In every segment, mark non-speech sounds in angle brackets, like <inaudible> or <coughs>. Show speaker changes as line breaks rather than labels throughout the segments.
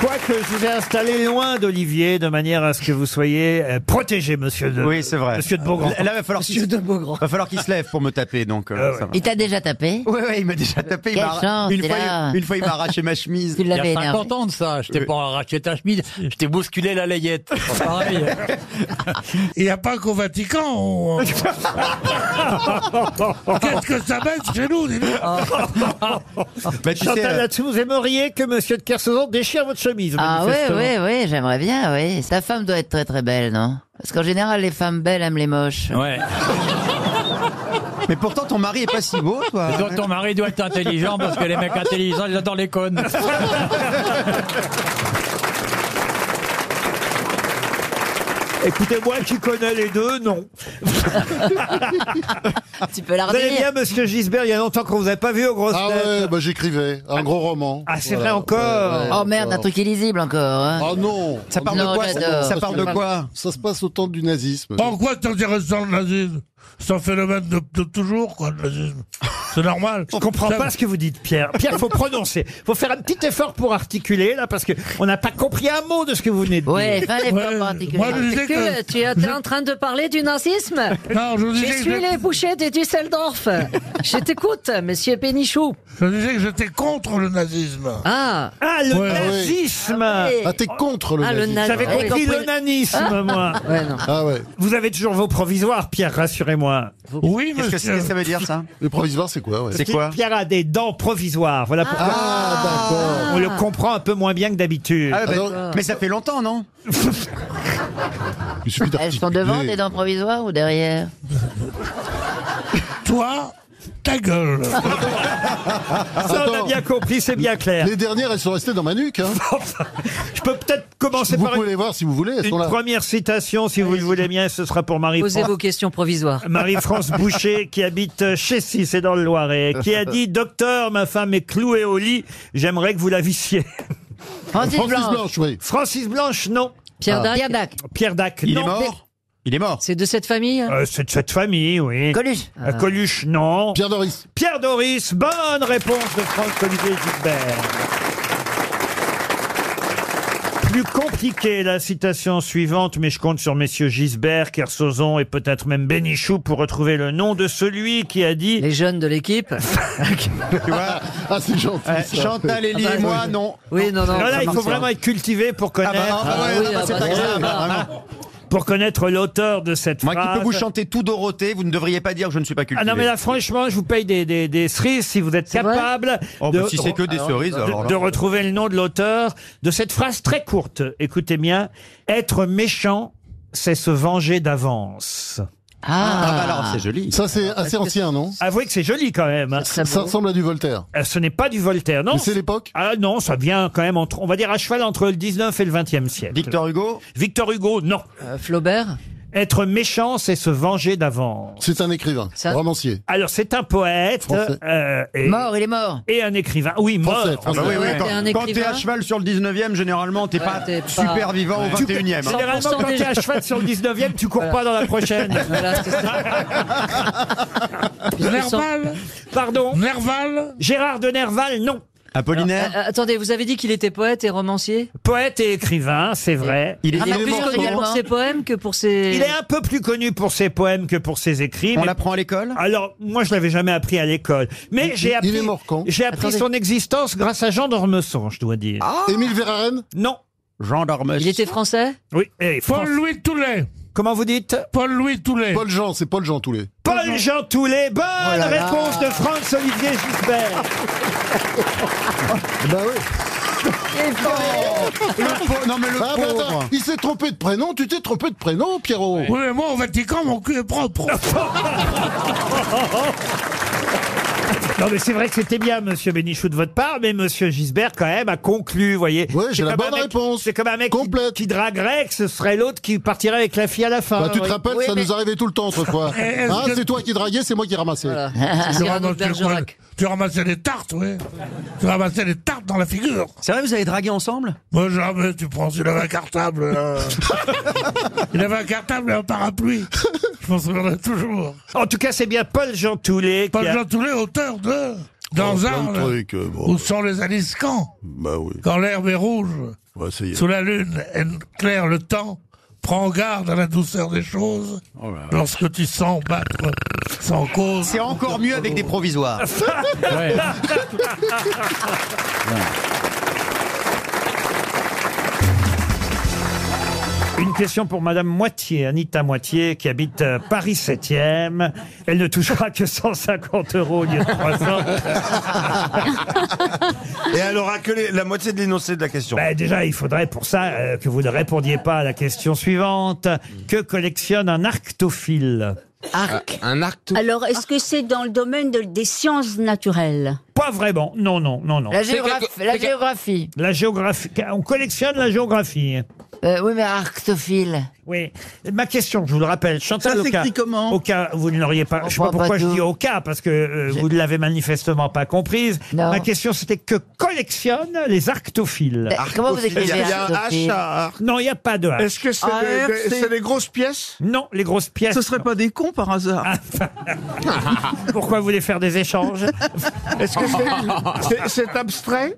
Quoique je vous ai installé loin d'Olivier, de manière à ce que vous soyez euh, protégé, monsieur de...
Oui, c'est vrai.
Monsieur de Beaugrand.
Là, il va falloir qu'il
Monsieur de Beaugrand.
va falloir qu'il se lève pour me taper, donc euh,
Ah ouais.
ça va.
Il t'a déjà tapé
Ouais, ouais, il m'a déjà tapé. il
Quelle
m'a-
chance,
une,
t'es
fois,
là.
il- une fois, il m'a arraché ma chemise.
Tu
Il y
l'avais
a
énervé.
50 ans de ça, je t'ai
Oui.
pas arraché ta chemise, je t'ai bousculé la
<laughs>
layette. C'est pareil.
Il n'y a pas qu'au Vatican. on- on- Qu'est-ce que ça mène chez nous dis donc
Bah, tu sais,
Chantal,
euh,
là-dessus, vous aimeriez que monsieur de Kersauzon déchire votre chemise.
Ah ouais,
manifestement.
hein.
ouais, ouais, j'aimerais bien, oui. Sa femme doit être très très belle, non Parce qu'en général, les femmes belles aiment les moches.
Ouais.
<laughs> mais pourtant, ton mari est pas si beau, toi.
Et donc ton mari doit être intelligent parce que les mecs intelligents, ils adorent les connes.
Eh
Écoutez, moi qui connais les deux, non.
<laughs>
Tu peux la
Vous allez bien, monsieur Gisbert, il y a longtemps qu'on vous a pas vu aux grosses
Ah
têtes.
ouais, bah j'écrivais un gros roman.
Ah, c'est vrai encore
Oh merde, un
encore.
truc illisible encore. hein.
Ah non.
Ça parle
Non,
de quoi
j'adore.
ça- Ça parle de quoi
Ça se passe au temps du nazisme.
En quoi t'intéresses dans le nazisme C'est un phénomène de, de toujours, quoi, le nazisme. C'est normal.
Je comprends pas ce que vous dites, Pierre. Pierre, faut prononcer. Faut faire un petit effort pour articuler, là, parce que on n'a pas compris un mot de ce que vous venez de dire.
Ouais, fin des
Ouais,
femmes
moi,
particulières.
je disais
Que
que...
tu es en train de parler du nazisme
Non, je vous
Je
disais que
suis
j'ai-
les bouchées de
<laughs>
Düsseldorf. Je t'écoute, monsieur Pénichou.
je disais que j'étais contre le nazisme.
Ah,
Ah, le
Ouais.
nazisme
oui.
Ah t'es contre le
Ah, le
nazisme.
nazisme.
J'avais
Ah, oui.
compris
Compris.
le nanisme, moi.
ouais, non.
Ah ouais.
Vous avez toujours vos provisoires, Pierre, rassurez-moi.
Oui,
Qu'est-ce que c'est-
monsieur.
qu'est-ce que ça veut dire, ça
Le provisoire, c'est quoi ouais.
C'est quoi
Pierre a des dents provisoires. Voilà pourquoi
Ah
on le comprend un peu moins bien que d'habitude.
Ah, bah,
Alors-
Mais ça fait longtemps, non
d'accord. Ah, Il suffit
Elles sont devant
d'articuler.
tes dents provisoires
<laughs>
ou derrière
Toi, ta gueule.
<laughs>
Ça, on a
Attends.
bien compris, c'est bien clair.
Les dernières, elles sont restées dans ma nuque. hein.
Je peux peut-être commencer
Vous
par
pouvez
une,
les voir si vous voulez. Elles
une
sont là.
première citation, si vous le voulez bien, ce sera pour
Posez
Marie-France.
vos questions provisoires.
Marie-France
<laughs>
Boucher, qui habite Chessy, c'est dans le Loiret, qui a dit Docteur, ma femme est clouée au lit, j'aimerais que vous la vissiez.
Francis,
Francis
Blanche.
Blanche, oui.
Francis Blanche, non.
Pierre Dac,
Ah.
Pierre Dac.
Ah. Pierre Dac,
Il
non.
est mort Il est mort.
c'est de cette famille hein
Euh, c'est de cette famille, oui.
Coluche.
Euh, Coluche, non.
Pierre Doris.
Pierre Doris, bonne réponse de Franck-Olivier Gisbert. Plus compliquée la citation suivante, mais je compte sur messieurs Gisbert, Kersozon et peut-être même Bénichou pour retrouver le nom de celui qui a dit
Les jeunes de
<laughs>
l'équipe
Tu <laughs> vois
Ah c'est gentil.
Euh,
ça.
Chantal, Ellie et moi, non.
Oui, non, non.
Alors Ah, là,
ça
il faut
marche
vraiment
pas.
être cultivé pour
Ah bah,
connaître, euh,
ah bah, ouais,
Ah oui,
ah bah,
ah
c'est
bah,
agréable.
ah
vraiment.
pour connaître l'auteur de cette
Moi
phrase.
qui peux vous chanter tout Dorothée, vous ne devriez pas dire que je ne suis pas
Ah
cultivé.
non mais là franchement, je vous paye des, des, des cerises si vous êtes
C'est vrai Ah
capable
Oh,
de,
bah, si c'est que des cerises, alors hein. là.
de, de retrouver le nom de l'auteur de cette phrase très courte. Écoutez bien, être méchant, c'est se venger d'avance.
Ah bah
Ah,
alors, c'est joli.
Ça c'est
Ah,
assez ancien, non
Avouez que c'est joli quand même. hein.
Ça
Ça
vaut-
ressemble à du Voltaire.
Euh, Ce n'est pas du Voltaire, non
Mais c'est l'époque.
Ah non, ça vient quand même entre, on va dire à cheval entre le 19 et le 20e siècle.
Victor Hugo
Victor Hugo, non.
euh, Flaubert
Être méchant, c'est se venger d'avance.
C'est un écrivain,
Ça-
romancier.
Alors c'est un poète
Français.
euh, et,
mort, il est mort.
et un écrivain. Oui, mort.
Français,
Ah
français.
bah oui, oui,
T'es
quand-
un
Quand t'es à
écrivain
cheval sur le 19e, généralement, t'es pas
t'es pas-
super vivant au 21e. hein.
Généralement,
100%
quand t'es à cheval sur le 19e, tu cours pas dans la prochaine.
<laughs> Voilà, c'est
<laughs>
ça. Je me sens-
Nerval
Pardon
Nerval
Gérard de Nerval, non.
Euh,
Apollinaire
attendez, vous avez dit qu'il était poète et romancier Ah,
Poète et Euh, écrivain, c'est vrai.
Il est,
Il
il est
est plus
mort
connu
comment
pour ses poèmes que pour ses...
Il est un peu plus connu pour ses poèmes que pour ses écrits.
On
mais-
l'apprend à l'école
Alors, moi, je l'avais jamais appris à l'école. Mais j'ai
il
appris.
est mort quand
J'ai appris
Attendez.
son existence grâce à Jean d'Ormesson, je dois dire.
Ah. Émile Verhaeren.
Non.
Jean Dormes.
Il était français
Oui. eh, France-
Paul-Louis Toulet.
Comment vous dites
Paul-Louis Toulet.
Paul Jean, c'est Paul Jean Toulet.
Paul Jean Toulet. Bonne
Oh
réponse de France Olivier
<laughs>
Gisbert.
ben
Bah oui.
Le pauvre- Non mais le
ben
Ah, bah, attends,
pauvre
il s'est trompé de prénom, tu t'es trompé de prénom, Pierrot.
Oui, mais moi, au Vatican, mon cul est
<laughs>
propre.
Non, mais c'est vrai que c'était bien, monsieur Bénichou, de votre part, mais monsieur Gisbert, quand même, a conclu, vous voyez.
Ouais, j'ai
C'est
la
comme
bonne
un mec-
réponse.
C'est comme un mec qui,
Complète.
qui draguerait, que ce serait l'autre qui partirait avec la fille à la fin.
Bah, tu te
Oui.
rappelles,
Oui,
ça
mais-
nous arrivait tout le
<laughs>
temps autrefois.
Est-ce
Hein,
que-
<laughs> c'est toi qui draguais, c'est moi qui ramassais.
Voilà. <laughs>
Tu
Cyrano
ramasses-
de Bergerac.
tu ramassais des tartes, oui. Tu ramassais des tartes dans la figure.
C'est vrai, vous avez dragué ensemble
Moi, jamais, tu prends, il avait un cartable.
<laughs>
là. il avait un cartable et un parapluie. Je m'en souviendrai toujours.
En tout cas, c'est bien Paul Jean Toulet.
Paul
qui a-
Jean Toulet, auteur de Dans
Oh, plein
un,
de
là,
trucs, euh, bon,
où sont les aliscans
Bah oui.
quand l'herbe est rouge.
Ouais, ça y est.
Sous la lune, elle claire le temps. Prends garde à la douceur des choses.
Oh
Lorsque tu sens battre sans cause.
C'est encore mieux avec des
<laughs>
provisoires.
Ouais.
Une question pour Madame Moitié, Anita Moitié, qui habite euh, Paris 7e. Elle ne touchera que 150 euros au lieu de 300.
Et elle aura que les- la moitié de l'énoncé de la question.
Ben, déjà, il faudrait pour ça euh, que vous ne répondiez pas à la question suivante. Que collectionne un arctophile Ah,
Arc.
Un acte.
Alors, est-ce que c'est dans le domaine de- des sciences naturelles
Pas vraiment. Non, non, non, non.
La, géographe-
quelque-
la
c'est que-
géographie.
La géographie. On collectionne la géographie.
Euh, oui, mais arctophile.
Oui. Ma question, je vous le rappelle, Chantal,
Ça
au, cas,
s'écrit comment
au cas où vous ne l'auriez pas. Je sais pas
comprends pas
pourquoi je
tout.
dis au cas, parce que euh, vous ne l'avez manifestement pas comprise.
Non.
Ma question, c'était que collectionnent les arctophiles
Euh, Comment vous
Il y a-
écrivez
il y a un H hein.
arctophile
à Arc.
Non, il n'y a pas de H.
Est-ce que c'est
Ah,
des- des-
R, c'est-
c'est des grosses pièces
Non, les grosses pièces.
Ce serait pas des cons par hasard
Ah. <laughs> Pourquoi vous voulez faire des échanges
<laughs> Est-ce que c'est- c'est c'est abstrait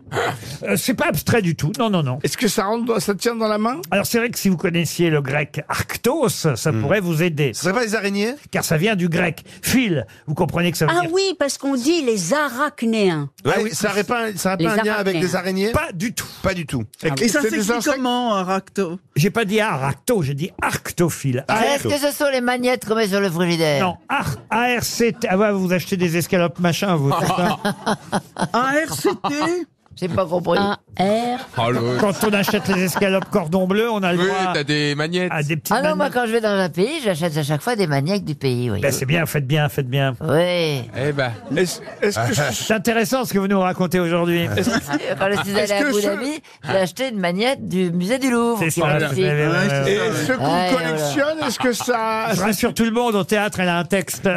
Euh, C'est pas abstrait du tout. Non, non, non.
Est-ce que ça rentre, dans- ça tient dans la main
Alors c'est vrai que si vous connaissiez le grec arctos, ça pourrait vous aider,
Hmm. Ce serait pas les araignées
car ça vient du grec fil. Vous comprenez que ça veut
Ah
dire
oui, parce qu'on dit les arachnéens.
Ouais, Ça aurait pas, un- ça aurait
Les
pas un lien
araignées. Ah
avec des araignées
pas du tout.
Pas du tout.
Et ça
C'est des
s'écrit
insectes
comment, un racto
J'ai pas dit aracto, j'ai dit arctophile.
Est-ce que ce sont les magnettes qu'on met sur le frigidaire
Non, ar- ARC. Ah ouais, vous achetez des escalopes machin, vous.
<laughs>
c'est ça
Un RCT
<laughs> J'ai pas compris.
A, R.
Oh, le-
Quand on achète les escalopes cordon bleu, on a le
Oui,
droit
t'as des magnettes.
à des petites.
Ah non, moi
manettes.
quand je vais dans un pays, j'achète à chaque fois des maniaques du pays, oui.
Ben, c'est bien, faites bien, faites bien.
Oui.
Eh ben.
Est-ce est-ce que
<laughs> C'est intéressant ce que vous nous racontez aujourd'hui.
<laughs> Quand je suis allé à
que
Abu
ce-
Dhabi, j'ai acheté une magnette du musée du Louvre.
C'est
qui
ça,
est
vous
ici.
avez-
Ouais, c'est
Et ce qu'on
Ouais,
collectionne, est-ce que ça.
Je rassure tout le monde, au théâtre, elle a
<laughs>
un texte.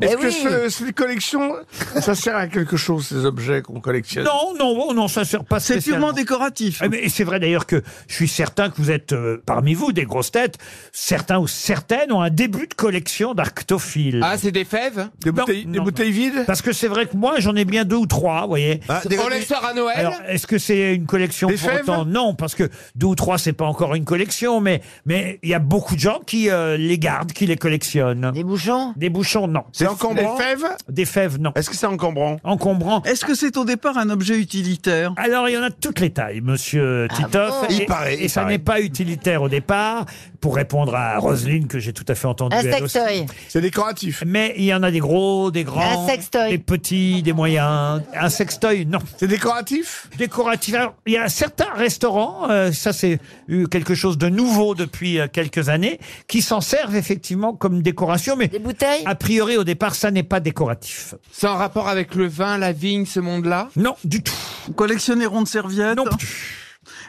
Est-ce
Eh
que
oui.
ce- cette collection, ça sert à quelque chose, ces objets qu'on collectionne
Non, non, oh, non, non, ça sert pas
C'est
spécialement.
purement décoratif.
Ah, mais c'est vrai d'ailleurs que je suis certain que vous êtes euh, parmi vous des grosses têtes. Certains ou certaines ont un début de collection d'arctophiles.
Ah, c'est des fèves
Des
Non,
bouteilles, des
non.
bouteilles vides Ah,
Parce que c'est vrai que moi j'en ai bien deux ou trois, vous voyez.
On les sort à Noël
Alors, est-ce que c'est une collection
Des
pour
fèves
autant Non, parce que deux ou trois, c'est pas encore une collection, mais mais il y a beaucoup de gens qui euh, les gardent, qui les collectionnent.
Des bouchons
Des bouchons, non.
C'est encombrant
Des fèves, Des fèves, non.
Est-ce que c'est encombrant
Encombrant.
Est-ce que c'est au départ un objet utilitaire Ah
Alors, il y en a de toutes les tailles, monsieur Titoff.
bon
et,
Il paraît,
et
il
ça
paraît.
n'est pas utilitaire au départ, pour répondre à Roselyne, que j'ai tout à fait entendu.
Un
elle aussi.
sextoy.
C'est décoratif.
Mais il y en a des gros, des grands,
Un sextoy.
des petits, des moyens. Un sextoy, non.
C'est décoratif
Décoratif. Alors, il y a certains restaurants, euh, ça c'est eu quelque chose de nouveau depuis euh, quelques années, qui s'en servent effectivement comme décoration, mais
Des bouteilles
a priori au départ, ça n'est pas décoratif.
C'est en rapport avec le vin, la vigne, ce monde-là
Non, du tout.
Collectionner rondes serviettes
Non.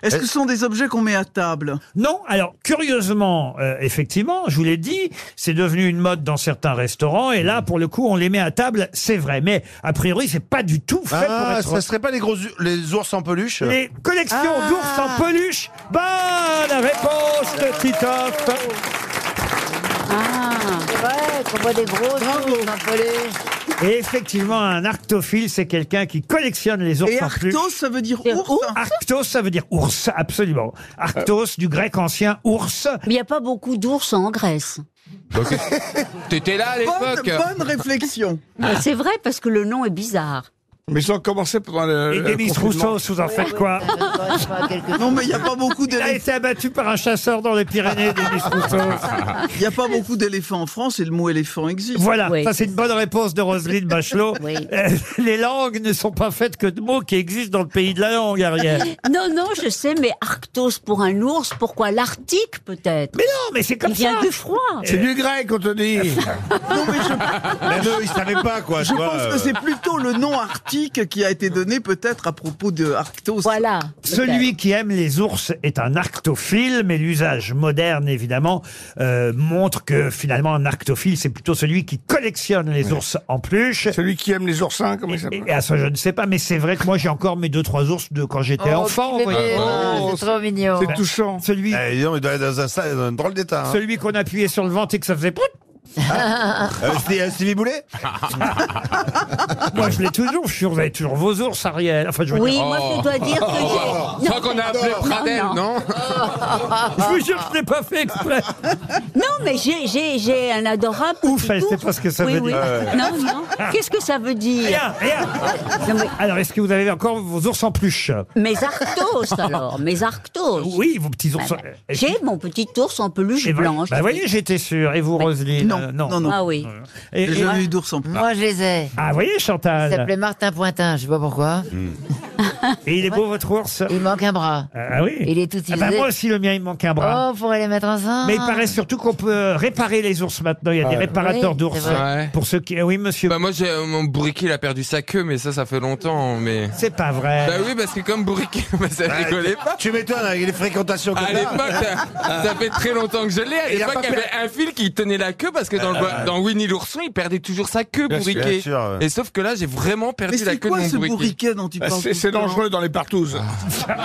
Est-ce
Euh,
que ce sont des objets qu'on met à table
Non, alors curieusement, euh, effectivement, je vous l'ai dit, c'est devenu une mode dans certains restaurants et
Hmm.
là, pour le coup, on les met à table, c'est vrai. Mais a priori, c'est pas du tout fait
Ah,
pour
ça
être.
serait pas les gros u- les ours en peluche
Les collections d'ours en peluche. Bonne réponse de Titoff.
Ah.
C'est vrai qu'on voit des gros ours en peluche.
Et effectivement, un arctophile, c'est quelqu'un qui collectionne les ours
Et
en peluche.
Arctos, ça veut dire
Et
ours
Arctos, ça veut dire ours, absolument. Arctos, du grec ancien ours.
Mais il n'y a pas beaucoup d'ours en Grèce.
T'étais là à
Bonne,
l'époque
bonne réflexion.
Mais C'est vrai parce que le nom est bizarre.
Mais ils ont commencé pendant le.
Et
le
Demis
confinement.
Rousseau, vous en faites quoi
Ça ne correspond à quelque
<laughs> Non,
chose.
mais il n'y a pas beaucoup
Il a
d'éléphants.
été abattu par un chasseur dans les Pyrénées, Demis Rousseau.
<laughs> Il n'y a pas beaucoup d'éléphants en France et le mot éléphant existe.
Voilà,
Oui.
ça c'est une bonne réponse de Roselyne Bachelot.
Oui.
Euh, <laughs> Les langues ne sont pas faites que de mots qui existent dans le pays de la langue, Ariel.
<laughs>
Non, non, je sais, mais Arctos pour un ours, pourquoi l'Arctique peut-être
Mais non, mais c'est
Il
comme ça.
vient du froid.
C'est du grec, on te
<laughs>
dit
Non, mais je
Mais eux, ils savaient pas, quoi.
Je pense que c'est plutôt le nom arctique qui a été donné peut-être à propos de Arctos.
Voilà.
Celui qui aime les ours est un arctophile, mais l'usage moderne, évidemment, euh, montre que finalement un arctophile, c'est plutôt celui qui collectionne les ours en peluche.
Celui qui aime les oursins, comment il
Et,
s'appelle
et à ça, je ne sais pas, mais c'est vrai que moi, j'ai encore mes deux, trois ours de quand j'étais
Oh,
enfant.
petit
vous voyez.
bébé, ah,
Oh,
c'est trop mignon.
touchant.
Celui,
Eh, dis donc, il doit être dans un, sa- dans un drôle d'état. hein.
celui qu'on appuyait sur le ventre et que ça faisait prout,
Ah.
Euh, Stevie- euh, Stevie Boulet
<laughs> Moi, je l'ai toujours. Je suis sûr, vous avez toujours vos ours, Ariel. Enfin, je veux
Oui,
dire- Oh,
moi, je dois dire que j'ai.
Oh. crois qu'on a appelé Pradel, non
Je vous jure, je ne l'ai pas fait exprès.
Non, mais j'ai- j'ai j'ai un adorable. Ouf,
elle sait pas ce que ça
oui,
veut
oui.
dire. Euh.
Non, non. Qu'est-ce que ça veut dire
Rien, rien.
Non, mais-
Alors, est-ce que vous avez encore vos ours en pluche
Mes arctos, alors, mes arctos. Bah,
Oui, vos petits ours.
J'ai mon petit ours en peluche
Et voilà.
blanche.
Bah, voyez, j'étais sûr. Et vous, Roselyne euh, non.
Ah oui.
Et-
J'ai
et-
jamais eu d'ours en
<laughs>
plus.
Moi, je les ai.
Ah, vous voyez, Chantal. Hmm.
Il s'appelait Martin Pointin, je sais pas pourquoi.
Et il est beau, votre ours
Il manque un bras.
Ah oui
Il est tout
Ah bah,
usé.
moi aussi, le mien, il me manque un bras.
Oh, pourrait les mettre ensemble.
Mais il paraît surtout qu'on peut réparer les ours maintenant. Il y a des
Ouais.
réparateurs
Oui,
d'ours.
c'est vrai.
Ouais.
Pour ceux qui. eh Oui, monsieur.
Bah moi, j'ai, euh, mon bourriquet, il a perdu sa queue, mais ça, ça fait longtemps. Mais
c'est pas vrai.
Bah oui, parce que comme bourriquet, <laughs> bah, ça
Ouais,
rigolait pas.
Tu m'étonnes avec les fréquentations comme
À l'époque, ça, ça fait très longtemps que je l'ai. À
Et il a
l'époque,
pas
il y avait
per-
un fil qui tenait la queue parce que dans, le-
Euh,
dans Winnie l'ourson, il perdait toujours sa queue,
Bien sûr,
bourriquet.
bien sûr, ouais.
Et sauf que là, j'ai vraiment perdu
Mais
la
c'est
queue
quoi
de mon
ce
bourriquet.
bourriquet dont tu
Bah,
parles
c'est-
tout
c'est
le temps
dangereux dans les partouzes. ah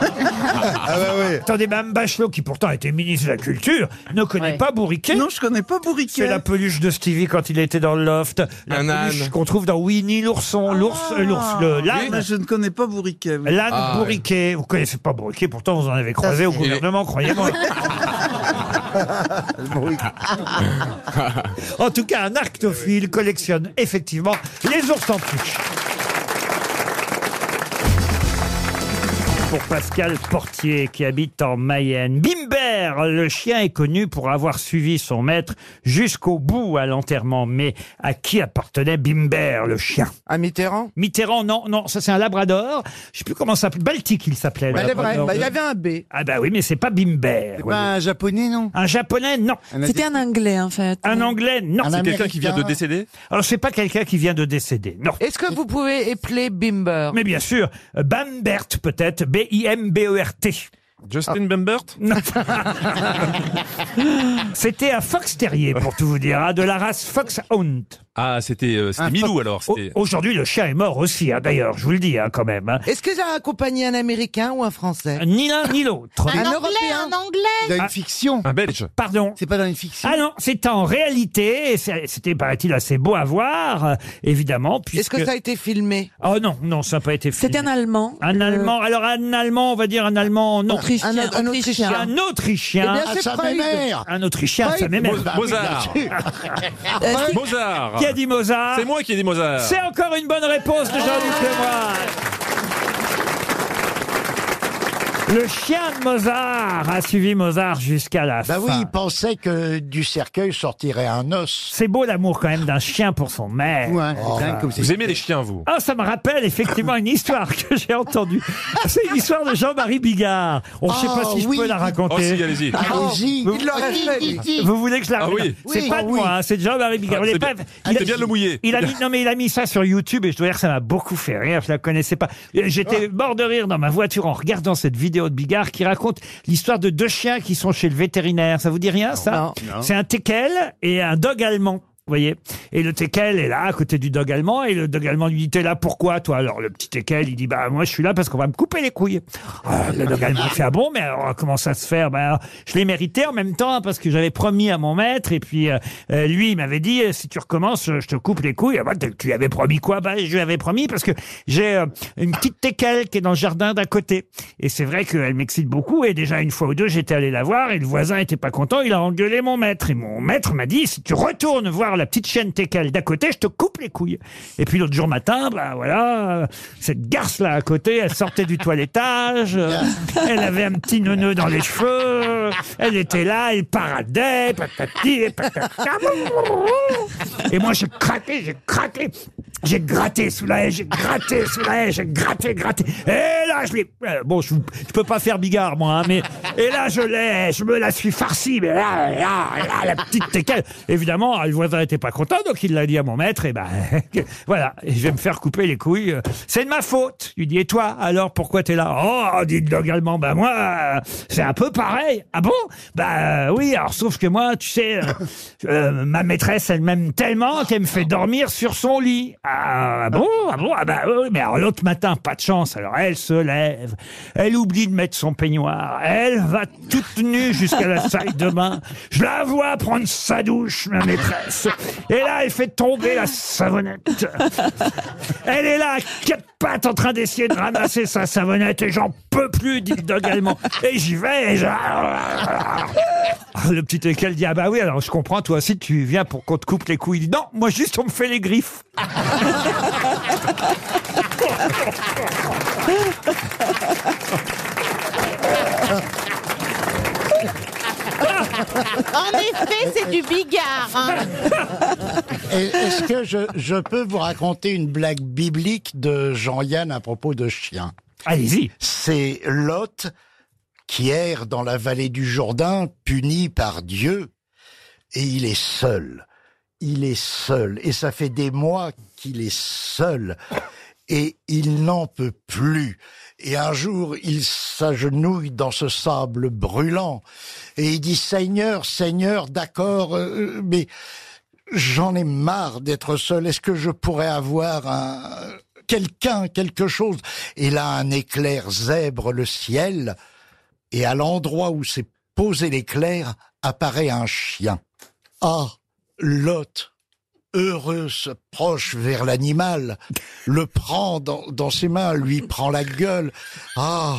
bah oui.
Attendez, Mme Bachelot, qui pourtant était ministre de la Culture, ne connaît
Ouais.
pas Bourriquet.
Non, je connais pas
C'est
bourriquet.
la peluche de Stevie quand il était dans le loft. La
Un
peluche
âne.
qu'on trouve dans Winnie l'ourson, l'ours, euh, l'ours, le
Ah. Mais
l'âne.
je ne connais pas bourriquet. oui.
L'âne
Ah,
Bourriquet. Vous connaissez pas Bourriquet, pourtant vous en avez croisé au
c'est- <laughs>
gouvernement, croyez-moi. <laughs> en tout cas, un arctophile collectionne effectivement les ours en peluche. pour Pascal Portier qui habite en Mayenne. Bimber, le chien est connu pour avoir suivi son maître jusqu'au bout à l'enterrement. Mais à qui appartenait Bimber, le chien
À Mitterrand
Mitterrand, non, non, ça c'est un labrador. Je sais plus comment ça s'appelle. Baltique, il s'appelait. le
Bah, il est vrai.
labrador.
Bah, il avait un B.
Ah bah oui, mais c'est pas Bimber.
C'est
Ouais.
pas un japonais, non
Un japonais, non.
C'était un anglais en fait.
Un anglais, non.
Un Américain.
décéder
Alors c'est pas quelqu'un qui vient de décéder, non.
Est-ce que vous pouvez épeler Bimber
Mais bien sûr, euh, Bambert peut-être, B-I-M-B-E-R-T.
Justin Bembert
Non. <laughs> C'était un fox terrier, pour tout vous dire, hein, de la race fox hound.
Ah, c'était euh, c'était
Un
Milou alors.
Au-
c'était-
Aujourd'hui, le chien est mort aussi, hein, d'ailleurs, je vous le dis hein, quand même. hein.
Est-ce que j'ai accompagné un américain ou un français
Ni l'un ni l'autre.
Un européen
Dans
Ah.
une fiction.
Un Belge.
Pardon.
C'est pas dans une fiction.
Ah non, c'est en réalité, et c'est- c'était, paraît-il, assez beau à voir, euh, évidemment.
Est-ce
Puisque...
que ça a été filmé
Oh non, non, ça n'a pas été fait.
C'était un allemand. euh,
Un Allemand, alors un Allemand, on va dire un Allemand, non.
Autrichien. Un, un Autrichien.
Un
Eh
Autrichien.
bien, c'est Bah
Ah, ça
Freud.
m'énerve.
Un Autrichien, ça m'énerve.
Mo- Mozart.
Euh,
Ah,
Mozart.
Euh, Qui a dit Mozart
C'est moi qui ai dit Mozart.
C'est encore une bonne réponse de Jean-Luc Lemoyne. Le chien de Mozart a suivi Mozart jusqu'à la
Bah
fin.
oui, il pensait que du cercueil sortirait un os.
C'est beau l'amour quand même d'un chien pour son maître.
Ouais, c'est
Oh,
dingue
bah.
comme c'est.
Vous aimez les chiens, vous
Ah, ça me rappelle effectivement une histoire que j'ai entendue. C'est une histoire de Jean-Marie Bigard. On ne sait pas
Oh,
si je
oui.
peux la
Oh, si, allez-y.
raconter.
Allez-y.
Vous-
Il l'aurait fait.
Vous voulez que je la
Ah oui.
C'est
Oui.
pas de
Oh,
moi,
oui.
hein, c'est de Jean-Marie Bigard.
Ah,
Vous l'avez
c'est
pas-
bien.
il a-
C'est bien de le mouiller.
Il a mis, non mais il a mis ça sur YouTube et je dois dire que ça m'a beaucoup fait rire. Je la connaissais pas. Euh,
Ah.
J'étais mort de rire dans ma voiture en regardant cette vidéo de Bigard qui raconte l'histoire de deux chiens qui sont chez le vétérinaire. Ça vous dit rien ça C'est un teckel et un dog allemand. Vous voyez Et le teckel est là, à côté du dog allemand, et le dog allemand lui dit T'es là pourquoi, toi Alors le petit teckel, il dit Bah, moi, je suis là parce qu'on va me couper les couilles. Ah, le dog allemand fait Ah bon, mais alors, comment ça se faire Bah, Je l'ai mérité en même temps parce que j'avais promis à mon maître, et puis euh, euh, lui, il m'avait dit Si tu recommences, euh, je te coupe les couilles. Ah, bah, tu- tu lui avais promis quoi Bah, je lui avais promis parce que j'ai euh, une petite teckel qui est dans le jardin d'à côté. Et c'est vrai qu'elle m'excite beaucoup, et déjà une fois ou deux, j'étais allé la voir, et le voisin était pas content, il a engueulé mon maître. Et mon maître m'a dit Si tu retournes voir la petite chienne teckel d'à côté, je te coupe les couilles. Et puis l'autre jour matin, bah voilà, euh, cette garce-là à côté, elle sortait du toilettage, euh, elle avait un petit neuneu dans les cheveux, euh, elle était là, elle paradait, patati, et patata. Et moi, j'ai craqué, j'ai craqué. J'ai gratté sous la haie, j'ai gratté sous la haie, j'ai gratté, gratté. Et là, je l'ai. euh, bon, je, vous- je peux pas faire bigard, moi, hein, mais. Et là, je l'ai, je me la suis farcie, mais là, là, là, la petite teckel. Évidemment, le voisin était pas content, donc il l'a dit à mon maître, et ben, <laughs> voilà, et je vais me faire couper les couilles. euh, C'est de ma faute. Il dit, et toi, alors, pourquoi t'es là Oh, dit le dog allemand, ben moi, euh, c'est un peu pareil. Ah bon Bah oui, alors, sauf que <laughs> euh, moi, tu sais, euh, euh, ma maîtresse, elle m'aime tellement qu'elle me fait dormir sur son lit. Ah ah, ah bon, ah bon, ah bah oui, mais alors l'autre matin, pas de chance. Alors elle se lève, elle oublie de mettre son peignoir, elle va toute nue jusqu'à la salle de bain. Je la vois prendre sa douche, ma maîtresse. Et là, elle fait tomber la savonnette. Elle est là, à quatre pattes, en train d'essayer de ramasser sa savonnette, et j'en peux plus, dit le
<laughs>
dog allemand. Et j'y vais, et je- Ah, Le petit équel dit, ah bah oui, alors je comprends, toi aussi, tu viens pour qu'on te coupe les couilles. Il dit, non, moi juste, on me fait les griffes.
En effet, c'est du bigard. hein.
Et Est-ce que je, je peux vous raconter une blague biblique de Jean-Yann à propos de chiens
Allez-y.
C'est Lot qui erre dans la vallée du Jourdain, puni par Dieu, et il est seul. Il est seul. Et ça fait des mois qu'il est seul. Et il n'en peut plus. Et un jour, il s'agenouille dans ce sable brûlant. Et il dit, Seigneur, Seigneur, d'accord, euh, euh, mais j'en ai marre d'être seul. Est-ce que je pourrais avoir un quelqu'un, quelque chose Et là, un éclair zèbre le ciel, et à l'endroit où s'est posé l'éclair apparaît un chien. Ah, Lot, heureux, se proche vers l'animal, le prend dans, dans ses mains, lui prend la gueule. Ah,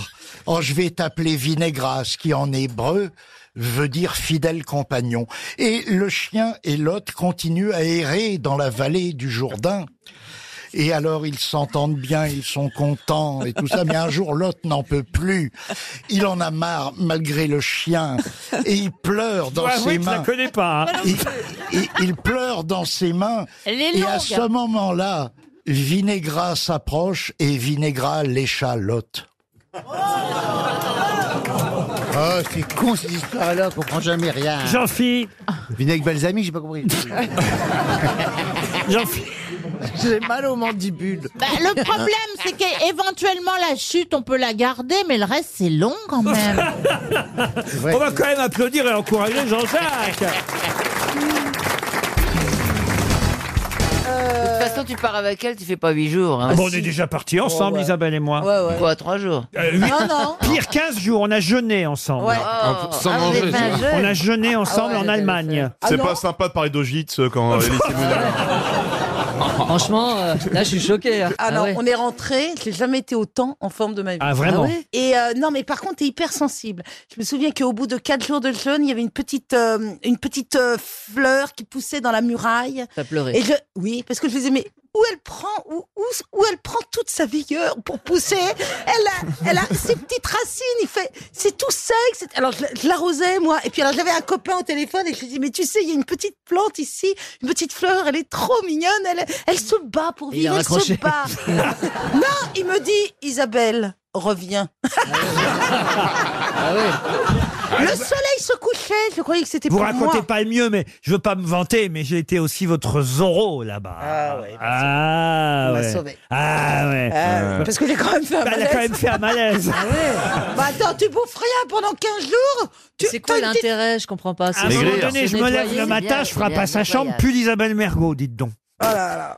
oh, je vais t'appeler Vinégras, qui en hébreu veut dire fidèle compagnon. Et le chien et l'hôte continuent à errer dans la vallée du Jourdain. Et alors ils s'entendent bien, ils sont contents et tout ça. Mais un jour l'hôte n'en peut plus. Il en a marre malgré le chien et il pleure dans
Faut avouer
ses
que je la
mains.
connais pas, hein.
Il- il- il pleure dans ses mains.
Elle est
Et à
longue.
ce moment-là, Vinégra s'approche et Vinégra l'échalote.
Oh, c'est con cette histoire-là, on comprend jamais rien.
jean philippe
Vinaigre balsamique, j'ai pas compris.
<laughs> jean
J'ai mal aux mandibules.
Bah, le problème, c'est qu'éventuellement, la chute, on peut la garder, mais le reste, c'est long quand même.
On va quand même applaudir et encourager Jean-Jacques.
De toute façon, tu pars avec elle, tu fais pas 8 jours. hein.
Ah bon, on est déjà partis ensemble,
Oh, ouais.
Isabelle et moi.
Ouais, ouais. Quoi, 3 jours
Euh, huit-
Non, non.
Pire 15 jours, on a jeûné ensemble.
Ouais. Oh. Sans Ah, vous manger, avez fait un c'est vrai. jeûne
On a jeûné ensemble
Ah ouais,
en Allemagne.
C'est pas sympa de parler d'Ogitz
euh,
quand Elie
Franchement, euh, là, je suis choqué. hein.
Ah non,
ouais.
on est rentré, j'ai jamais été autant en forme de ma vie.
Ah, vraiment Ah ouais
Et euh, non, mais par contre, t'es hyper sensible. Je me souviens qu'au bout de quatre jours de jeûne, il y avait une petite, euh, une petite euh, fleur qui poussait dans la muraille.
T'as pleuré.
Et je, oui, parce que je disais, mais où elle prend, où, où, où elle prend toute sa vigueur pour pousser Elle a, elle a ses petites racines. Il fait, c'est tout sec. c'est- Alors je, je l'arrosais moi. Et puis alors j'avais un copain au téléphone et je lui dis, mais tu sais, il y a une petite plante ici, une petite fleur. Elle est trop mignonne. Elle, elle se bat pour
Il a
vivre. Elle se
raccroché. <laughs>
bat. non, il me dit, Isabelle, reviens.
Ah
Le soleil se couchait. Je croyais que c'était
Vous
pour moi.
racontez pas le mieux, mais je veux pas me vanter, mais j'ai été aussi votre Zorro là-bas. Ah ouais. Ah
On m'a
ouais.
sauvé.
Ah ouais.
Ah, Parce que j'ai quand même fait un
Bah, elle a
malaise.
quand même fait un malaise.
Ah ouais. Bah attends, tu bouffes rien pendant 15 jours C'est quoi l'intérêt Je comprends pas.
À un moment donné, je me lève le matin, je frappe à sa chambre, plus d'Isabelle Mergot, dites donc.
Oh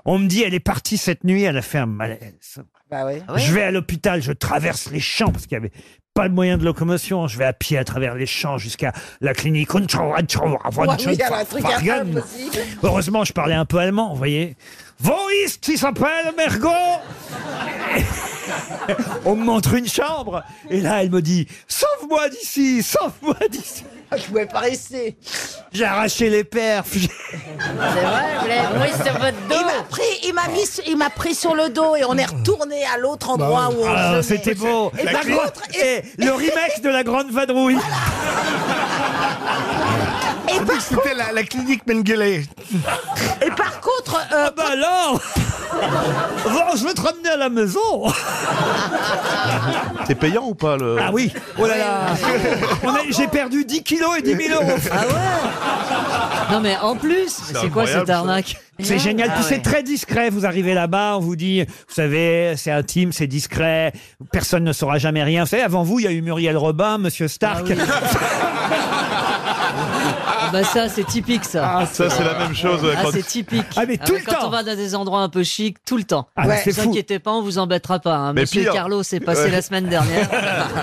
On me dit, elle est partie cette nuit, elle a fait un malaise.
Ah
Bah oui.
Je vais à l'hôpital, je traverse les champs parce qu'il n'y avait pas de moyen de locomotion. Je vais à pied à travers les champs jusqu'à la clinique.
<laughs>
Heureusement, je parlais un peu allemand, vous voyez. Voist, qui s'appelle Mergo <laughs> On me montre une chambre et là, elle me dit Sauve-moi d'ici, sauve-moi d'ici.
Ah, Je pouvais pas rester.
J'ai arraché les perfs. j'ai-
C'est vrai, vous l'avez
Ah.
pris sur votre dos. Il m'a pris, il m'a mis, sur- il m'a pris sur le dos et on est retourné à l'autre endroit où on
Ah,
jeûnait.
C'était beau.
Et
La
par
grande-
contre, et,
eh, le remake de la grande vadrouille. <laughs>
et par
C'était la, la clinique Mengele.
Et par contre, euh,
Ah bah alors Bon, je vais te ramener à
<laughs>
la maison
C'est payant ou pas le
Ah oui Oh là là On a- J'ai perdu 10 kilos et 10 000 euros
Ah ouais Non mais en
Ah,
plus, mais c'est quoi
incroyable,
cette
ça.
arnaque
C'est génial,
Ah
puis c'est
ouais.
très discret. Vous arrivez là-bas, on vous dit, vous savez, c'est intime, c'est discret, personne ne saura jamais rien. Vous savez, avant vous, il y a eu Muriel Robin, Monsieur Stark.
Ah bah ça, c'est typique ça.
Ah, ça, c'est la même chose, ouais,
Ah,
quand-
c'est typique.
Ah, mais tout le
Quand
temps.
on va dans des endroits un peu chics, tout le temps.
Ah, mais c'est
vous
fou.
inquiétez pas, on vous embêtera pas. hein.
Mais
Monsieur
pire.
Carlo s'est passé
Ouais.
la semaine dernière.
<laughs> <laughs>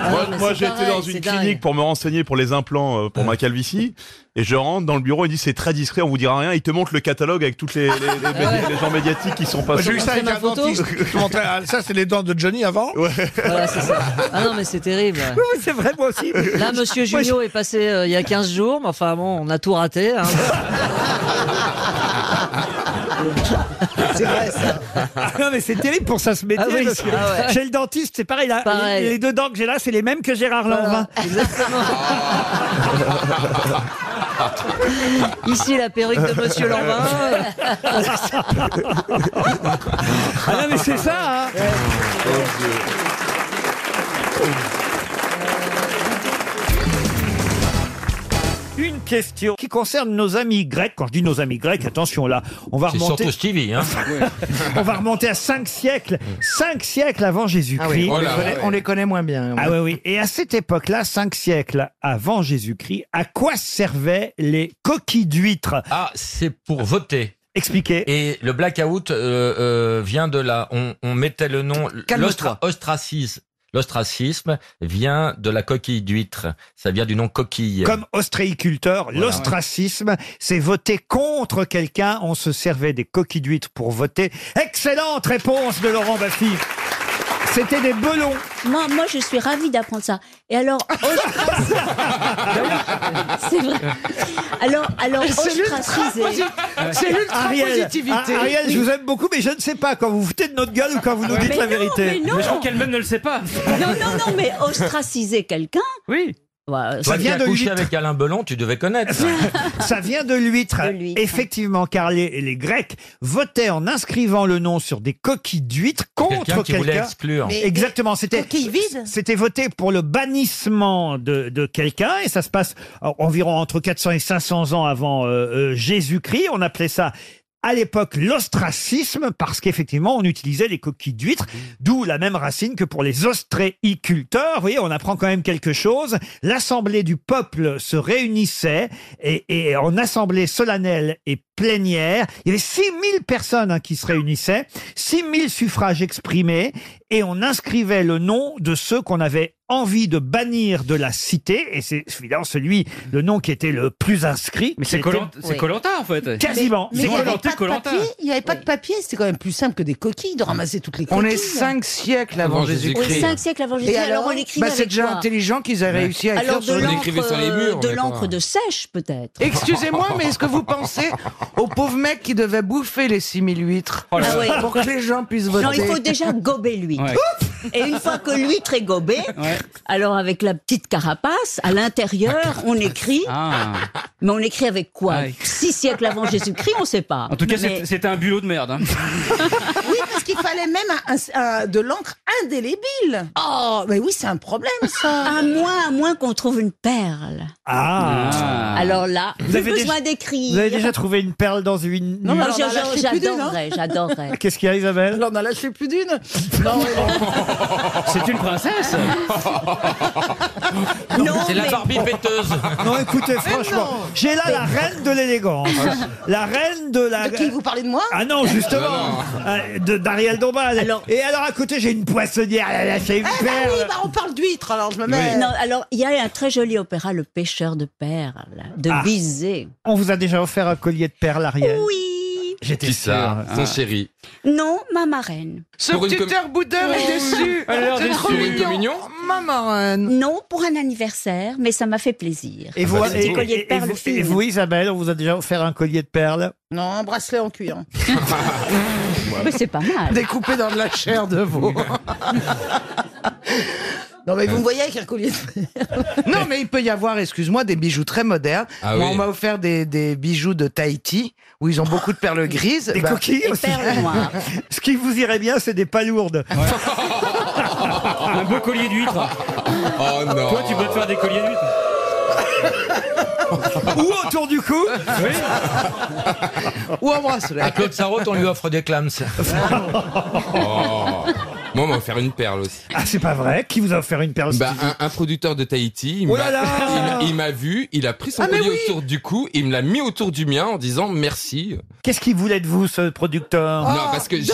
Ah
Moi,
mais
moi,
c'est
j'étais
pareil,
dans
c'est
une
dingue.
clinique pour me renseigner pour les implants euh, pour ma calvitie. Et je rentre dans le bureau, il dit c'est très discret, on vous dira rien. Il te montre le catalogue avec toutes les, les- les- les- les gens médiatiques qui sont
Moi,
passés.
J'ai eu ça avec un
<laughs>
dentiste. Je te montrais, ah, ça, c'est les dents de Johnny avant.
Euh,
Voilà, c'est ça. Ah non, mais c'est terrible. ouais.
c'est vrai, moi aussi.
Là, monsieur Junio est passé euh, il y a 15 jours, mais enfin bon, on a tout raté. hein.
C'est vrai, ça.
<laughs>
Ah non, mais c'est terrible pour ça, ce métier.
Ah oui,
parce que
ah ouais.
Chez le dentiste, c'est pareil. là,
Pareil.
Les, les deux dents que j'ai là, c'est les mêmes que Gérard hein. Lanvin.
<laughs> Ici, la perruque de monsieur Lambin.
Ah non, mais c'est ça, hein. <laughs> Une question qui concerne nos amis grecs. Quand je dis nos amis grecs, attention là, on va
C'est
remonter.
surtout Stevie, hein.
<laughs> on va remonter à 5 siècles, 5 siècles avant
Ah oui,
Jésus-Christ.
Oh
on, les connaît, on les connaît moins bien.
Ah oui, oui. Et à cette époque-là, cinq siècles avant Jésus-Christ, à quoi servaient les coquilles d'huîtres
Ah, c'est pour voter.
Expliquez.
Et le blackout euh, euh, vient de là. On, on mettait le nom.
Calme-toi.
l'ostracisme. L'ostracisme vient de la coquille d'huître. Ça vient du nom coquille.
Comme ostréiculteur, l'ostracisme, c'est voter contre quelqu'un. On se servait des coquilles d'huîtres pour voter. Excellente réponse de Laurent Baffy. C'était des belons.
Moi, moi, je suis ravie d'apprendre ça. Et
<laughs>
alors, ostra- c'est vrai. Alors, alors, ostraciser.
Ah
Ariel, Ah, Ariel, je vous aime beaucoup, mais je ne sais pas quand vous foutez de notre gueule ou quand vous nous dites
Mais
la
non,
vérité.
mais non. Mais je crois qu'elle-même
ne le sait pas.
Non, non, non,
<laughs>
mais ostraciser quelqu'un.
Hein
Oui.
Toi
euh,
ça
qui
vient
as
de
couché
l'huître.
avec Alain Belon, tu devais connaître. ça.
<laughs> Ça vient de l'huître, effectivement, car les, les Grecs votaient en inscrivant le nom sur des coquilles d'huîtres contre
Quelqu'un
quelqu'un.
qui voulait exclure. Mais-
Exactement, c'était C'était voté pour le bannissement de, de quelqu'un et ça se passe en- environ entre 400 et 500 ans avant euh, euh, Jésus-Christ. On appelait ça à l'époque l'ostracisme parce qu'effectivement on utilisait les coquilles d'huîtres, d'où la même racine que pour les ostréiculteurs. Vous voyez, on apprend quand même quelque chose. L'assemblée du peuple se réunissait et, et en assemblée solennelle et plénière, il y avait 6000 personnes hein, qui se réunissaient, 6000 suffrages exprimés et on inscrivait le nom de ceux qu'on avait envie de bannir de la cité et c'est évidemment celui le nom qui était le plus inscrit
Mais c'est Koh-Lanta- c'est Koh-Lanta, en fait.
quasiment
Mais- mais C'est il y avait Koh-Lanta, pas de Koh-Lanta. papier.
Il n'y avait pas de papier, c'était quand même plus simple que des coquilles de ramasser toutes les coquilles.
On est cinq siècles avant
Avant
Jésus-Christ.
Jésus-Christ. Oui, cinq siècles avant Jésus-Christ.
Et
Alors, on écrivait
bah, C'est
avec
déjà
quoi
intelligent qu'ils aient réussi à écrire
Alors, de
sur-
l'encre, Écrivez sur les murs,
de l'encre de sèche, peut-être.
Excusez-moi, mais est-ce que vous pensez aux pauvres mecs qui devaient bouffer les 6000 huîtres
Ah ouais.
pour que les gens puissent voter
Non, il faut déjà gober l'huître.
Ouais.
Et une fois que l'huître est gobée, alors avec la petite carapace, à l'intérieur, on écrit.
Ah.
Mais on écrit avec quoi Six siècles avant Jésus-Christ, on ne sait pas.
En tout cas,
Mais- <laughs>
c'est- c'était un bulot de merde. hein.
Oui, parce qu'il fallait même un- un- un- de l'encre indélébile. Oh, mais oui, c'est un problème, ça.
À moins, à moins qu'on trouve une perle.
Ah.
Alors là,
Vous
plus
avez déjà-
besoin d'écrire.
Vous avez déjà trouvé une perle dans une
Non, mais
nuit
alors, on en a lâché plus d'une, j'adorerais, hein.
<laughs>
j'adorerais.
Ah, Qu'est-ce qu'il y a, Isabelle
Non, on a lâché plus d'une. Non, mais bon.
C'est une princesse.
C'est la Barbie péteuse.
Non, écoutez,
Mais
franchement,
non.
j'ai là la reine de l'élégance, la reine de la.
Ah, De qui vous parlez de moi
Ah non, justement, euh, de d'Ariel Dombal. Et alors à côté, j'ai une poissonnière, elle a lâché
Eh
une
bah
perle.
oui, bah on parle d'huîtres, alors je me mets.
Non, alors il y a un très joli opéra, Le pêcheur de perles, de
Ah.
Bizet.
On vous a déjà offert un collier de perles, Ariel
Oui.
J'étais
Qui
sûr.
ça Son
Ah.
hein, chéri.
Non, ma marraine. Oh.
Ce
Pour une
petit
com-
air boudeur est déçu. C'est trop
Pour une
mignon.
communion
Maman. Non, pour un anniversaire, mais ça m'a fait plaisir.
Et
Ah, bah,
vous,
Un petit
et-
collier de
et-
perles
et vous-
fines.
et vous, Isabelle, on vous a déjà offert un collier de perles
Non, un bracelet en <laughs> cuir.
Mais c'est pas mal.
Découpé dans de la chair de veau.
Non, mais vous me voyez avec un collier de
<laughs> non, mais il peut y avoir, excuse-moi, des bijoux très modernes.
Ah
Moi,
oui.
on m'a offert des, des bijoux de Tahiti, où ils ont beaucoup de
<laughs>
perles grises.
Des
Bah,
coquilles aussi. <laughs> Ce qui vous irait bien, c'est des palourdes.
Un beau collier d'huîtres.
Oh non.
Toi, tu peux te faire des colliers d'huîtres.
Ou autour du cou
Ou embrasse-la.
<laughs>
À Claude Sarraute, on lui offre des clams. Oh.
Moi, on m'a offert une perle aussi.
Ah, c'est pas vrai Qui vous a offert une perle
Bah, un, un producteur de Tahiti, il
Oh
m'a
là là
<laughs> il- il m'a vu, il a pris son
Ah, mais
collier
oui
autour du cou, il me l'a mis autour du mien en disant merci.
Qu'est-ce qu'il voulait de vous, ce producteur
non, parce
Oh,
que j'ai-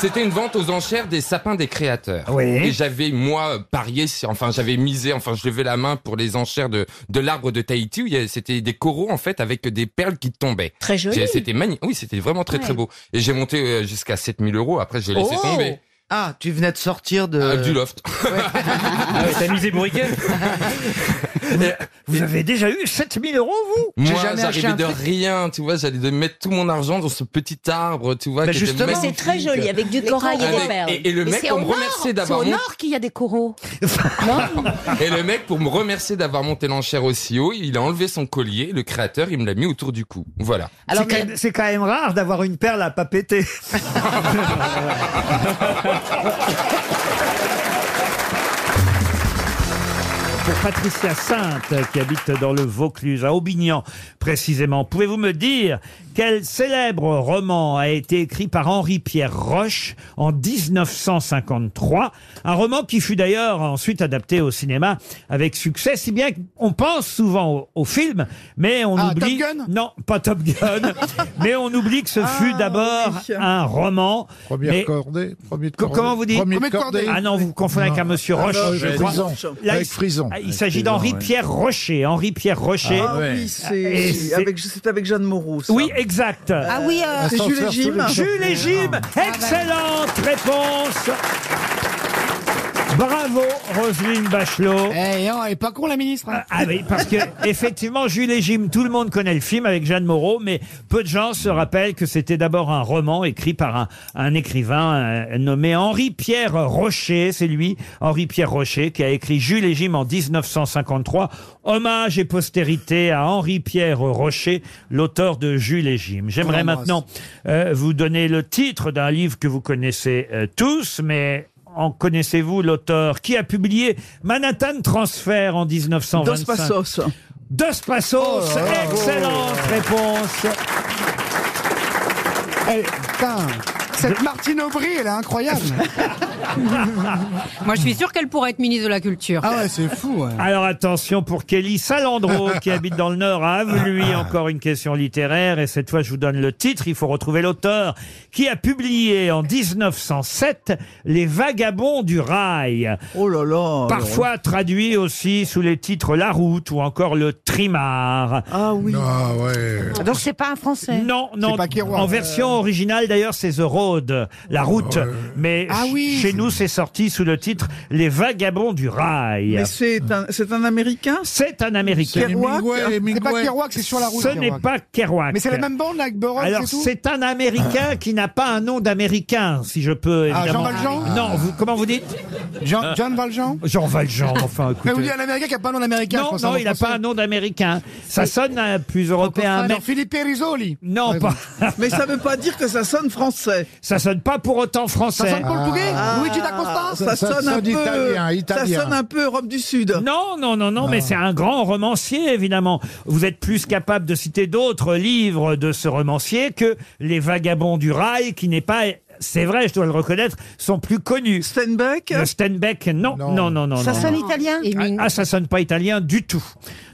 C'était une vente aux enchères des sapins des créateurs.
Oui.
Et j'avais, moi, parié, sur- enfin, j'avais misé, enfin, je levais la main pour les enchères de, de l'arbre de Tahiti où il y avait- c'était des coraux, en fait, avec des perles qui tombaient.
Très joli.
J'ai- C'était magnifique. Oui, c'était vraiment très, très
Ouais.
beau. Et j'ai monté euh, jusqu'à 7000 euros. Après, j'ai
Oh.
Oh.
laissé tomber.
Ah, tu venais de sortir de.
Ah, du loft.
<laughs>
Ah,
T'as misé bourriquet
Vous avez déjà eu 7000 euros, vous
Moi, j'arrivais de rien, tu vois, j'allais de mettre tout mon argent dans ce petit arbre, tu vois.
Bah,
qui était
justement.
Mais c'est
magnifique.
très joli, avec du corail et des
Avec-
perles.
et- et le
Mais
mec,
c'est
on
au
me
nord,
remercie d'avoir
C'est au
mon-
nord qu'il y a des coraux.
Et le mec, pour me remercier d'avoir monté l'enchère aussi haut, il a enlevé son collier, le créateur, il me l'a mis autour du cou. Voilà.
C'est quand même- c'est quand, même rare d'avoir une perle à pas péter. <laughs> Pour Patricia Sainte, qui habite dans le Vaucluse, à Aubignan précisément, pouvez-vous me dire quel célèbre roman a été écrit par Henri-Pierre Roche en 1953 Un roman qui fut d'ailleurs ensuite adapté au cinéma avec succès, si bien qu'on pense souvent au, au film, mais on
Ah,
oublie... non, pas Top
<laughs>
Gun, mais on oublie que ce fut d'abord un roman.
Ah, Première
mais-
cordée, premier de
Co-
cordée.
Comment vous dites
Premier de Premier de cordée. cordée.
Ah non, vous vous confondez avec un monsieur
Ah
Roche,
non,
je
avec
crois.
Frison.
Là,
Avec
il-
Frison.
ah, Il
Avec
s'agit
Frison, ouais.
d'Henri-Pierre Rocher. Henri-Pierre Rocher.
Ah oui,
Et
c'est avec, c'est avec Jeanne Moreau. ça.
Oui, exact.
Ah oui, euh, Ah, bah C'est Jules et Jim.
Jules et Jim. Excellente réponse. Bravo, Roselyne Bachelot.
elle est pas con la ministre.
Ah oui, parce que effectivement, Jules et Jim, tout le monde connaît le film avec Jeanne Moreau, mais peu de gens se rappellent que c'était d'abord un roman écrit par un, un écrivain euh, nommé Henri-Pierre Rocher. C'est lui, Henri-Pierre Rocher, qui a écrit Jules et Jim en 1953. Hommage et postérité à Henri-Pierre Rocher, l'auteur de Jules et Jim. J'aimerais
l'embrasse.
maintenant euh, vous donner le titre d'un livre que vous connaissez euh, tous, mais en connaissez-vous l'auteur qui a publié Manhattan Transfer en 1925
Dos Passos. Oh
Dos Passos, excellente
Oh.
réponse.
Eh, putain, cette Martine Aubry, elle est incroyable.
Moi, je suis sûre qu'elle pourrait être ministre de la Culture.
Ah ouais, c'est fou. ouais.
Alors attention pour
<laughs>
Kelly Salandro qui habite dans le Nord à Avelui,
Ah.
encore une question littéraire et cette fois je vous donne le titre, il faut retrouver l'auteur qui a publié en 1907 Les vagabonds du rail.
<laughs> Oh là là.
Parfois traduit aussi sous les titres La route ou encore Le trimar.
Ah oui.
Ah
Donc, c'est pas un français.
Non, non. en version
Euh.
originale, d'ailleurs, c'est The Road, la route. Mais
Ah
ch- chez nous, c'est sorti sous le titre Les Vagabonds du Rail.
Mais c'est un, c'est un Américain
C'est un Américain.
Kerouac C'est pas Kerouac, c'est sur la route.
Ce n'est
Kerouac.
pas Kerouac.
Mais c'est la même bande là, avec Borough
Alors,
et tout
c'est un Américain qui n'a pas un nom d'Américain, si je peux,
Ah,
évidemment.
Jean Valjean
Non, vous, comment vous dites Euh.
Jean- Jean Valjean <laughs>
Jean Valjean, enfin, écoutez.
Mais vous dites un Américain qui a pas un nom d'Américain.
Non, non, il n'a pas un nom d'américain. Ça sonne euh, plus européen. mais-
Philippe Risoli.
Non, pas. <laughs>
Mais ça veut pas dire que ça sonne français.
Ça sonne pas pour autant français.
Ça sonne portugais Luigi da Costa Ah, Ça, sonne un peu. Ça sonne un peu Europe du Sud.
Non, non, non, non,
Ah.
mais c'est un grand romancier, évidemment. Vous êtes plus capable de citer d'autres livres de ce romancier que Les Vagabonds du Rail, qui n'est pas. C'est vrai, je dois le reconnaître, sont plus connus.
Steinbeck
Le Steinbeck, non, non, non, non. non, non.
italien
Ah, ça sonne pas italien du tout.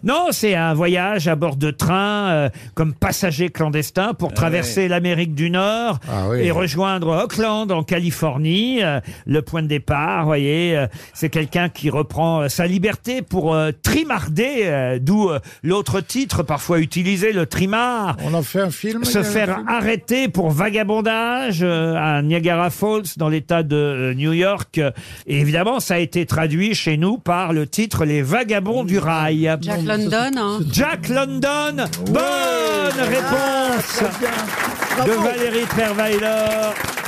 Non, c'est un voyage à bord de train euh, comme passager clandestin pour traverser l'Amérique du Nord
Ah oui.
et rejoindre Oakland en Californie. euh, le point de départ, vous voyez, euh, c'est quelqu'un qui reprend euh, sa liberté pour euh, trimarder, euh, d'où euh, l'autre titre parfois utilisé, le trimard.
On en fait un film. il y
Se
a un
faire
film
arrêter pour vagabondage euh, à Niagara Falls dans l'État de euh, New York. Et évidemment, ça a été traduit chez nous par le titre Les Vagabonds du Rail.
Jack London, hein.
Jack London. Bonne réponse de Valérie Trierweiler.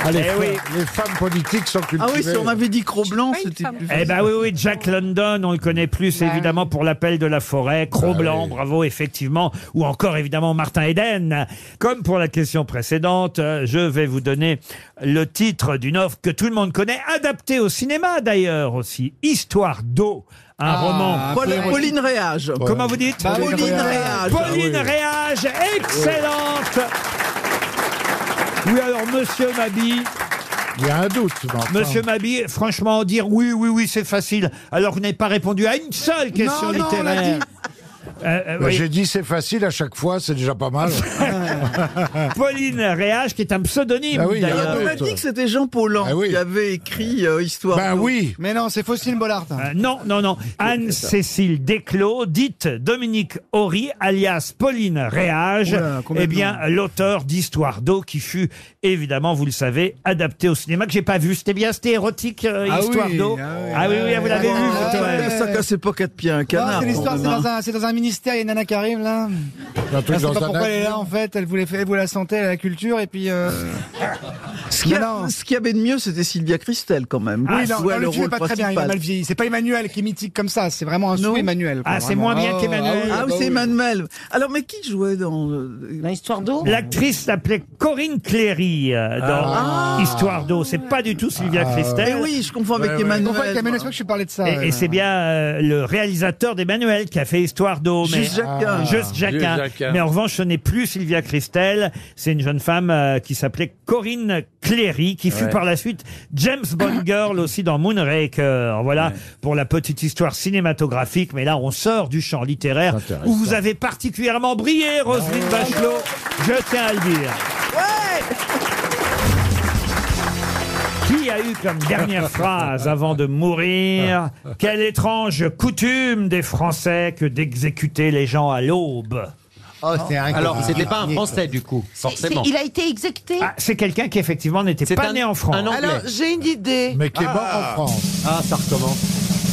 Ah, les,
Eh
femmes,
oui.
les femmes politiques sont cultivées.
Ah oui, si on avait dit Cro-Blanc, c'était plus
Eh ben oui, <laughs> oui, Jack London, on le connaît plus évidemment pour l'appel de la forêt, Cro-Blanc, bravo, effectivement, ou encore évidemment Martin Eden. Comme pour la question précédente, euh, je vais vous donner le titre d'une offre que tout le monde connaît, adaptée au cinéma d'ailleurs aussi, Histoire d'eau, un roman.
Ah, Paul- Pauline Réage.
Comment vous dites
Bah, Pauline Pauline Réage. Réage.
Pauline
Ah oui.
Réage, excellente. Oui, alors Monsieur Mabi,
Il y a un doute. mais enfin.
hein.
Monsieur Mabille, franchement, dire oui, oui, oui, c'est facile, alors que vous n'avez pas répondu à une seule question
Non, non, on l'a
littéraire.
dit.
Euh, euh,
Bah,
oui.
J'ai dit c'est facile à chaque fois, c'est déjà pas mal.
Pauline Réage, qui est un pseudonyme.
Bah
Ah oui, il y a un
d'ailleurs.
doute.
On m'a dit que c'était Jean Paulan qui avait écrit euh, Histoire.
Ben
Bah
d'eau.
Mais non, c'est Faustine Bollard. Euh, non, non, non. Anne-Cécile Desclos, dite Dominique Horry, alias Pauline Réage,
Oula,
eh
complètement.
bien, l'auteur d'Histoire d'eau qui fut, évidemment, vous le savez, adapté au cinéma, que j'ai pas vu. C'était bien, c'était érotique, euh,
Ah
Histoire
oui,
d'eau.
ah oui.
Ah oui, oui, vous l'avez
Ah
vu,
bon,
vous,
ah
Toen.
ouais, Ça casse pas quatre pieds à un
Non,
canard.
c'est l'histoire,
pour
c'est dans,
demain.
un- c'est dans un ministère, il y a une nana qui arrive là.
Un truc
Je sais
dans
pas
un
pourquoi
acte.
elle est là en fait, elle voulait, elle voulait la santé, elle a la culture et puis. euh,
Ce qu'il y, a-
Mais non. Ah
ce qu'il y avait de mieux, c'était Sylvia Christel quand même.
oui,
Elle
non,
jouait
non, le
le
film est
rôle
pas très bien, il a
principal.
mal vieilli. C'est pas Emmanuel qui est mythique comme ça, c'est vraiment un sou Emmanuel. quoi,
Ah, c'est
vraiment.
moins bien
Oh,
qu'Emmanuel.
ah oui,
Ah,
bah
c'est
oui.
Emmanuel. Alors, mais qui jouait dans.
euh,
L'histoire d'eau
L'actrice s'appelait Corinne Cléry euh, dans
Ah.
Histoire d'eau. C'est pas du tout Sylvia Christel.
Mais Ah. Eh oui, je confonds avec
Emmanuel.
Emmanuel.
Donc, avec Emmanuel, c'est vrai que je parlais de ça.
Et,
ouais.
et c'est bien euh, le réalisateur d'Emmanuel qui a fait Histoire d'eau. mais- Ah.
Juste Jacquin.
Juste Jacquin.
Juste Jacquin.
Mais en revanche, ce n'est plus Sylvia Christel. C'est une jeune femme euh, qui s'appelait Corinne Cléry, qui fut
Ouais.
par la suite James
<coughs>
Bond Girl aussi dans Moonraker. Voilà pour la petite histoire cinématographique. Mais là, on sort du champ littéraire où vous avez particulièrement brillé, Roselyne Bachelot. Je tiens à le dire. Qui a eu comme
<laughs>
dernière phrase avant de mourir
Ah.
Quelle étrange coutume des Français que d'exécuter les gens à l'aube
Alors, c'était pas un Français, du coup, forcément.
Il a été exécuté
Ah, c'est quelqu'un qui effectivement n'était
C'est
pas
un-
né en France.
un Anglais.
Alors, j'ai une idée.
France. Ah, ça recommence.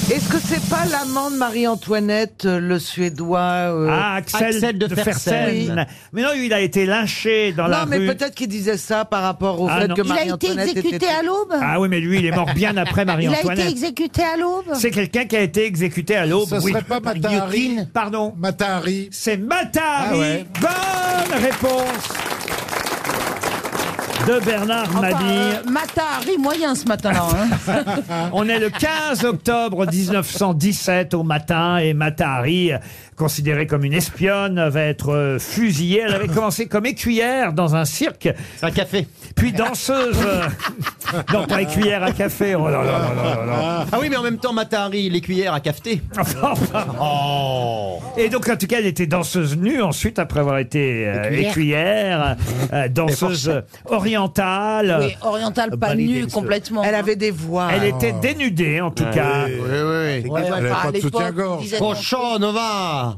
Est-ce que c'est pas l'amant de Marie-Antoinette, euh, le Suédois euh,
Ah, Axel, de, Fersen.
Oui.
Mais non, lui, il a été lynché dans la
Non, mais
rue.
peut-être qu'il disait ça par rapport au
Ah,
fait
non.
que
Il a été
Marie-Antoinette était-
exécuté à l'aube
Ah oui, mais lui, il est mort bien après
Il a
Marie-Antoinette.
été exécuté à l'aube
C'est quelqu'un qui a été exécuté à l'aube.
Ça
oui.
serait pas Matahari
Pardon
Matahari. Ah
C'est Matahari. Bonne réponse de Bernard Mabille.
Matahari moyen ce matin-là.
hein.
<laughs> On est le 15 octobre 1917 au matin et Matahari, considérée comme une espionne, va être euh, fusillée. Elle avait commencé comme écuyère dans un cirque. un café. Puis danseuse. euh, Non, pas écuyère à café. Oh là là là là là là.
Ah oui, mais en même temps, Matahari, les cuillères à
<laughs>
cafeter. oh
Et donc, en tout cas, elle était danseuse nue ensuite, après avoir été euh, écuyère, euh, danseuse orientale.
Oui,
oh.
orientale pas
Bonne idée,
nue
monsieur.
complètement.
hein.
Elle avait des voix.
Elle était dénudée, en tout
Ouais.
cas.
Ah. Oui,
Ah oui,
Ouais, ouais, enfin, à l'époque, disait- Cochonne, va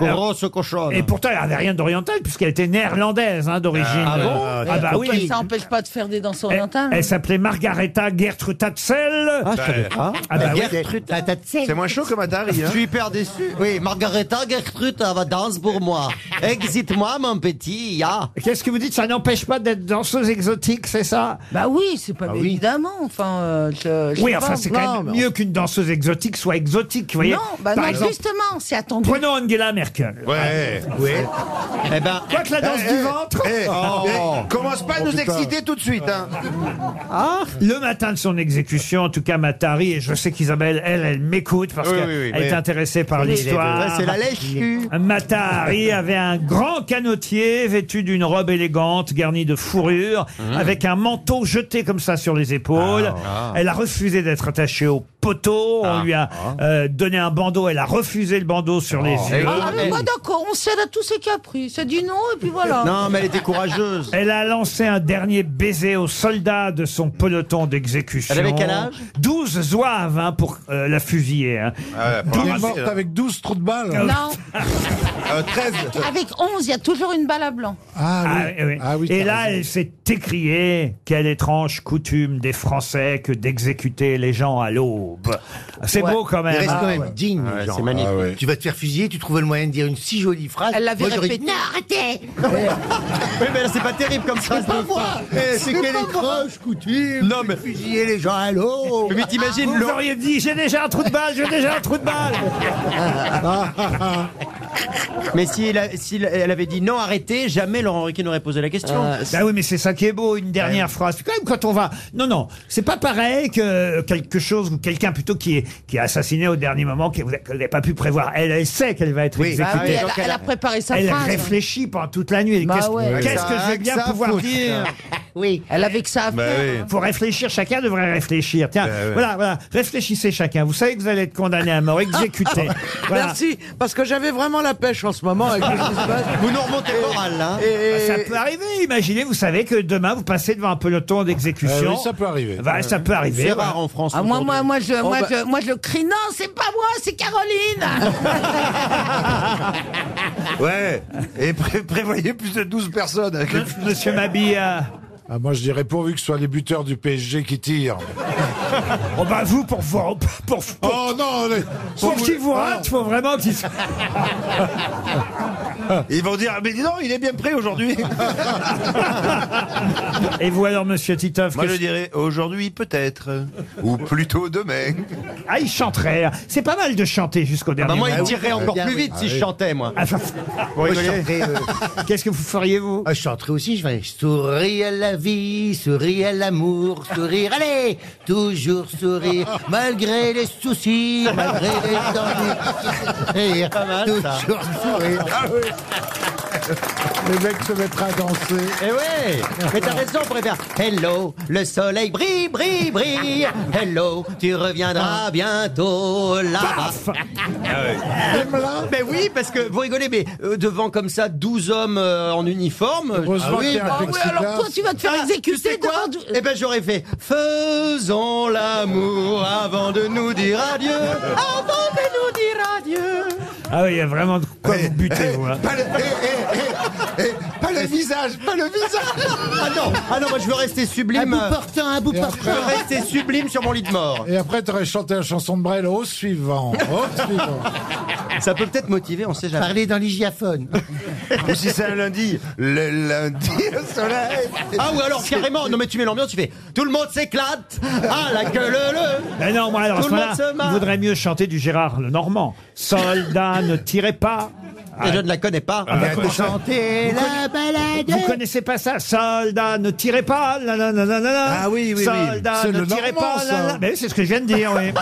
Grosse cochonne.
euh, Et pourtant, elle n'avait rien d'oriental, puisqu'elle était néerlandaise hein, d'origine.
Ah bon
Ah bah oui. Eh,
Ça empêche pas de faire des danses
Elle,
orientales.
elle s'appelait Margareta Gertrude Tatzel. Ah,
je savais pas.
Ah bah oui.
Gertrude, Hein la tête
C'est moins chaud que Matahari, hein.
Je suis hyper déçu. Oui, Margareta, Gertrude, elle va danser pour moi. Exite-moi, mon petit, ya.
Qu'est-ce que vous dites Ça n'empêche pas d'être danseuse exotique, c'est ça
Bah oui, c'est pas évidemment. Enfin, euh, je- je
Oui,
sais
enfin,
pas.
c'est quand
Non,
même
mais-
mieux qu'une danseuse exotique soit exotique, vous voyez.
Non, bah
Par
non,
exemple,
justement, c'est attendu.
prenons Angela Merkel. Ah,
Ouais, ouais. Eh ben,
Quoi que la danse
Eh,
du
eh,
ventre
eh, Oh. eh,
commence pas à nous exciter tout de suite, hein.
Ah. Le matin de son exécution, en tout cas Matari, et je sais qu'Isabelle, elle, elle m'écoute parce
Oui,
qu'elle
oui, oui,
elle
oui.
est intéressée par
Oui,
l'histoire.
il est- c'est la lèche-cul.
Matari avait un grand canotier vêtu d'une robe élégante garnie de fourrure,
Mmh.
Mhm.
avec un manteau jeté comme ça sur les épaules.
Ah.
Elle a refusé d'être attachée au poteau,
Ah,
on lui a euh, donné un bandeau, elle a refusé le bandeau sur les
Ah,
yeux.
Ah, mais moi, d'accord, on cède à tous ses caprices. C'est du non, et puis voilà.
Non, mais elle était courageuse.
Elle a lancé un dernier baiser aux soldats de son peloton d'exécution.
Elle avait quel âge
12 zouaves hein, pour euh, la fusiller. hein.
Ah pour
Douze-
la hein. Euh, raser, là.
Avec 12 trous de balles.
<laughs> Non,
Euh,
13.
avec 11, il y a toujours une balle à blanc.
Ah, oui, oui. Et là, elle s'est écriée Quelle étrange coutume des Français que d'exécuter les gens à l'aube. C'est
Ouais.
beau quand même. Ah,
Il reste
hein.
quand même digne, genre. Tu vas te faire fusiller, tu trouves le moyen de dire une si jolie phrase.
Ah,
Elle l'avait Moi, j'aurais- <laughs> répété. Non, arrêtez
<laughs>
Oui, mais là, c'est pas terrible comme ça.
C'est pas moi Eh, C'est quelle étrange coutume Non, mais. Fusiller les gens à l'eau
Mais t'imagines,
Vous auriez dit J'ai déjà un trou de balle, j'ai déjà un trou de balle
Mais si elle, a- si elle avait dit non, arrêtez, jamais Laurent Ruquier n'aurait posé la question.
bah oui, mais c'est ça qui est beau, une dernière phrase. Quand même, quand on va. Non, non, c'est pas pareil que euh, quelque chose ou quelqu'un plutôt qui est, qui est assassiné au dernier moment, que vous n'avez pas pu prévoir. Elle, elle sait qu'elle va être
Oui, bah
exécutée.
oui, elle a- elle a préparé sa
Elle
phrase.
réfléchit pendant toute la nuit. Elle dit,
Bah
Qu'est-ce
ouais.
qu'est-ce
Ça
que je
a
vais
que
bien
ça à <laughs>
pouvoir
foutre.
dire Oui. Elle avait que ça à
Bah faire. oui.
Faut réfléchir, chacun devrait réfléchir. Tiens,
Bah oui.
voilà, voilà. Réfléchissez chacun. Vous savez que vous allez être condamné
<laughs>
à mort, exécuté.
Oh,
Voilà.
Ah, Merci, parce que j'avais vraiment la pêche en ce moment. Avec tout ce qui se passe. Et-
Bah,
et-
Ça peut arriver, imaginez, vous savez que demain vous passez devant un peloton d'exécution.
Euh, oui, ça peut arriver.
Bah,
Ouais.
ça peut arriver.
C'est
voilà.
rare en France,
Ah, moi, moi, moi, je,
Oh,
moi,
bah-
je, moi, je crie non, c'est pas moi, c'est
<laughs>
Caroline.
Ouais, et pré- prévoyez plus de 12 personnes.
Monsieur euh. Mabilla.
Ah, moi, je dirais pourvu que ce soit les buteurs du PSG qui tirent.
<laughs> oh, bah, vous, pour vous. Pour,
oh non, les-
Pour qu'ils vous
Ah.
ratent, faut
<laughs>
vraiment qu'ils.
Ils vont dire, mais dis donc, il est bien prêt aujourd'hui.
Et vous alors, monsieur Titoff
Moi,
que-
je dirais aujourd'hui peut-être, ou plutôt demain.
Ah, il chanterait. C'est pas mal de chanter jusqu'au
Ah bah,
dernier.
moi, il
moment.
tirerait encore plus vite si je chantais, moi.
Ah, ça-
Moi, je
rigoler.
chanterais, euh,
<laughs>
Qu'est-ce que vous feriez, vous
Ah, Je chanterai aussi, je vais sourire à la vie, sourire à l'amour, sourire, allez, toujours <laughs> sourire, malgré les soucis, malgré les ennuis, sourire, toujours sourire.
Le mec se mettra à danser.
Eh ouais Mais t'as raison, on pourrait faire Hello, le soleil brille, brille, brille Hello, tu reviendras bientôt là-bas
Ah
Ah
Mais Ben oui, parce que vous rigolez, mais euh, devant comme ça 12 hommes euh, en uniforme.
Heureusement qu'il y a un plexiglas.
Ah, tu sais quoi Eh ben j'aurais fait Faisons l'amour avant de nous dire adieu. Avant de nous dire adieu.
Ah oui, il y a vraiment de quoi vous buter, vous. hein.
Pas le visage, pas le visage. Ah non, ah non, moi je veux rester sublime.
À bout
portant, à bout
portant.
Je veux rester sublime sur mon lit de mort.
Et après, t'aurais chanté la chanson de Brel au suivant.
<laughs>
Au suivant.
Ça peut peut-être motiver, on sait jamais. Parler dans l'hygiaphone.
Ou si c'est un lundi, le lundi au soleil.
Ah ou alors carrément, non mais tu mets l'ambiance, tu fais tout le monde s'éclate, ah la gueule le.
Ben non, moi, alors, à
tout le
ce moment-là,
monde se
il
marre.
vaudrait mieux chanter du Gérard le Normand.
<laughs>
Soldat, ne tirez pas.
Et je ne la connais pas.
Ah, bah, comment ça
Chanter la balade.
Vous connaissez pas ça Soldat, ne tirez pas. La, la, la, la, la, la.
Ah oui, oui, oui.
Soldat,
C'est
ne
le
tirez
Normand,
pas.
ça.
la, la. Ben oui, c'est ce que je
<laughs>
viens de dire, oui.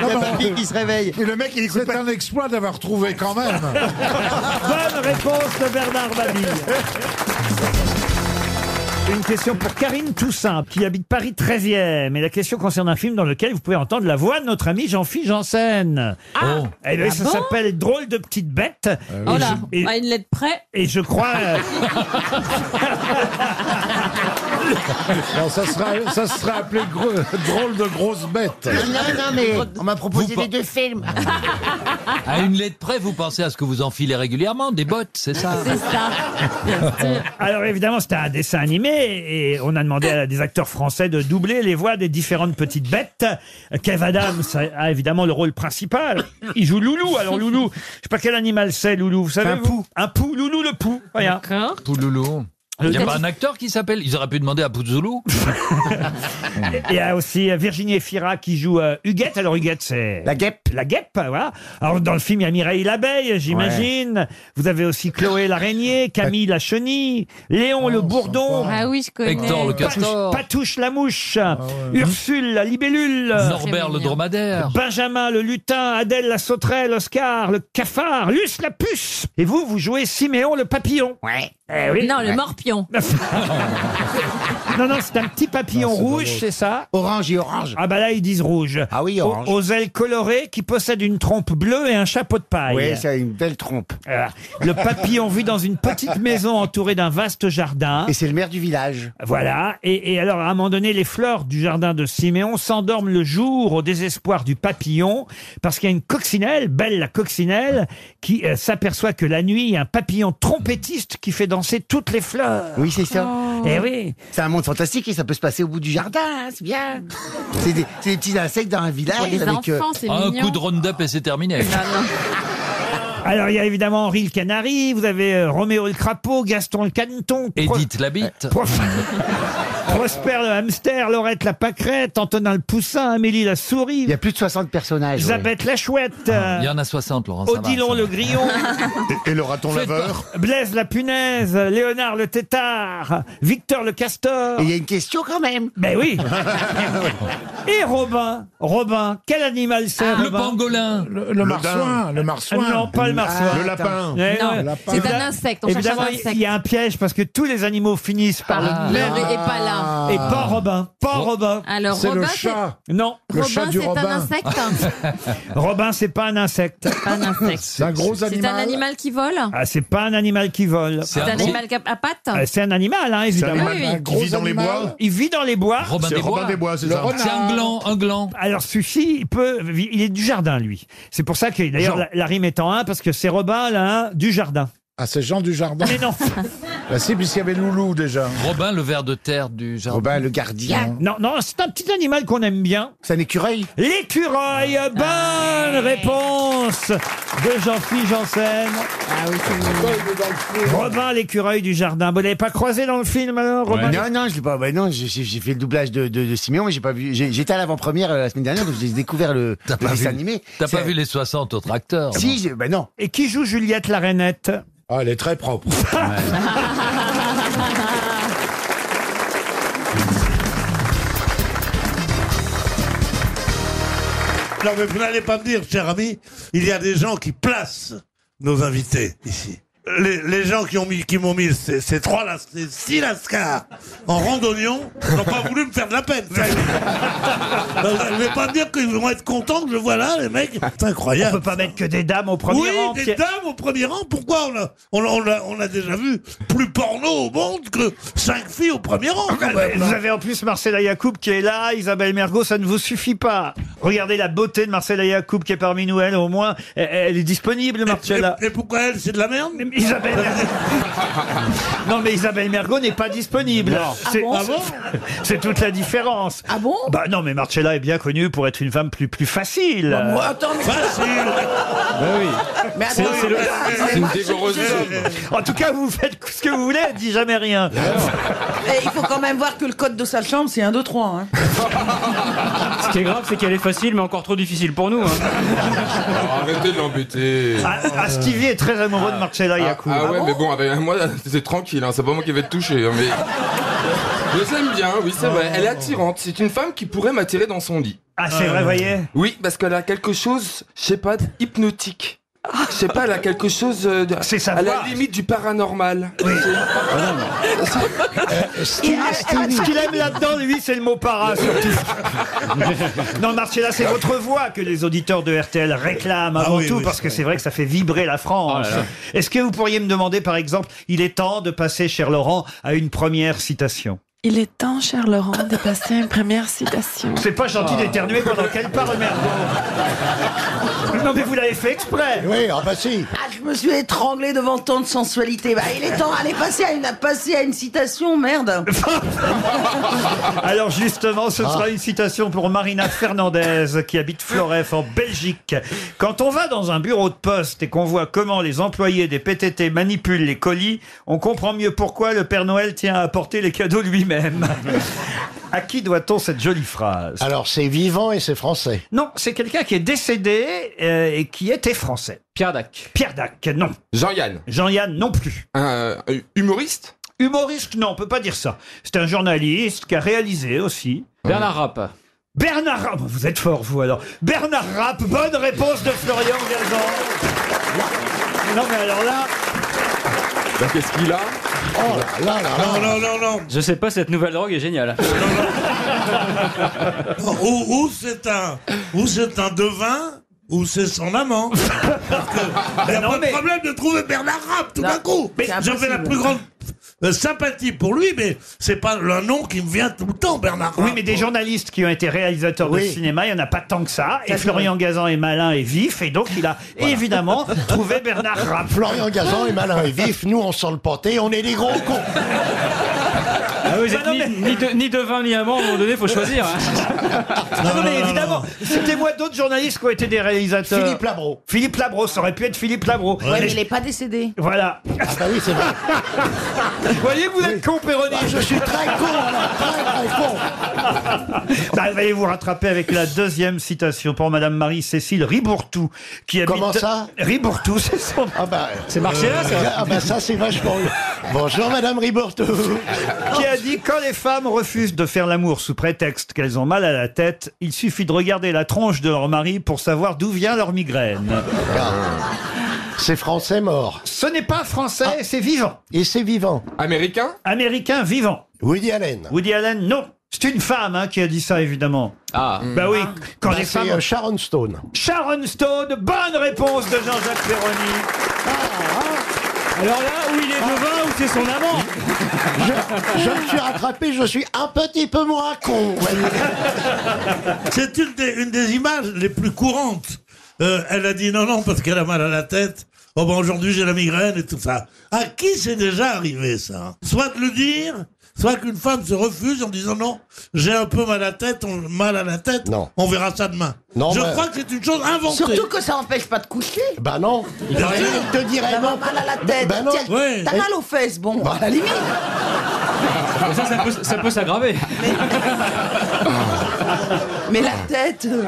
La papille qui se réveille.
Et le mec, il écoute C'est un exploit d'avoir trouvé quand <laughs> même.
Bonne réponse de Bernard Mabille. Une question pour Karine Toussaint, qui habite Paris 13e. Et la question concerne un film dans lequel vous pouvez entendre la voix de notre ami Jean-Philippe Janssen.
Ah. Oh.
Eh bien,
Ah
ça
bon
s'appelle Drôle de petite bête. Et
Oh là,
je- et-
à une lettre près.
et je crois.
<laughs>
euh,
Alors, ça sera, ça sera appelé gro- drôle de grosse bête.
non, mais on m'a proposé les deux films.
À une lettre près, vous pensez à ce que vous enfilez régulièrement, des bottes, c'est ça
C'est ça.
<laughs> Alors évidemment, c'était un dessin animé et on a demandé à des acteurs français de doubler les voix des différentes petites bêtes. Kev Adams a évidemment le rôle principal. Il joue Loulou. Alors Loulou, je sais pas quel animal c'est Loulou, vous savez
Un
vous Un pou, Loulou le pou. Voilà.
Pouloulou.
Le
Il n'y a
cas-
pas un acteur qui s'appelle Ils auraient pu demander à Pouzoulou.
Et <laughs> il y a aussi euh, Virginie Efira qui joue euh, Huguette. Alors Huguette, c'est... La guêpe. La guêpe, voilà. Alors dans le film, il y a Mireille l'abeille, j'imagine. Vous avez aussi Chloé l'araignée, Camille la chenille, Léon le bourdon.
Ah oui, je connais.
Patouche, Patouche la mouche, Ursule la libellule,
Norbert le dromadaire.
Benjamin le lutin, Adèle la sauterelle, Oscar le cafard, Luce la puce. Et vous, vous jouez Siméon le papillon. Eh Ouais.
Non, le morpion.
Non, non, c'est un petit papillon rouge, c'est ça Orange et orange. Ah bah là, ils disent rouge. Ah oui,
orange.
aux ailes colorées qui possèdent une trompe bleue et un chapeau de paille.
Oui, ça a une belle trompe.
Euh, Le papillon vit dans une petite maison entourée d'un vaste jardin.
Et c'est le maire du village.
Voilà. Et, et alors, à un moment donné, les fleurs du jardin de Siméon s'endorment le jour au désespoir du papillon parce qu'il y a une coccinelle, belle la coccinelle, qui euh, s'aperçoit que la nuit, il y a un papillon trompettiste qui fait danser toutes les fleurs.
Oui, c'est ça.
Oh.
Eh oui.
C'est un monde fantastique et ça peut se passer au bout du jardin, hein, c'est
<laughs>
bien. C'est des, c'est des petits insectes dans un village. avec, euh,
Ah, Un coup de round-up et c'est terminé.
Ah, Alors, il y a évidemment Henri le Canari, vous avez euh, Roméo le Crapaud, Gaston le Caneton.
Edith la bite.
Prof- Prosper le hamster, Laurette la pâquerette, Antonin le poussin, Amélie la souris. Il y a plus de 60 personnages. Isabelle la chouette. euh,
Il y en a 60, Laurent. ça va,
Odilon
ça va. <laughs>
le grillon.
Et- et le raton Faites laveur.
Blaise la punaise, Léonard le tétard, Victor le castor. Il y a une question quand même. Ben <laughs> oui. et Robin, Robin, quel animal c'est
Ah,
Le
Robin
pangolin.
Le,
le marsouin, le marsouin.
Non, pas le marsouin.
Le lapin.
Eh
Non,
ouais.
c'est
Évidemment-
un insecte, on cherche
Évidemment,
un
il-
insecte.
il y a un piège parce que tous les animaux finissent par
Ah.
le même.
Le- et pas là.
Et pas Robin. Pas Robin.
Alors, C'est le Robin, c'est- chat.
Non.
Le Robin, chat du c'est un Robin.
<laughs>
insecte
Robin, c'est pas un insecte.
C'est
un gros
C'est un animal qui vole
Ah, c'est pas un animal qui vole.
C'est
Ah
un animal à, à pattes
Euh,
Ah, C'est un animal, hein, évidemment.
animal, Oui, oui. un gros
Il vit dans les
animal.
bois. Il vit dans les bois.
Robin C'est des Robin Bois. des Bois, c'est
Le
ça.
renard.
C'est un gland, un gland.
Alors, celui-ci, il peut, il est du jardin, lui. C'est pour ça que, d'ailleurs,
Jean.
la, la rime est en un, parce que c'est Robin, là, un, du jardin.
Ah, c'est Jean du Jardin. <laughs>
Mais non.
Bah si, puisqu'il y avait Loulou déjà.
Robin, le ver de terre du jardin.
Robin, le gardien.
Non, non, c'est un petit animal qu'on aime bien.
C'est un écureuil
L'écureuil, bonne
Ah,
réponse de Jean-Philippe Janssen. Ah oui, Robin, l'écureuil du jardin. Vous l'avez pas croisé dans le film, alors, Robin
Non, non, je l'ai pas. bah non, j'ai j'ai- j'ai fait le doublage de, de, de Siméon, mais j'ai pas vu. j'ai- J'étais à l'avant-première euh, la semaine dernière, donc j'ai découvert le, le
T'as pas,
dessin
vu-
animé.
t'as
C'est-
pas vu les 60 autres acteurs
Si, j'ai-
ben
bah non.
Et qui joue Juliette la Rainette
Ah, elle est très propre. <laughs>
Non, mais vous n'allez pas me dire, cher ami, il y a des gens qui placent nos invités ici. Les, les gens qui ont mis, qui m'ont mis ces, ces trois, las- ces six lascars en randonnion n'ont pas voulu me faire de la peine.
<laughs>
Ça, ils- Donc, je ne vais pas me dire qu'ils vont être contents que je vois là, les mecs. C'est incroyable.
On peut pas mettre que des dames au premier
oui,
rang,
des
Pierre.
dames au premier rang. Pourquoi on a, on, a- on a- on a déjà vu plus porno au monde que cinq filles au premier rang. quand
Ouais,
même.
Ah, Vous avez en plus Marcella Yacoub qui est là, Isabelle Mergot, ça ne vous suffit pas. Regardez la beauté de Marcella Yacoub qui est parmi nous, elle au moins, elle, elle est disponible, Marcella.
Et pourquoi elle, c'est de la merde
Isabelle
<laughs>
Non mais Isabelle Mergot n'est pas disponible.
Non.
C'est
Ah bon
c'est <laughs> toute la différence. Ah bon Bah non mais Marcella est bien connue pour être une femme plus plus facile.
Bah, moi, attends, mais-
<laughs>
attends,
Mais
Bah C'est- c'est le- c'est une dévoreuse
En tout cas, vous faites ce que vous voulez, elle dit jamais rien.
Ah
Et il faut quand même voir que le code de sa chambre, c'est 1, 2, 3. Hein.
Ce qui est grave, c'est qu'elle est facile, mais encore trop difficile pour
hein.
nous.
Arrêtez de l'embêter.
Ah, ah, Stevie est très amoureux de Marcella Yacoub.
Ah ouais, mais bon, avec moi, c'est tranquille, hein, c'est pas moi qui vais te toucher. hein, Mais... Je l'aime bien, oui, c'est vrai. Elle est attirante. C'est une femme qui pourrait m'attirer dans son lit.
Ah, c'est vrai, voyez
Oui, parce qu'elle a quelque chose, je sais pas, d'hypnotique. Je sais pas, elle a quelque chose euh, de,
C'est sa
à la
voix.
limite du paranormal. Ah,
Et, ah, ah, Ce qu'il aime là-dedans, lui, c'est le mot para surtout. non, Marcella, c'est votre voix que les auditeurs de RTL
Ah
réclament avant tout, parce que c'est vrai que ça fait vibrer la
Oh
France.
là là.
Est-ce que vous pourriez me demander, par exemple, il est temps de passer, cher Laurent, à une première citation
Il est temps, cher Laurent, de passer à une première citation.
C'est pas gentil d'éternuer pendant qu'elle parle, merde. Non, mais vous l'avez fait exprès.
Oui, ah bah si.
Ah, je me suis étranglé devant tant de sensualité. Bah, il est temps d'aller passer à une, à passer à une citation, merde.
Alors justement, ce sera une citation pour Marina Fernandez qui habite Floref en Belgique. Quand on va dans un bureau de poste et qu'on voit comment les employés des PTT manipulent les colis, on comprend mieux pourquoi le Père Noël tient à apporter les cadeaux lui-même. À qui doit-on cette jolie phrase
Alors, c'est vivant et c'est français.
Non, c'est quelqu'un qui est décédé euh, et qui était français. Pierre Dac. Pierre Dac, non.
Jean-Yann.
Jean-Yann non plus.
Un euh, humoriste
Humoriste, non, on peut pas dire ça. C'est un journaliste qui a réalisé aussi.
Bernard Rapp.
Bernard Rapp, oh, vous êtes fort vous alors. Bernard Rapp, bonne réponse de Florian Gazan. Non mais alors là,
Bah, Qu'est-ce qu'il a
Oh là là là
Non,
non, non, non.
Je sais pas, cette nouvelle drogue est
Ah
géniale.
ou, ou c'est un, ou c'est un devin, ou c'est son amant. Il n'y a pas de problème de trouver Bernard Rapp tout d'un coup.
c'est
J'avais la
impossible.
plus grande euh, sympathie pour lui, mais c'est pas le nom qui me vient tout le temps, Bernard Rapp.
oui mais des journalistes qui ont été réalisateurs de
Oui.
cinéma, il n'y en a pas tant que ça. Et
Ça, c'est
Florian Gazan est malin et vif, et donc il a évidemment trouvé Bernard Rapp.
Florian Gazan est malin et vif, nous on sent le panté, on est des gros cons.
Ah, vous êtes ni, ni de- ni devin ni amant, à un moment donné, faut choisir. hein.
Non, mais évidemment, non, citez-moi d'autres journalistes qui ont été des réalisateurs.
Philippe Labro.
Philippe Labro, ça aurait pu être Philippe Labro.
Ouais, mais
Et-
il est
pas décédé.
Voilà. Ah bah oui, c'est vrai. vous <laughs> voyez, vous êtes con, Péroni. je suis très con, très, très con. Bah, veuillez vous rattraper avec la deuxième citation pour Madame Marie-Cécile Ribourtou, qui habite...
Comment ça
Ribourtou, c'est son... Ah bah, c'est marché là, ça
Ah bah ça, c'est vachement... Bonjour, Madame Riborto.
qui a dit quand les femmes refusent de faire l'amour sous prétexte qu'elles ont mal à la tête, il suffit de regarder la tronche de leur mari pour savoir d'où vient leur migraine.
Ah. C'est français mort. Ah.
Ce n'est pas français, c'est vivant.
Et c'est vivant.
Américain Américain vivant.
Woody Allen.
Woody Allen, non. C'est une femme hein, qui a dit ça, évidemment. Ah. Bah oui, quand
Bah,
les
c'est,
femmes...
euh, Sharon Stone.
Sharon Stone, bonne réponse de Jean-Jacques Ferroni. Alors là, où il
Ah.
est devant, où c'est son <laughs> amant
Je, je me suis rattrapé, je suis un petit peu moins con.
C'est une des, une des images les plus courantes. Euh, elle a dit non, non, parce qu'elle a mal à la tête. Oh ben aujourd'hui j'ai la migraine et tout ça. À qui c'est déjà arrivé ça hein Soit de le dire, soit qu'une femme se refuse en disant non, j'ai un peu mal à la tête, on, mal à la tête.
Non.
On verra ça demain.
Non,
Je
mais-
crois que c'est une chose inventée.
Surtout que ça empêche pas de coucher.
Bah non.
Il a raison.
te dirait
T'as
non.
mal à la tête.
Bah non.
Tiens,
Ouais.
T'as mal aux fesses, bon, Bah,
Bah,
à la limite.
Ça, ça peut, ça peut s'aggraver.
Mais la tête. euh,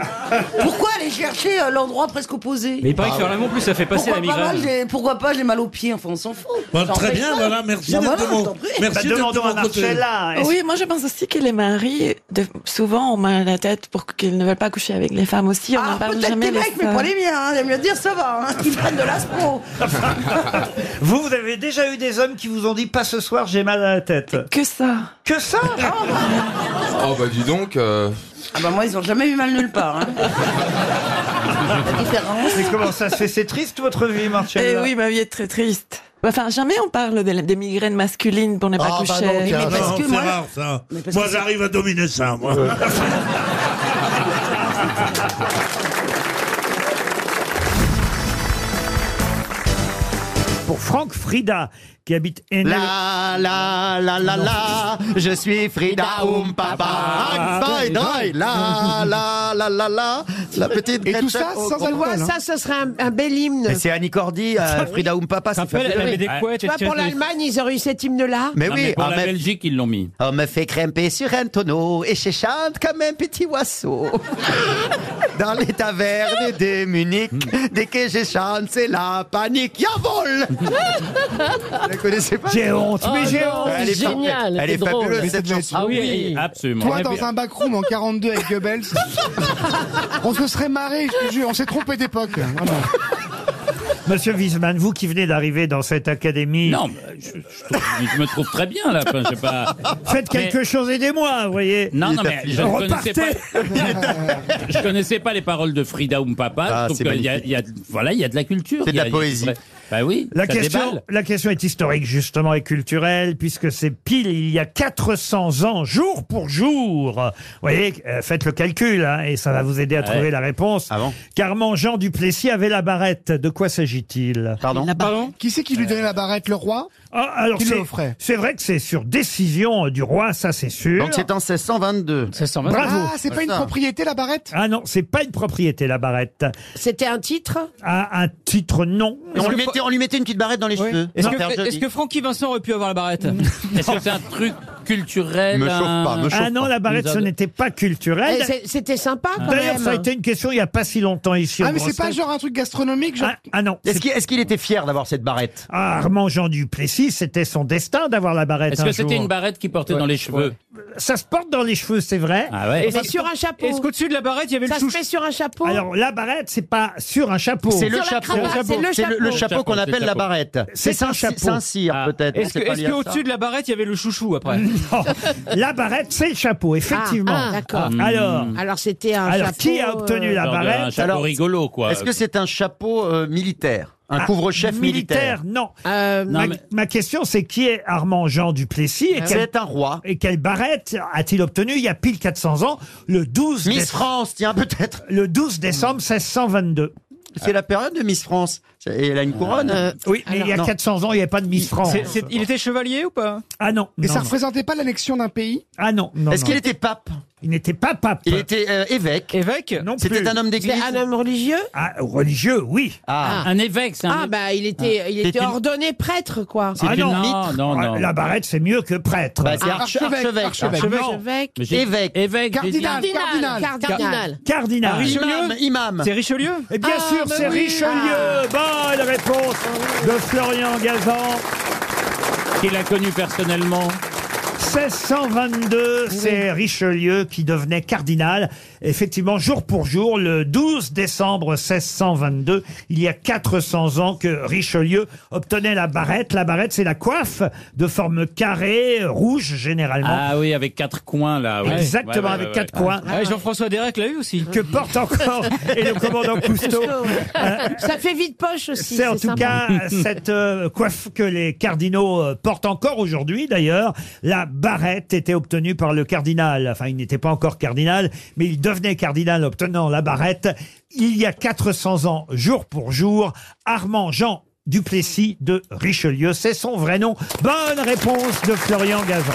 Pourquoi aller chercher euh, l'endroit presque opposé
Mais il paraît que faire l'amour, plus ça fait passer
pourquoi
la
pas,
migraine.
mal, j'ai- pourquoi pas j'ai mal aux pieds, enfin on s'en fout.
Bah,
Ça
très
empêche
bien,
pas.
voilà, merci
Bah
d'être
voilà,
de mon-
je t'en prie.
Merci
Bah,
d'être
demandons
de mon
à
côté.
Marcella. est-ce-
Oui, moi je pense aussi que les maris, de- souvent, ont mal à la tête pour qu'ils ne veulent pas coucher avec les femmes aussi.
Ah,
On n'en
Bah,
parle
Peut-être
jamais. Eh
des mecs, mais pas les miens. Hein. J'aime mieux dire ça va. Hein. Ils prennent de l'aspro.
Vous, vous avez déjà eu des hommes qui vous ont dit pas ce soir, j'ai mal à la tête.
Que ça Ah. <laughs>
Que ça
Oh bah dis donc. euh,
Ah bah moi, ils ont jamais eu mal nulle part. Hein.
Mais comment ça se fait C'est triste votre vie,
Eh
Marcella
oui, ma vie est très triste. Enfin, jamais on parle de la- des migraines masculines pour ne pas
Ah,
coucher.
bah non, tiens, non, c'est rare, ça. Moi, j'arrive à dominer ça, moi.
Euh, Pour Franck Frida, qui habite E. Enel.
Ah,
La la la la
Ah,
la, je suis Frida Umpapa. Ein, zwei, drei, Ah, la la la la la, la petite
Et tout
Gretchen
ça
au
sans
grand
alcool,
col,
hein.
Ça, ce serait un, un bel hymne.
Mais c'est Annie Cordy, euh, Frida Umpapa. c'est
s'appelle,
fabuleux.
elle avait des
Ouais.
couettes,
Tu vois, pour l'Allemagne, ils auraient eu cet hymne-là.
Mais oui,
ah,
on me-
Belgique, ils l'ont mis.
on me fait grimper sur un tonneau et je chante comme un petit
<laughs>
oiseau. Dans les tavernes de Munich,
Hmm.
dès que je chante, c'est la panique.
<laughs>
Yavol Vous la connaissez pas Ah,
J'ai
Oh,
honte,
Ah,
mais j'ai honte.
Elle est
génial,
fa- Elle
c'est
est
drôle.
fabuleuse
Mais
cette
c'est bien
chanson.
sûr. Ah oui, Oui.
absolument.
Toi,
Eh
dans un backroom en 42 avec
<laughs>
Goebbels, on se serait marré, je te jure, on s'est trompé d'époque.
<laughs>
Vraiment.
Monsieur Wiesmann, vous qui venez d'arriver dans cette académie.
Non, mais je, je trouve- je me trouve très bien là. Enfin, je sais pas.
Faites
Mais-
quelque chose, aidez-moi, vous voyez.
Non, non, mais je ne connaissais
Repartez
pas. je connaissais pas les paroles de Frida Umpapa.
Ah,
donc
c'est
il y a, il y a- voilà, il y a de la culture.
C'est de
il y a-
la
il y a-
poésie.
Bah oui.
La
ça
question,
déballe.
la question est historique justement et culturelle puisque c'est pile il y a 400 ans jour pour jour. Vous voyez, euh, faites le calcul hein, et ça va vous aider à trouver la réponse.
Ah
Car Jean Duplessis avait la barrette. De quoi s'agit-il Pardon.
Pardon Qui c'est qui lui donnait la barrette Le roi
Ah, alors
Qui
c'est-
l'offrait
c'est vrai que c'est sur décision du roi, ça c'est sûr.
Donc c'est en 1622. 1622.
Bravo.
Ah, c'est pas une propriété la barrette
Ah non, c'est pas une propriété la barrette.
C'était un titre
À un titre non.
Et on, lui mettait, on lui mettait une petite barrette dans les cheveux.
Est-ce
Pour faire
que, est
joli.
que Francky Vincent aurait pu avoir
<laughs>
la barrette Est-ce que c'est un truc culturel
Me chauffe pas, me chauffe
Eh Ah non, la barrette, ce n'était pas culturel.
Eh, c'est- C'était sympa quand
D'ailleurs,
même.
ça a été une question il n'y a pas si longtemps ici.
Ah,
aux
mais c'est
grosses
pas
têtes.
genre un truc gastronomique genre...
Ah, ah non.
Est-ce qu'il est-ce qu'il était fier d'avoir cette barrette
Ah, Armand Jean Duplessis, c'était son destin d'avoir la barrette.
Est-ce
un
que c'était
jour.
une barrette qui portait dans les cheveux
Ça se porte dans les cheveux, c'est vrai.
Ah ouais.
Et c'est sur un chapeau.
Est-ce qu'au-dessus de la barrette, il y avait
Ça
le
se
chou
fait sur un chapeau.
Alors, la barrette, c'est pas sur un chapeau.
C'est le
Sur la
chapeau.
cravate, c'est le
C'est le, le
chapeau.
chapeau qu'on
C'est le
appelle la
chapeau.
barrette.
C'est un
Saint-
chapeau. Ah.
Saint-Cyr peut-être.
Est-ce
C'est
que-
pas
est-ce
lié à ça.
qu'au-dessus de la barrette, il y avait le chouchou après
<laughs> Non. La barrette, c'est le chapeau, effectivement.
Ah, ah, d'accord.
Alors,
Alors, c'était un
alors
chapeau.
qui a obtenu la
Genre de- euh, Un
barrette
chapeau
Alors,
rigolo, quoi.
Est-ce que c'est un chapeau euh, militaire Un
Ah,
couvre-chef militaire,
Militaire, non.
euh,
ma,
mais-
ma question, c'est qui est Armand Jean Duplessis et, quelle,
C'est un roi.
et quelle barrette a-t-il obtenu il y a pile 400 ans, le 12,
Miss
déce-
France, tiens peut-être.
le 12 décembre 1622
C'est la période de Miss France. Et elle a une couronne.
Oui, mais il y a
non.
400 ans, il n'y avait pas de Miss France.
C'est- c'est- il était chevalier ou pas
Ah non.
Et
non,
ça
non.
représentait pas l'annexion d'un pays
Ah non. non,
Est-ce
non.
qu'il était pape euh,
Il n'était pas pape. Il
était évêque.
Évêque Non plus.
C'était un homme d'église
C'est un homme religieux Ah, religieux, oui.
Un évêque, c'est un
Ah, bah, il était, il
C'est
était
une-
ordonné prêtre, quoi.
Ah non, Ah, La barrette, c'est mieux que prêtre.
Bah, c'est arche- archevêque, archevêque. Archevêque.
Non.
Évêque.
Évêque.
Cardinal,
j'ai dit.
cardinal, cardinal.
Cardinal.
Ah, Richelieu
Imam, Imam.
C'est Richelieu
Et bien
Ah,
sûr,
bah
c'est
oui. Ah.
Richelieu. Bonne réponse de Florian Gazan.
qu'il a connu personnellement.
1622, c'est Richelieu qui devenait cardinal. Effectivement, jour pour jour, le 12 décembre 1622, il y a 400 ans que Richelieu obtenait la barrette. La barrette, c'est la coiffe de forme carrée, euh, rouge généralement.
Ah oui, avec quatre coins là. oui.
Exactement,
Ouais, ouais,
avec
ouais,
quatre
ouais.
coins.
Ah
Ouais, Jean-François Derek l'a eu aussi.
Que porte
<laughs>
encore et le commandant Cousteau.
Oh. Ça fait vite poche aussi.
C'est en tout
sympa. <laughs>
cas cette euh, coiffe que les cardinaux euh, portent encore aujourd'hui d'ailleurs. La barrette était obtenue par le cardinal. Enfin, il n'était pas encore cardinal, mais il devenait cardinal obtenant la barrette. Il y a 400 ans, jour pour jour, Armand Jean Duplessis de Richelieu. C'est son vrai nom. Bonne réponse de Florian Gazan.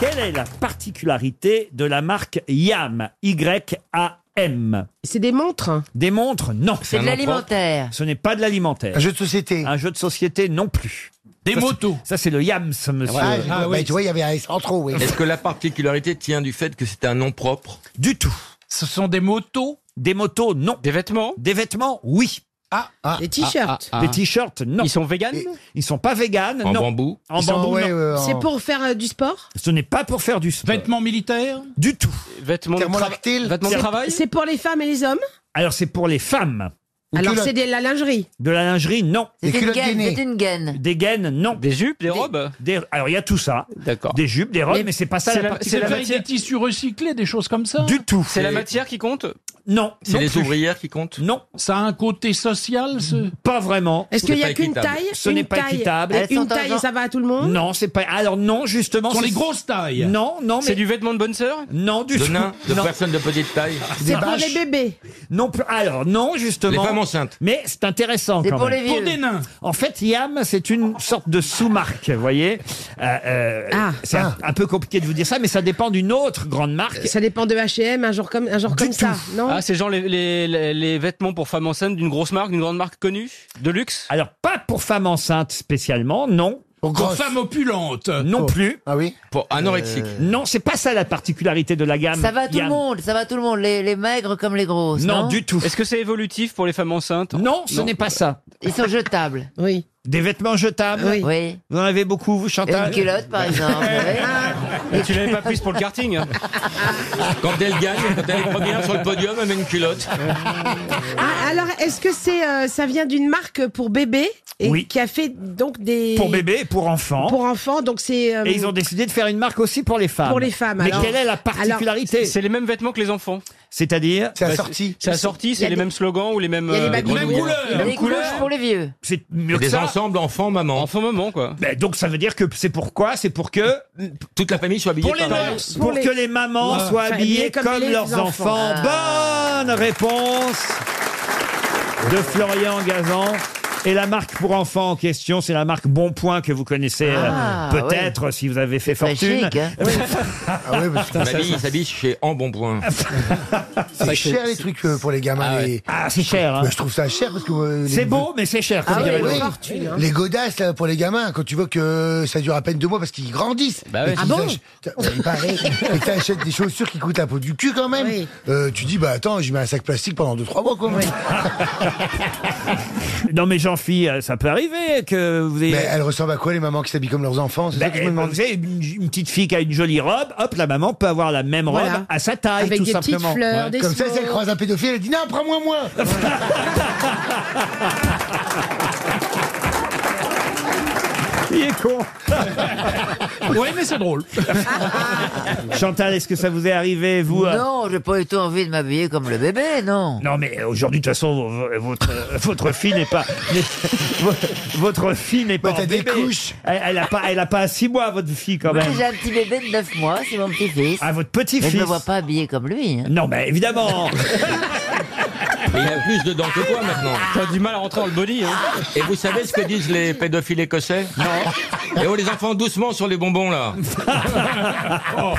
Quelle est la particularité de la marque YAM Y-A-M
C'est des montres
Des montres, non.
C'est de l'alimentaire.
Ce n'est pas de l'alimentaire. Un jeu de société Un jeu de société non plus. Des motos Ça, c'est le YAMS, monsieur.
Ah, je- bah, tu vois, il y avait un S en trop, oui.
Est-ce que la particularité tient du fait que c'est un nom propre
Du tout.
Ce sont des motos
Des motos, non. Des vêtements Des vêtements, oui. Ah,
Des t-shirts.
Des t-shirts, non. Ils sont véganes Ils sont pas véganes,
En
non.
bambou
En
Ils sont-
bambou,
ouais,
non.
ouais,
C'est pour faire euh, du sport
Ce n'est pas pour faire du sport. Vêtements militaires Du tout.
Vêtements
Thermolactyle Vêtements de
C'est-
travail
C'est pour les femmes et les hommes
Alors, c'est pour les femmes.
Alors c'est de la lingerie.
De la lingerie, non.
une gaine.
Des gaines, non. Des jupes, des robes Alors, il y a tout ça. D'accord. Des jupes, des robes, Oh, mais, c'est pas ça
C'est
la,
la, c'est la
particularité.
matière... des tissus recyclés, des choses comme ça
Du tout.
C'est la matière qui compte
Non.
C'est les
ouvrières qui comptent
Non.
Ça a un côté social, ce...
Pas vraiment.
Est-ce qu'il n'y a qu'une taille
Ce
Une
n'est pas
taille.
équitable.
Et Une taille, ça va à tout le monde
Non, c'est pas. Alors non, justement.
Ce sont
c'est-
les grosses tailles.
Non, non, mais.
C'est du vêtement de bonne sœur
Non, du
De
tout.
nains, de
Non.
personnes de petite taille.
C'est pour les bébés.
Non plus. Alors non, justement.
Les femmes enceintes.
Mais c'est intéressant
C'est
quand
pour
même.
les vieux. Pour des
nains.
En fait, Yam, c'est une sorte de sous-marque, vous voyez. Euh, euh, c'est un- un, peu compliqué de vous dire ça, mais ça dépend d'une autre grande marque.
Ça dépend de H&M, un genre comme, un genre comme ça, non
Ah, c'est genre les, les- les- les vêtements pour femmes enceintes d'une grosse marque, d'une grande marque connue, de luxe
Alors pas pour femmes enceintes spécialement, non.
Pour femmes opulentes
Non plus.
Ah oui Euh.
Pour anorexique.
Non, c'est pas ça la particularité de la gamme.
Ça va à tout le
Yam.
monde, ça va à tout le monde, les, les maigres comme les grosses. Non,
tout.
Est-ce que c'est évolutif pour les femmes enceintes
Non, ce n'est pas ça.
Ils sont jetables.
Oui.
Des vêtements jetables
Ah Oui. Oui.
Vous en avez beaucoup, vous, Chantal
Une culotte, par
<laughs>
exemple.
Et tu l'avais pas prise pour le karting hein
Quand elle gagne, quand elle est première sur le podium, elle met une culotte.
Ah, alors, est-ce que c'est, euh, ça vient d'une marque pour bébé et
Oui.
qui a fait donc des
Pour bébé et pour enfant.
pour enfants Donc c'est euh,
Et ils ont décidé de faire une marque aussi pour les femmes.
Pour les femmes,
Mais
alors.
quelle est la
Alors,
particularité
C'est les mêmes vêtements que les enfants.
C'est-à-dire
Bah, C'est assorti. C'est assorti, c'est les mêmes slogans ou les mêmes.
Il y a des
euh,
babines.
grenouilles.
Même couleur.
Même
Des
couleur.
couches pour les vieux.
C'est mieux que
Des
ça.
ensembles enfants-maman.
Enfants-maman, quoi.
Ben, donc ça veut dire que c'est pourquoi C'est pour que
toute la famille soit habillée
pour les
pareil.
mœurs,
Pour
pour,
les-
que les mamans
Ouais.
soient
Enfin,
habillées
habillées
comme,
comme les
leurs enfants.
enfants.
Bonne réponse de Florian Gazan. Et la marque pour enfants en question, c'est la marque Bonpoint que vous connaissez euh,
Ah,
peut-être si vous avez fait
très
fortune.
chic, hein.
Ah ouais, parce que-
Ma vie, il s'habille chez Embonpoint.
C'est cher les trucs euh, pour les gamins.
Ah ouais.
les-
Ah, c'est cher, hein.
Bah, Je trouve ça cher parce que. euh,
C'est
les-
beau, mais c'est cher. Comme
Ah
dirait
oui,
l'autre.
oui. Les godasses là, pour les gamins, quand tu vois que euh, ça dure à peine deux mois parce qu'ils grandissent.
Bah ouais.
Et
Ah
qu'ils
bon
achètent- T'as- il paraît. Et que t'achètes des chaussures qui coûtent la peau du cul quand même. Euh, tu dis, bah attends, j'y mets un sac plastique pendant deux, trois mois quand même.
Non, mais jean fille euh, ça peut arriver que vous ayez.
Mais elles ressemblent à quoi les mamans qui s'habillent comme leurs enfants C'est
Ben,
ça que je me demande.
vous savez, une, une petite fille qui a une jolie robe, hop, la maman peut avoir la même robe
Voilà.
à sa taille,
Avec
tout
des petites
simplement.
fleurs, Ouais. des Comme ça, si elle croise un pédophile, elle dit non, prends-moi moi.
Il est con.
<laughs> oui, mais c'est drôle.
Chantal, est-ce que ça vous est arrivé, vous euh,
Non, j'ai pas eu tout envie de m'habiller comme le bébé, non.
Non, mais aujourd'hui, de toute façon, vo- vo- votre, euh, votre fille n'est pas. n'est- votre- votre fille n'est pas.
t'as
en
des
bébé. Elle, elle a pas, elle a pas six mois, votre fille, quand même.
Moi, J'ai un petit bébé de 9 mois, c'est mon ben. petit-fils.
Ah, votre
Mais <laughs>
petit-fils.
Je ne me vois pas habillé comme lui. hein.
Non, mais évidemment.
Il a plus de dents que toi maintenant.
T'as du mal à rentrer dans le body, hein
Et vous savez ce que disent les pédophiles écossais Non. Et oh les enfants doucement sur les bonbons là.
Vous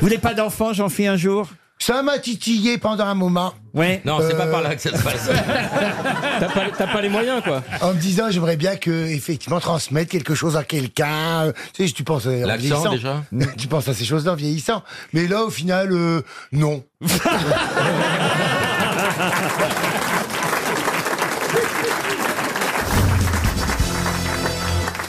voulez pas d'enfant, j'en fais un jour
Ça m'a titillé pendant un moment.
Ouais.
Non, c'est
Euh.
pas par là que ça se passe.
T'as pas, t'as pas les moyens, quoi.
En me disant, j'aimerais bien que, effectivement, transmettre quelque chose à quelqu'un. Euh, Tu sais, tu penses à en
L'accent,
vieillissant.
déjà
<laughs> Tu penses à ces choses-là en vieillissant. Mais là, au final, euh,
<laughs>
non.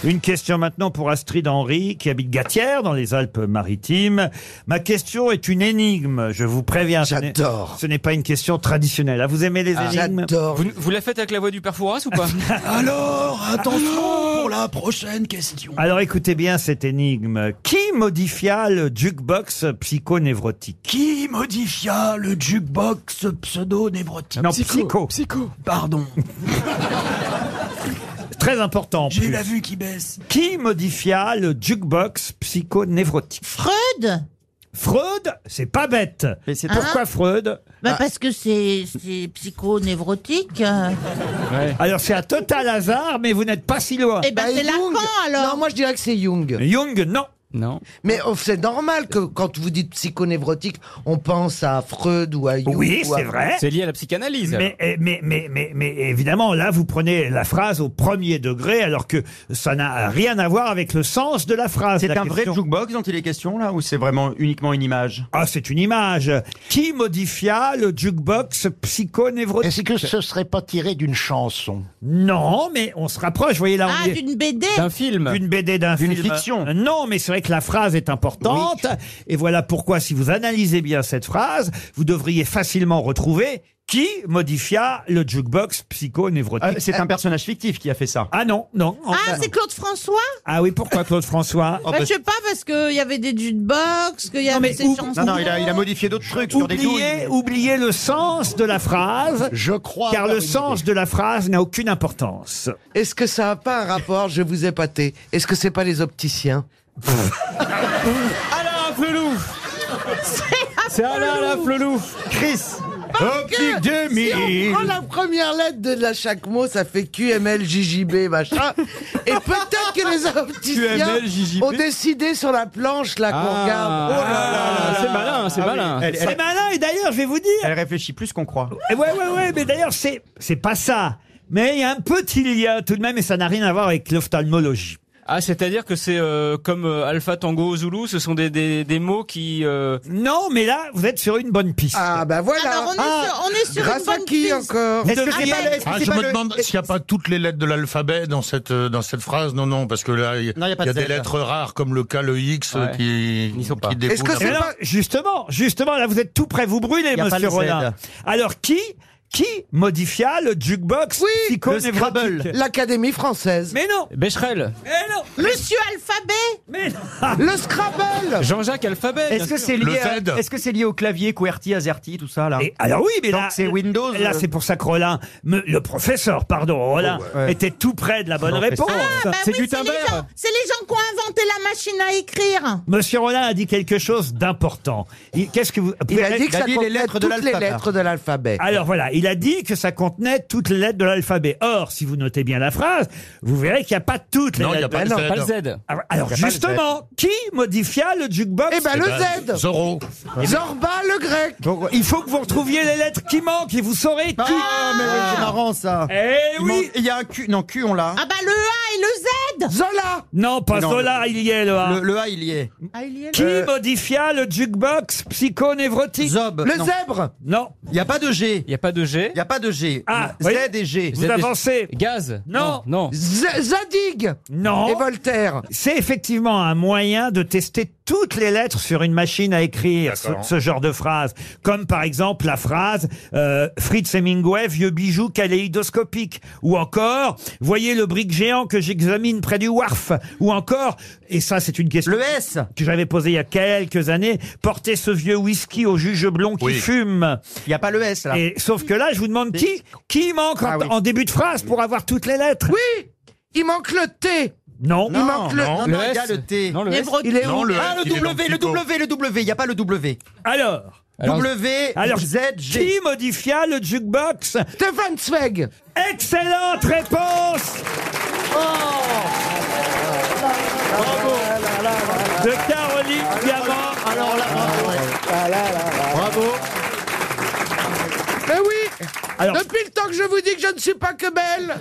Une question maintenant pour Astrid Henry, qui habite Gatière, dans les Alpes-Maritimes. Ma question est une énigme, je vous préviens. J'adore. Ce n'est pas une question traditionnelle. Ah, Vous aimez les
Ah,
énigmes
Vous, vous la faites avec la voix du père Fouras ou pas
<laughs> Alors, attention
pour la prochaine question.
Alors écoutez bien cette énigme. Qui modifia le jukebox psychonévrotique <laughs>
Qui modifia le jukebox pseudo-névrotique
Non, psycho.
Pardon.
Très important. en
J'ai
plus.
la vue qui baisse.
Qui modifia le jukebox psychonévrotique
Freud
Freud, c'est pas bête.
Ah.
Pourquoi Freud
bah Parce que c'est c'est psychonévrotique.
Alors c'est un total hasard, Ah, mais vous n'êtes pas si loin.
Eh ben, c'est Lacan, alors.
Bah, Non, moi je dirais que c'est Jung.
Jung, non.
Non. Mais oh, c'est normal que quand vous dites psychonévrotique, on pense à Freud ou à Jung.
Oui,
ou à-
c'est vrai.
lié à la psychanalyse.
Mais, eh, mais, mais, mais, mais évidemment, là, vous prenez la phrase au premier degré, alors que ça n'a rien à voir avec le sens de la phrase.
C'est
la
un vrai
question.
jukebox dont il est question là ou c'est vraiment uniquement une image
Ah, c'est une image. Qui modifia le jukebox psychonévrotique
Est-ce que ce serait pas tiré d'une chanson
Non, mais on se rapproche. Vous voyez là,
Ah,
on est-
d'une BD
film.
D'une BD, d'un film.
D'une fiction.
Non, mais c'est vrai que la phrase est importante. Et voilà pourquoi, si vous analysez bien cette phrase, vous devriez facilement retrouver qui modifia le jukebox psychonévrotique.
Euh, C'est un personnage fictif qui a fait ça.
Ah non, non. en
Ah,
fait,
c'est
non.
Claude François
Ah oui, pourquoi Claude François
Oh,
Bah, Je sais pas, parce qu'il y avait des jukebox, qu'il y avait ces chansons.
Non, non, il a, il a modifié d'autres trucs sur des douilles.
Oubliez, oubliez le sens de la phrase.
Je crois.
Car
avoir
le
une
sens de la phrase n'a aucune importance.
Est-ce que ça a pas un rapport Je vous ai pâté. Est-ce que c'est pas les opticiens
<laughs>
<laughs>
Alain Flelouf C'est Alain la Flelouf
Chris
Optique
que
2000.
Si on prend la première lettre de la chaque mot, ça fait QML, JJB, machin. Et peut-être que les opticiens
QML, JJB.
ont décidé sur la planche là qu'on regarde. Oh là là là là.
C'est malin, c'est
Ah oui.
malin.
Elle-
C'est
elle-
malin, et d'ailleurs, je vais vous dire.
Elle réfléchit plus qu'on croit.
Et ouais, ouais, ouais, mais d'ailleurs, c'est, c'est pas ça. Mais il y a un petit lien tout de même, et ça n'a rien à voir avec l'ophtalmologie.
Ah, c'est-à-dire que c'est euh, comme euh, Alpha Tango Zulu, ce sont des, des, des mots qui... euh,
Non, mais là, vous êtes sur une bonne piste.
Ah bah voilà.
Alors, on est sur, on est sur une
Grâce à
bonne
qui
piste.
encore
Vous devriez-
Ah, je me demande s'il n'y a pas toutes les lettres de l'alphabet dans cette, euh, dans cette phrase. Non, non, parce que là, il y,
Non, il y a pas de
a des
Z.
lettres rares comme le K, le X euh,
Ouais.
qui,
Ils sont pas.
qui découlent.
Est-ce que
Mais
c'est
Eh non,
pas-
justement, justement, là, vous êtes tout prêt, vous brûlez,
Y a pas
monsieur
le Z.
Rollin. Alors, qui, qui modifia le jukebox
Oui,
psychonévrotique
le
L'Académie française.
Mais non,
Becherel.
mais Eh non,
Monsieur Alphabet
mais non.
Le Scrabble
Jean-Jacques Alphabet.
Est-ce que c'est
Le
lié, à-
Z.
est-ce que c'est lié au clavier QWERTY, AZERTY, tout ça là
Et alors oui, mais
Donc
là,
c'est Windows,
Là,
euh.
c'est pour ça que Rollin, me- le professeur, pardon, Rollin,
ouais.
était tout près de la bonne
Professeur.
réponse.
Bah
C'est
oui,
Gutenberg.
les gens- C'est les gens qui ont inventé la machine à écrire.
Monsieur Rollin a dit quelque chose d'important. Il- Qu'est-ce que vous
Il a dit
Il
que
a
ça
dit les
contenait
lettres de
toutes les
l'alphabet.
lettres de
Eh,
l'alphabet.
Alors voilà, il a dit que ça contenait toutes les lettres de l'alphabet. Or, si vous notez bien la phrase, vous verrez qu'il n'y a pas toutes les
Non, il n'y a
lettres.
pas
de-
le Z.
Pas le Z.
Alors, alors,
Il y a pas le
justement, qui modifia le jukebox
Eh ben le
Eh ben,
Z
Zorro.
Zorba le grec
Bon,
Il faut que vous retrouviez les lettres qui manquent et vous saurez qui.
Ah, mais oui, c'est marrant ça.
Eh
Il
oui
manque- Il y a un Q, non Q on l'a.
Ah bah le A et le Z
Zola
Non, pas
Non,
Zola, il y est le A.
Le, le A il y est. Euh.
Ah, il y est
Qui modifia le jukebox psychonévrotique
Zob.
Le
non.
zèbre
Non.
Il n'y a pas de G.
Il n'y a pas de G.
Il n'y a pas de G.
Ah,
Z
oui.
et G.
Vous avancez.
Gaz.
Non.
Non.
Z- Zadig
Non.
Et Voltaire
C'est effectivement un moyen de tester toutes les lettres sur une machine à écrire, ce,
D'accord.
ce genre de phrase. Comme par exemple la phrase euh, Fritz Hemingway, vieux bijou kaléidoscopique. Ou encore, voyez le brick géant que j'examine près du wharf. Ou encore, et ça c'est une question
Le S.
que j'avais posée il y a quelques années, portez ce vieux whisky au juge blond qui
Oui.
fume.
Il n'y a pas le S là.
Et, sauf que là, je vous demande qui, qui manque en,
Ah oui.
en début de phrase pour avoir toutes les lettres
Oui Il manque le T
Non.
Non,
manque le-
non,
non,
non, il y a le T.
Non, le S.
Il est
Non,
où
le
ah,
S,
le
il est dans
W, le
Psycho.
W, le W, il n'y a pas le W.
Alors,
Alors-
W,
Alors,
Z, G.
Qui modifia le jukebox Stefan Zweig. Excellente réponse Oh de Caroline Diamant.
Alors là,
Ah
bravo.
Bravo.
Mais oui
Alors-
Depuis le temps que je vous dis que je ne suis pas que belle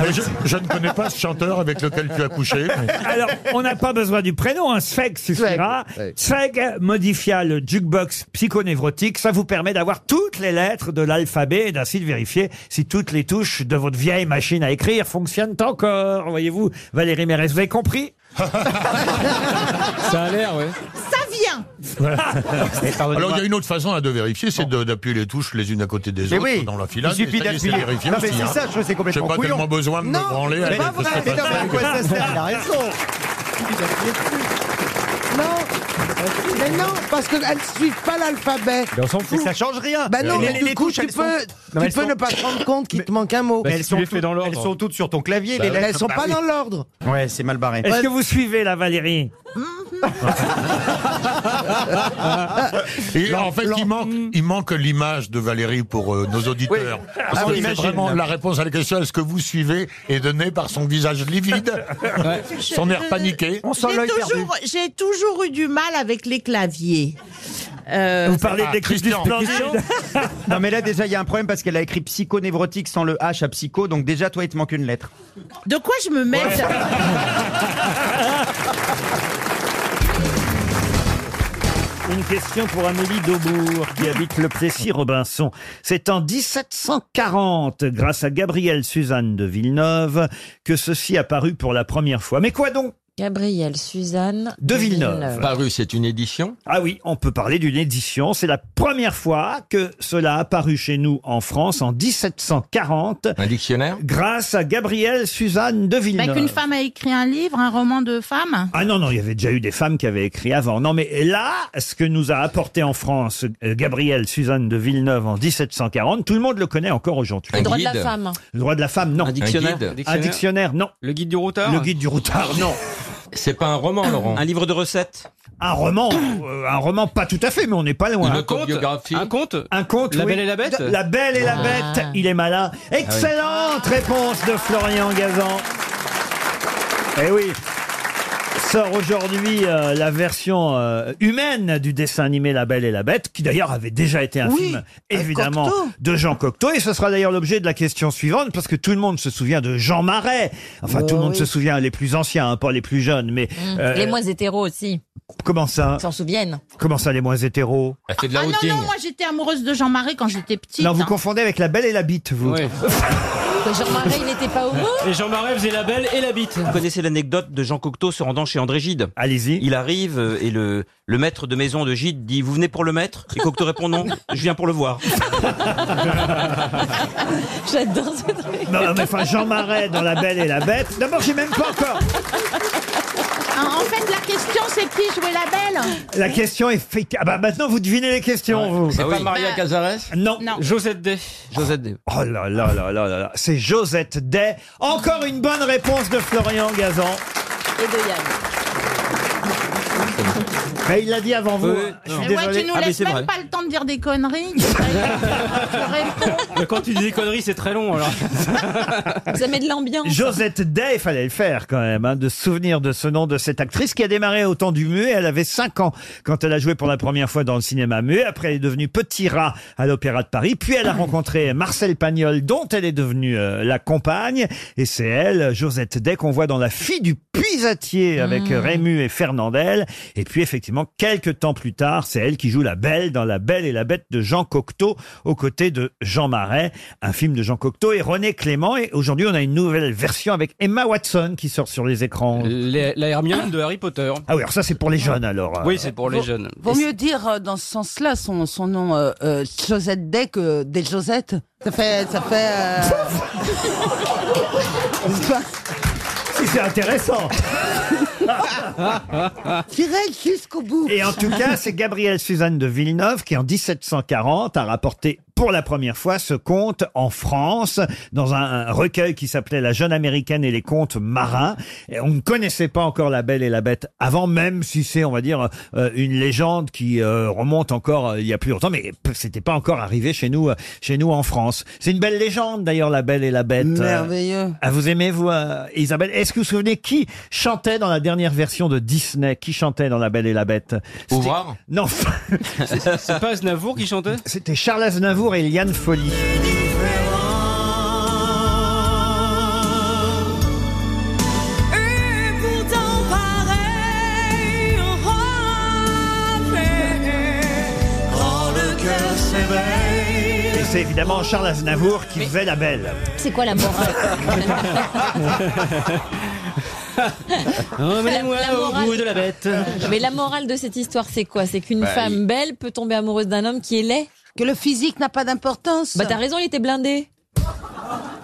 Mais je, je ne connais pas ce chanteur Oh, avec lequel tu as couché. mais-
<laughs> Alors, on n'a pas besoin du prénom, un Zweig suffira. Zweig modifia le jukebox psychonévrotique. Ça vous permet d'avoir toutes les lettres de l'alphabet et d'ainsi de vérifier si toutes les touches de votre vieille machine à écrire fonctionnent encore. Voyez-vous, Valérie Mérès, vous avez compris <laughs> Ça a l'air, oui.
Ça vient
Alors il y a une autre façon là, de vérifier, c'est de- d'appuyer les touches les unes à côté des
Mais
autres
oui.
dans la filade.
Il suffit
et ça y est, c'est
d'appuyer.
vérifié
Non, mais
aussi,
c'est
hein.
ça, je trouve, c'est complètement
J'ai pas
couillon.
tellement besoin de
Non,
me branler.
c'est
avec
pas
ce
vrai, mais non, mais à quoi ça sert Il a raison.
Non Mais non, parce qu'elles ne suivent pas l'alphabet
Mais on s'en fout. Mais ça change rien.
Bah non,
Les-
mais
les-
du
les
coup,
touches,
tu
elles
peux,
sont- Non, mais
tu
elles
peux
sont-
ne pas te rendre compte qu'il te manque un mot.
Bah, si tu les fais dans l'ordre. Bah
Mais
ouais.
elles sont
Bah
pas
oui.
dans l'ordre
Ouais, c'est mal barré.
Est-ce que vous suivez la <laughs> Valérie
Et en fait, il manque, il manque l'image de Valérie pour euh, nos auditeurs.
Oui.
Parce
Ah,
que
on
c'est
imagine.
vraiment la réponse à la question est-ce que vous suivez est donnée par son visage livide, son air paniqué.
J'ai toujours- J'ai toujours eu du mal avec les claviers. Euh,
Vous parlez
Ah,
Ah,
des Christian.
<laughs>
non mais là déjà il y a un problème parce qu'elle a écrit psychonévrotique sans le H à psycho donc déjà toi il te manque une lettre.
De quoi je me mêle
Une question pour Amélie Daubourg, qui habite le Plessis-Robinson. C'est en 1740, grâce à Gabrielle Suzanne de Villeneuve, que ceci apparut pour la première fois. Mais quoi donc
Gabrielle Suzanne
De Villeneuve.
Villeneuve.
c'est une édition Ah oui, on peut parler d'une édition. C'est la première fois que cela apparut chez nous en France en 1740. Un dictionnaire Grâce à Gabrielle Suzanne de
<laughs>
Villeneuve.
Bah, Qu'une femme a écrit un livre, un roman de femme
Ah non, non, il y avait déjà eu des femmes qui avaient écrit avant. Non, mais là, ce que nous a apporté en France euh, Gabrielle Suzanne de Villeneuve en 1740, tout le monde le connaît encore aujourd'hui.
Le droit de la femme.
Le droit de la femme, non. Un
dictionnaire
Un,
guide.
dictionnaire, non. Le guide du routard Le guide du routard, non.
C'est pas un roman, Laurent.
Un livre de recettes Un roman, euh, un roman pas tout à fait, mais on n'est pas loin.
Une autobiographie.
Un conte Un conte,
La
oui.
Belle et la Bête
La Belle et la
Ah.
Bête, il est malin. Excellente réponse de Florian Gazan. Eh oui Sort aujourd'hui euh, la version euh, humaine du dessin animé La Belle et la Bête, qui d'ailleurs avait déjà été un
Oui,
film,
avec
évidemment,
Cocteau.
de Jean Cocteau. Et ce sera d'ailleurs l'objet de la question suivante, parce que tout le monde se souvient de Jean Marais. Enfin, tout le monde se souvient, les plus anciens, hein, pas les plus jeunes, mais... euh,
Les moins hétéros aussi.
Comment ça
Ils s'en souviennent.
Comment ça, les moins hétéros de
Ah non, non, moi j'étais amoureuse de Jean Marais quand j'étais petite.
vous
hein.
confondez avec La Belle et la Bite, vous.
Jean Marais, il n'était pas homo
Et Jean Marais faisait la belle et la bite.
Vous connaissez l'anecdote de Jean Cocteau se rendant chez André Gide
Allez-y.
Il arrive euh, et le, le maître de maison de Gide dit Vous venez pour le maître Et Cocteau répond Non, je viens pour le voir.
J'adore ce <laughs> truc.
<laughs> Non, mais enfin, Jean Marais dans La Belle et la Bête. D'abord, j'ai même pas encore.
Hein, En en fait, la question c'est qui jouait la belle
La question est faite. Ah bah maintenant, vous devinez les questions, vous.
C'est pas Maria Cazares
Non.
Bah, Non.
Ah Josette Day. Josette Day.
Oh là là là là là là. C'est Josette Day. Oh, Encore une bonne réponse de Florian Gazan.
Et de Yann.
Mais il l'a dit avant vous.
Oui,
hein. Je suis
Mais ouais,
désolé.
tu
Ah,
nous laisses même pas le temps de dire des conneries.
Mais Quand tu dis des conneries, c'est très long alors.
Ça met de l'ambiance.
Josette Day, il fallait le faire quand même, hein, de se souvenir de ce nom de cette actrice qui a démarré au temps du muet. Elle avait 5 ans quand elle a joué pour la première fois dans le cinéma muet. Après, elle est devenue petit rat à l'Opéra de Paris. Puis, elle a rencontré Marcel Pagnol, dont elle est devenue euh, la compagne. Et c'est elle, Josette Day, qu'on voit dans La fille du puisatier avec euh, Rému et Fernandel. Et puis, effectivement, quelques temps plus tard, c'est elle qui joue la belle dans La Belle et la Bête de Jean Cocteau aux côtés de Jean Marais, un film de Jean Cocteau et René Clément. Et aujourd'hui, on a une nouvelle version avec Emma Watson qui sort sur les écrans.
Les- la Hermione de Harry Potter.
Ah oui, alors ça, c'est pour les jeunes, alors.
Oui, c'est pour les
Vaut-
jeunes.
Vaut mieux dire euh, dans ce sens-là son, son nom euh, euh, Josette Day que des Josettes. Ça fait. Ça fait <laughs> euh, c'est pas-
Si, c'est intéressant.
Oh,
J'irai jusqu'au bout.
Et en tout cas, c'est Gabrielle Suzanne de Villeneuve qui, en 1740, a rapporté pour la première fois ce conte en France dans un, un recueil qui s'appelait La jeune américaine et les contes marins. Et on ne connaissait pas encore La Belle et la Bête avant, même si c'est, on va dire, euh, une légende qui euh, remonte encore euh, il y a plus longtemps, mais p- c'était pas encore arrivé chez nous, euh, chez nous en France. C'est une belle légende d'ailleurs, La Belle et la Bête. Euh,
Merveilleux.
ah, vous aimez, vous, euh, Isabelle Est-ce que vous vous souvenez qui chantait dans la dernière version de Disney Qui chantait dans La Belle et la Bête C'était-
Ouvrard
Non,
<laughs> C'est pas Aznavour qui chantait
c'était Charles Aznavour et Liane Folly.
Et pourtant pareil, quand le cœur s'éveille.
Et c'est évidemment Charles Aznavour qui faisait La Belle.
C'est quoi la morale
Emmenez-moi
La- la
au
morale-
bout de la bête.
Mais la morale de cette histoire, c'est quoi C'est qu'une
Bah,
femme
il-
belle peut tomber amoureuse d'un homme qui est laid
Que le physique n'a pas d'importance.
Bah t'as raison, il était blindé.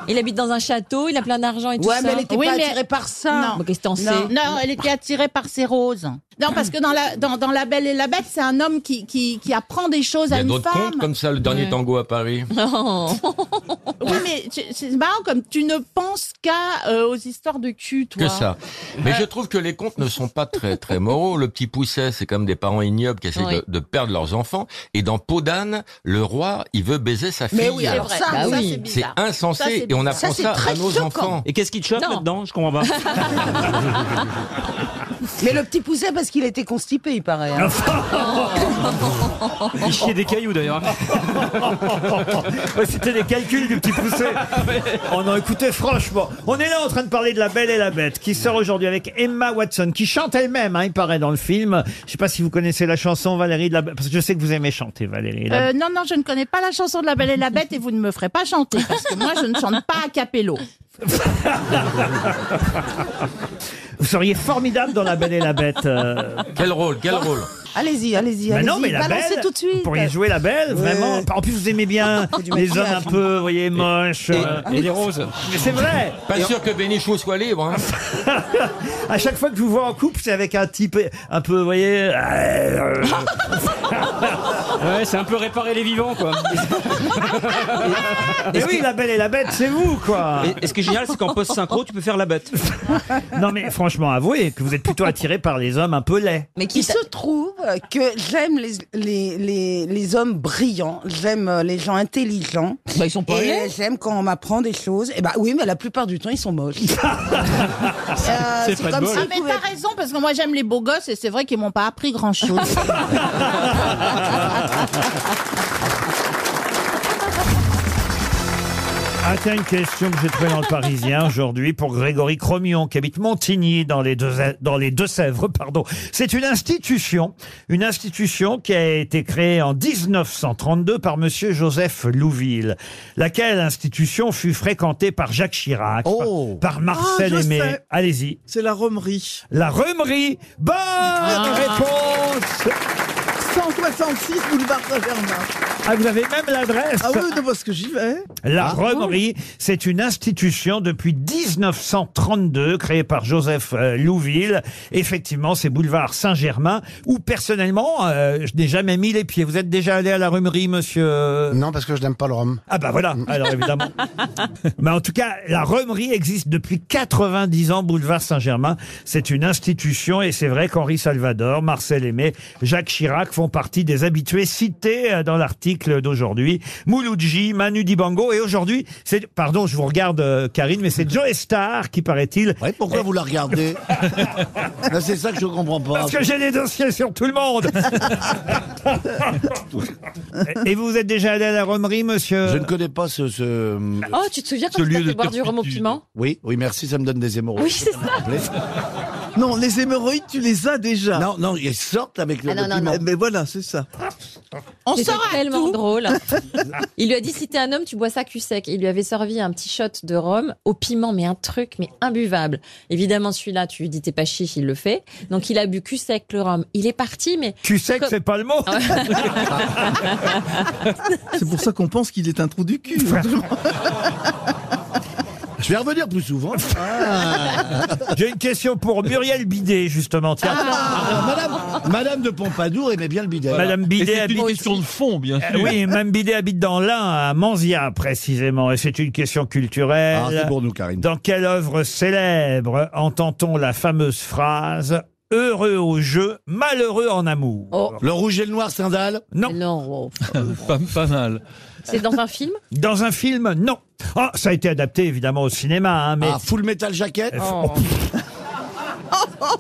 Il habite dans un château, il a plein d'argent et tout
Ouais,
ça.
mais elle était
Oui,
pas
mais-
attirée par ça.
Non.
Bah, qu'est-ce que t'en
non.
sais
Non, elle était attirée par ses roses. Non, parce que dans La, dans, dans la Belle et la Bête, c'est un homme qui, qui, qui apprend des choses
Il y
à
a
une
d'autres
femme.
contes comme ça, le dernier
Ouais.
tango à Paris.
<laughs> oui, mais tu- c'est marrant comme tu ne penses qu'à euh, aux histoires de cul, toi.
Que ça. Mais je trouve que les contes ne sont pas très très moraux. Le petit pousset, c'est comme des parents ignobles qui essayent
Oui.
de, de perdre leurs enfants. Et dans Podane, le roi, il veut baiser sa fille.
Mais oui, alors ça, Bah ça, oui. c'est
c'est
bizarre.
insensé.
Ça, c'est
et on
bizarre.
apprend
Ça, c'est
ça, à
très
nos
choquant.
enfants.
Et qu'est-ce qui te choque là-dedans Je
<laughs>
comprends pas.
Mais le petit poussait parce qu'il était constipé, il paraît. hein.
Il chiait des cailloux d'ailleurs.
Ouais, C'était des calculs du petit poussé. On en écoutait franchement. On est là en train de parler de La Belle et la Bête qui sort aujourd'hui avec Emma Watson qui chante elle-même, hein, il paraît, dans le film. Je sais pas si vous connaissez la chanson Valérie de la Bête, parce que je sais que vous aimez chanter Valérie. La-
Euh, non, non, je ne connais pas la chanson de La Belle et la Bête et vous ne me ferez pas chanter parce que moi, je ne chante pas à capello.
Vous seriez formidable dans La Belle et la Bête. euh.
Quel rôle, quel rôle
Allez-y, allez-y,
Mais
allez-y.
Bah non, mais la
Balancez
belle,
tout de suite.
Vous pourriez jouer la belle, vraiment. En plus, vous aimez
<laughs>
bien
Faut du
les hommes un
maquillage.
peu, vous voyez, moches. euh,
et les roses.
Mais c'est vrai.
Pas sûr que Bénichou soit libre.
<laughs>
hein.
À chaque fois que je vous vois en couple, c'est avec un type un peu, vous voyez. euh,
Ouais, c'est un peu réparer les vivants <laughs> quoi.
Mais oui, la belle et la bête, c'est vous, quoi.
Et, et ce qui est génial, c'est qu'en post-synchro, tu peux faire la bête.
Non, mais franchement, avouez que vous êtes plutôt attiré par les hommes un peu laids.
Mais qui se trouve que j'aime les, les, les, les hommes brillants, j'aime euh, les gens intelligents.
Bah, ils sont pas
Et
laids.
j'aime quand on m'apprend des choses. Et bah oui, mais la plupart du temps, ils sont
<laughs>
moches. Euh,
C'est
c'est
pas
comme
de
si on
bol. Ah, mais
pouvait-
t'as raison, parce que moi j'aime les beaux gosses et c'est vrai qu'ils m'ont pas appris Ah,
<laughs>
grand chose.
Ah, tiens, une question que j'ai trouvée dans le Parisien aujourd'hui pour Grégory Cromion, qui habite Montigny, dans les deux, dans les Deux-Sèvres, pardon. C'est une institution, une institution qui a été créée en 1932 par monsieur Joseph Louville, laquelle institution fut fréquentée par Jacques Chirac, par- par, Marcel
Ah, je
Aimé.
sais.
Allez-y.
C'est la romerie.
La Remerie. Bonne
Ah.
réponse!
166 boulevard Saint-Germain.
Ah, vous avez même l'adresse?
Ah oui, non, parce que j'y vais.
Ah.
La Romerie, c'est une institution depuis 1932 créée par Joseph euh, Louville. Effectivement, c'est boulevard Saint-Germain où personnellement, euh, je n'ai jamais mis les pieds. Vous êtes déjà allé à la Romerie, monsieur
Non, parce que je n'aime pas le rhum.
Ah bah voilà, alors évidemment. Mais en tout cas, la Romerie existe depuis 90 ans, boulevard Saint-Germain. C'est une institution et c'est vrai qu'Henri Salvador, Marcel Aimé, Jacques Chirac font partie des habitués cités euh, dans l'article d'aujourd'hui. Mouloudji, Manu Dibango et aujourd'hui, c'est pardon, je vous regarde euh, Karine, mais c'est Joe Star qui paraît-il.
pourquoi vous la
<laughs>
regardez Là, C'est ça que je comprends pas.
Parce que j'ai les dossiers sur tout
<laughs>
le monde. et vous êtes déjà allé à la Romerie, monsieur
Je ne connais pas ce. ce
Oh, tu te souviens quand
ce
tu t'as
lieu
fait
de
boire du rhum au
turpitude.
piment
Oui, oui, merci, ça me donne des hémorroïdes.
Oui, c'est ça.
Non, les hémorroïdes, tu les as déjà.
Non, non, ils sortent avec le.
Ah, non,
le
non,
piment.
non.
Mais voilà, c'est ça.
On sort tellement drôle. Il lui a dit si t'es un homme, tu bois ça cul sec. Il lui avait servi un petit shot de rhum au piment, mais un truc, mais imbuvable. Évidemment, celui-là, tu lui dis t'es pas chiche, il le fait. Donc il a bu cul sec le rhum. Il est parti, mais.
Tu sais que
Comme-
c'est pas le mot.
<laughs> C'est pour ça qu'on pense qu'il est un trou du cul.
<laughs> Je vais revenir plus souvent.
Ah.
J'ai une question pour Muriel Bidet, justement.
Ah,
Tiens.
Alors, Ah, madame, madame de Pompadour aimait bien le bidet.
Madame Bidet
Et c'est une
habite-
question de fond, bien sûr.
Euh, oui, Mme Bidet habite dans l'Ain, à Manzia précisément, et c'est une question culturelle.
Ah, c'est pour nous,
Karine. Dans quelle œuvre célèbre entend-on la fameuse phrase Heureux au jeu, malheureux en amour
Oh.
Le rouge et le noir, Stendhal Non.
<laughs> pas, mal.
C'est dans un film
Dans un film, non. Ah, ça a été adapté évidemment au cinéma, hein, mais.
Ah, Full Metal Jacket
Oh.
Oh. <laughs>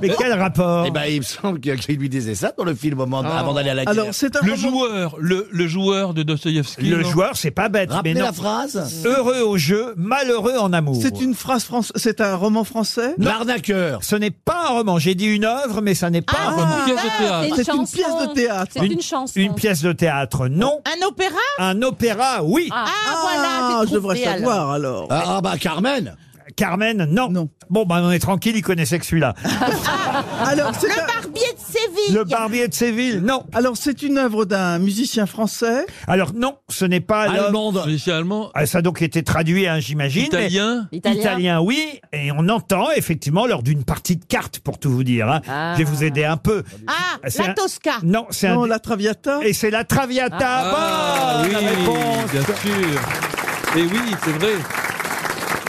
Mais quel rapport
Eh ben, il me semble qu'il qu'il lui disait ça dans le film au moment-
Ah
avant d'aller à la guerre.
Alors, c'est un
le
roman-
joueur, le, joueur de Dostoïevski.
Le joueur, c'est pas bête.
Rappelez
mais non.
la phrase.
Heureux au jeu, malheureux en amour.
C'est une phrase française. C'est un roman français.
L'arnaqueur. Ce n'est pas un roman. J'ai dit une œuvre, mais ça n'est pas
Ah,
un roman.
pièce de théâtre. c'est une pièce de théâtre.
Une, une pièce de théâtre, non.
Un opéra
Un opéra, oui.
Ah, voilà, j'ai
je devrais
trouvé,
savoir,
alors.
Ah, bah Carmen. Carmen, non. Bon, bah on est tranquille, il connaissait que celui-là.
Alors, c'est
Ah, le
un-
barbier de Séville.
Le barbier de Séville, non.
Alors, c'est une œuvre d'un musicien français.
Alors non, ce n'est pas l'œuvre- Ah, ça a donc été traduit, hein, j'imagine. mais-
Italien
Italien. oui. Et on entend effectivement lors d'une partie de cartes, pour tout vous dire. hein. Je vais vous aider un peu.
Ah,
C'est
la
un-
Tosca.
Non, c'est un...
Non, la Traviata.
Et c'est la Traviata.
Ah,
Bonne
oui,
réponse.
bien
sûr. Et oui, c'est vrai.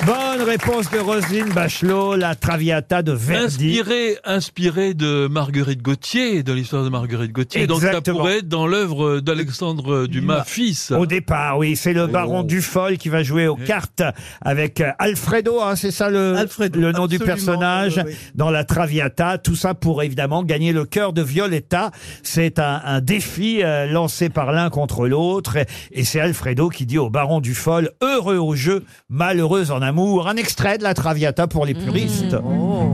Bonne réponse de Roselyne Bachelot, la Traviata de Verdi.
Inspiré, inspiré de Marguerite Gauthier, de l'histoire de Marguerite Gauthier. Donc ça
Exactement.
pourrait être dans l'œuvre d'Alexandre Dumas, fils.
Au départ, oui, c'est le
Oh.
baron Dufol qui va jouer aux cartes avec euh, Alfredo, hein, c'est ça le, le nom du
absolument,
personnage,
oui, oui.
dans la Traviata. Tout ça pour évidemment gagner le cœur de Violetta. C'est un, un défi euh, lancé par l'un contre l'autre. Et, et c'est Alfredo qui dit au baron Dufol, heureux au jeu, malheureux en amour. Un extrait de la Traviata pour les
Mmh.
puristes.
Oh.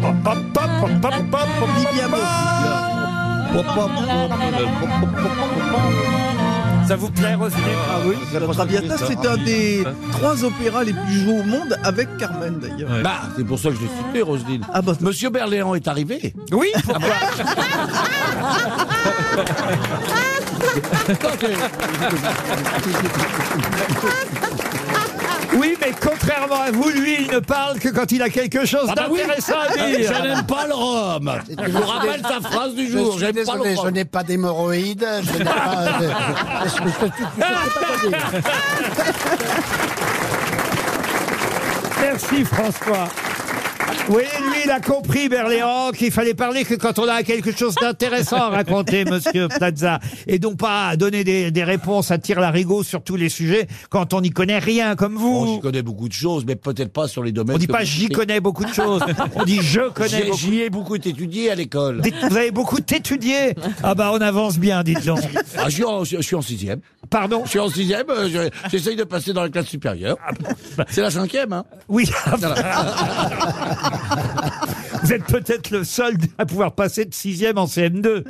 Pop, pop, pop, pop, pop, pop, pop,
Ah.
pop, pop, pop, pop. Ça vous plaît, Roselyne Ah oui
La Traviata, c'est un des trois opéras les plus joués au monde, avec Carmen d'ailleurs. Ah bah,
Bah, c'est pour ça que je l'ai cité, Roselyne. Monsieur Berléand est arrivé. Ah, bah.
Oui,
Ah.
<laughs>
Oui, mais contrairement à vous, lui, il ne parle que quand il a quelque chose
Ah bah oui.
d'intéressant à dire.
<laughs> Je n'aime pas le rhum. Je vous rappelle sa phrase du jour.
Je suis
J'aime pas
désolé,
le
je
rhum.
n'ai pas d'hémorroïdes. Je n'ai pas. euh, je- je- je- je- je- je- je- je- je- je- je- je- je- je- je- je-
Merci François. Oui, lui, il a compris, Berléand, qu'il fallait parler que quand on a quelque chose d'intéressant à
<laughs>
raconter, monsieur Plaza. Et donc pas à donner des, des réponses à tire-larigot sur tous les sujets quand on n'y connaît rien, comme vous.
Oh, J'y connais beaucoup de choses, mais peut-être pas sur les domaines.
on dit
que
pas
vous
j'y
citez.
connais beaucoup de choses. On dit je connais
J'ai-
beaucoup.
J'y ai beaucoup étudié à l'école.
Dites, vous avez beaucoup étudié. Ah bah, on avance bien, dites donc.
Ah, je, suis en, je- je suis en sixième.
Pardon Ah,
Je suis en sixième, euh, je- j'essaye de passer dans la classe supérieure. C'est la cinquième, hein
Oui. <laughs>
Voilà.
Vous êtes peut-être le seul à pouvoir passer de sixième
<laughs>
en CM2.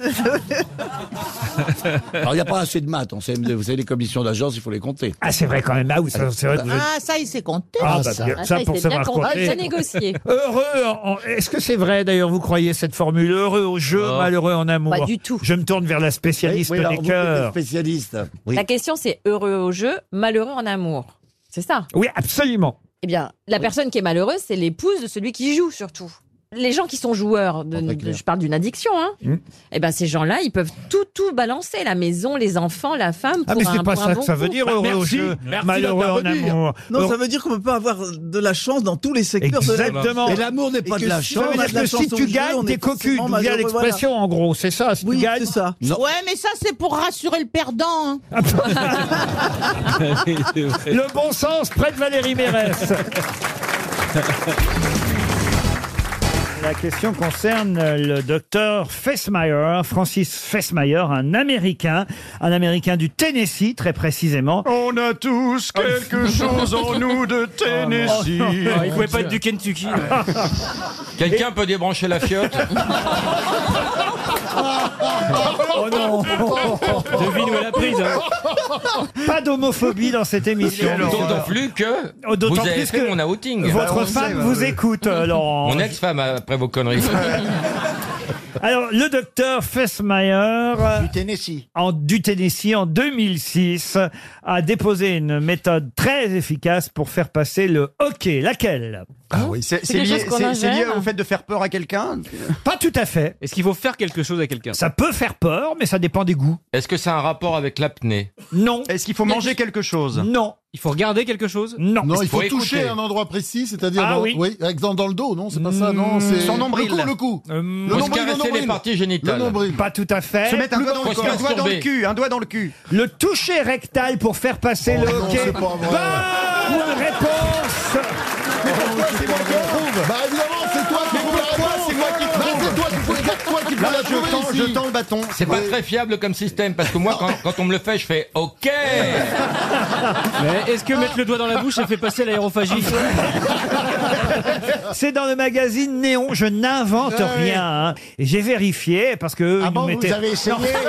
Alors, il n'y a pas assez de maths en CM2. Vous savez, les commissions d'agence, il faut les compter.
Ah, c'est vrai quand même. Ah oui, ça, c'est vrai que vous êtes-
Ah, ça, il s'est compté.
Ah, bah, bien- ça, pour savoir compter. <laughs> Euh, Heureux, en- en- est-ce que c'est vrai d'ailleurs, vous croyez cette formule Heureux au jeu,
Ah.
malheureux en amour
Pas du tout.
Je me tourne vers la spécialiste
Oui, oui, alors,
des
vous, vous êtes
cœurs.
Spécialiste.
La question, c'est heureux au jeu, malheureux en amour. C'est ça
Oui, absolument.
Eh bien, la personne qui est malheureuse, c'est l'épouse de celui qui joue, surtout. Les gens qui sont joueurs, de- de- je parle d'une addiction, hein.
Hum.
Eh bien, ces gens-là, ils peuvent tout, tout balancer. La maison, les enfants, la femme,
Ah, Bah,
pour
mais c'est
un-
pas
pour un
ça que
bon
ça veut
coup.
dire, heureux
Bah,
au jeu, malheureux en amour.
Non,
Heureux-
ça veut dire qu'on peut pas avoir de la chance dans tous les secteurs de la
Exactement.
vie. Et que si
Ça
on
veut
a
dire
de la
que
chance
si
au
tu
jeu, on
gagnes,
est
t'es cocu.
forcément
D'où vient
malheureux, voilà.
l'expression, en gros. C'est ça, si tu gagnes.
ça.
Ouais, mais ça, c'est pour rassurer le perdant. hein.
Le bon sens près de Valérie Mérès. <laughs> La question concerne le docteur Fessmeyer, Francis Fessmeyer, un Américain, un Américain du Tennessee très précisément. Oh,
On a tous quelque chose en nous de
Oh,
Tennessee.
Ah, il pouvait
pas être du Kentucky.
<laughs>
Quelqu'un peut débrancher la
<laughs>
fiotte
Oh non
<laughs> Devine où elle a prise. hein.
Pas d'homophobie dans cette émission.
D'autant plus que
Oh, d'autant
vous avez
plus
fait
que
mon outing. Ah,
Votre femme vous écoute, euh, Laurent.
Mon ex-femme, après vos conneries.
Alors, le docteur Fessmeyer. Du
Tennessee.
En, du Tennessee, en 2006, a déposé une méthode très efficace pour faire passer le hockey. Laquelle
Ah oui, c'est
C'est
c'est
quelque
lié,
chose qu'on
c'est- c'est lié
ingère
au fait de faire peur à quelqu'un
Pas tout à fait.
Est-ce qu'il faut faire quelque chose à quelqu'un
Ça peut faire peur, mais ça dépend des goûts.
Est-ce que c'est un rapport avec l'apnée
Non.
Est-ce qu'il faut manger quelque chose
Non.
Il faut regarder quelque chose
Non.
Non, il faut toucher un endroit précis, c'est-à-dire
Ah
dans,
oui.
avec- dans, dans le dos, non C'est pas ça, non c'est
Son
Le
nombril.
cou, le cou.
Le
faut
nombril,
se
le
caresser
nombril.
les parties génitales.
Le nombril.
Pas tout à fait.
Se mettre un
Plus
doigt dans le
encore.
corps, un doigt dans le cul, un doigt dans le cul.
Le toucher rectal pour faire passer le
Oh non,
hockey. Bah
c'est pas vrai.
Bonne réponse
Ah,
Bah évidemment, c'est toi qui trouve la réponse.
c'est moi qui
Bah, c'est toi qui trouve- c'est toi qui trouve
Là,
la
je
trouver
tends-
ici.
<laughs>
je tends le bâton.
C'est pas très fiable comme système parce que moi, quand, quand on me le fait, je fais OK.
Mais est-ce que mettre le doigt dans la bouche, ça fait passer l'aérophagie
<laughs> C'est dans le magazine Néon, je n'invente
Ah oui.
rien. hein. Et J'ai vérifié parce que
Ah
eux, ils nous
bon, vous
mettaient-
avez essayé
<laughs>
<laughs>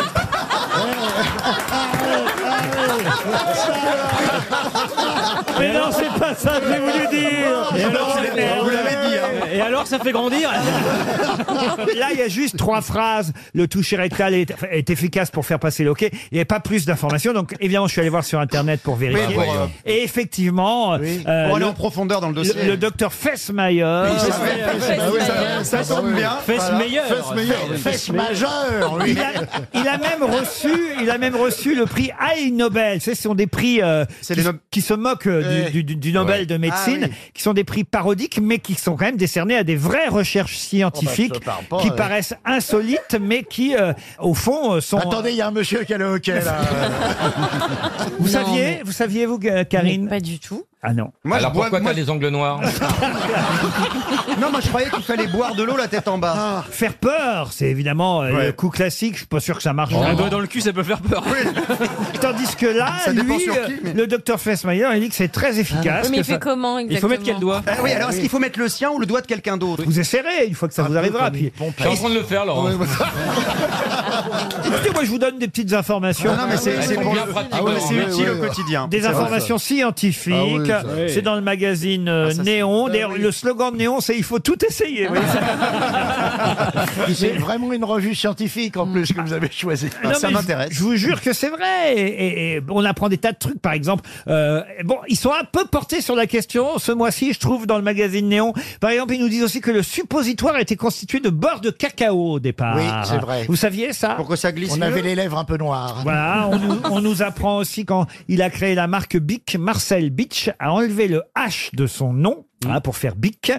Non. Mais non, c'est pas ça que j'ai voulu dire.
Et alors,
Je
c'est-
m'emmerde.
vous l'avez dit, hein. Et alors, ça fait grandir
<laughs> Là, il y a juste trois phrases. Le toucher rectal est, est efficace pour faire passer le hockey. Il n'y avait pas plus d'informations. Donc, évidemment, je suis allé voir sur Internet pour vérifier.
Oui, pour, euh,
Et effectivement, euh,
Pour aller
le-
en profondeur dans le dossier. bah
le, le docteur Fessmayer.
Bah
Ça sonne bien.
Fesse meilleur.
Fesse majeure, oui.
Il a, il a même reçu, il a même reçu le prix Ig Nobel. Tu sais, Ce sont des prix euh, qui, qui se moquent euh,
Eh.
du, du- du Nobel
Ouais.
de médecine,
Ah oui.
qui sont des prix parodiques, mais qui sont quand même décernés à des vraies recherches scientifiques
Oh bah, je te parle pas,
qui
ouais.
paraissent insolites, mais qui, euh, au fond, euh, sont.
Attendez, il y a un monsieur qui a le hockey, là.
<laughs> vous
Non,
saviez,
mais-
vous saviez vous, euh, Karine Pas
du tout.
Ah non.
Alors pourquoi t'as les ongles noirs
Non, moi je croyais qu'il fallait boire de l'eau la tête en bas.
Faire peur, c'est évidemment euh, le coup classique. Je suis pas sûr que ça marche.
Un
Ah,
vraiment.
bah,
doigt dans le cul, ça peut faire peur.
Tandis que là,
Ça dépend
lui,
sur qui,
euh,
mais-
le docteur Fessmayer, il dit que c'est très efficace.
mais il
que
fait
ça-
comment exactement
Ah oui, alors est-ce qu'il faut mettre le sien ou le doigt de quelqu'un d'autre
Vous essayerez une fois que ça vous arrivera.
comme
Puis...
une pompe
Je suis en train de le faire, Laurent.
Écoutez, moi je vous donne des petites informations.
Ah non, mais c'est-
Elles
c'est
sont
pour
bien
le-
pratiques.
Ah ouais,
Laurent.
c'est utile au quototidien.
Des
C'est vrai,
informations
ça.
scientifiques.
Ah oui, ça, oui.
c'est dans le magazine euh,
Ah, ça, c'est-
Néon.
Ah
D'ailleurs,
oui.
le slogan de Néon, c'est il faut tout essayer. vous voyez.
C'est vraiment une revue scientifique, en plus, que vous avez choisie.
Non, mais je- Je, vous jure que c'est vrai. Et, et- et on apprend des tas de trucs, par exemple. euh, bon, ils sont un peu portés sur la question ce mois-ci, je trouve, dans le magazine Néon. Par exemple, ils nous disent aussi que le suppositoire était constitué de beurre de cacao au départ.
Oui, c'est vrai.
Vous saviez ça
Pour que ça glisse
On
mieux.
avait les lèvres un peu noires.
Voilà, on nous, on nous apprend aussi quand il a créé la marque Bic, Marcel Beach a enlevé le H de son nom hein, pour faire Bic,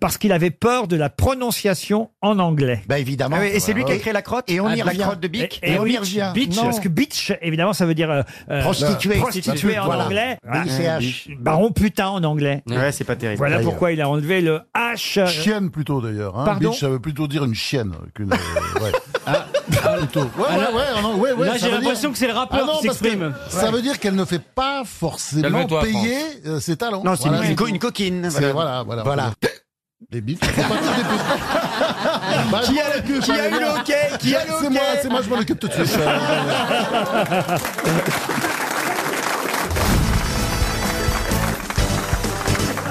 parce qu'il avait peur de la prononciation en anglais.
Bah évidemment.
Ah oui, et c'est lui qui a créé la crotte
Et on
Ah,
y
La
revient.
crotte de Bic
Et, on y revient.
Beach,
Non.
parce que beach, évidemment, ça veut dire euh, euh,
Prostituée.
prostituée en
Voilà.
anglais. Ah, euh,
B-I-C-H.
Baron putain en anglais.
Ouais, c'est pas terrible.
Voilà
D'ailleurs.
pourquoi il a enlevé le H. euh,
Chienne plutôt d'ailleurs. Hein.
Pardon
Bitch, ça veut plutôt dire une chienne qu'une. euh, ouais. plutôt. Ouais,
Ah, là-
ouais, ouais, non, ouais, ouais,
là,
ça
j'ai
veut dire- Ah
l'impression que c'est le rappeur
non,
qui
parce que
s'exprime.
Ça
Ouais.
veut dire qu'elle ne fait pas forcément
Calme-toi,
payer euh, ses talents.
Non, c'est
Voilà.
une, co- une coquine.
C'est- Voilà, voilà.
Voilà.
Les bitches. faut pas tous des bitches. Bah,
Qui a-
la queue,
qui a
par
eu le
exemple.
hockey Qui a le
C'est moi,
hockey
c'est moi, je m'en occupe tout de
<laughs>
suite.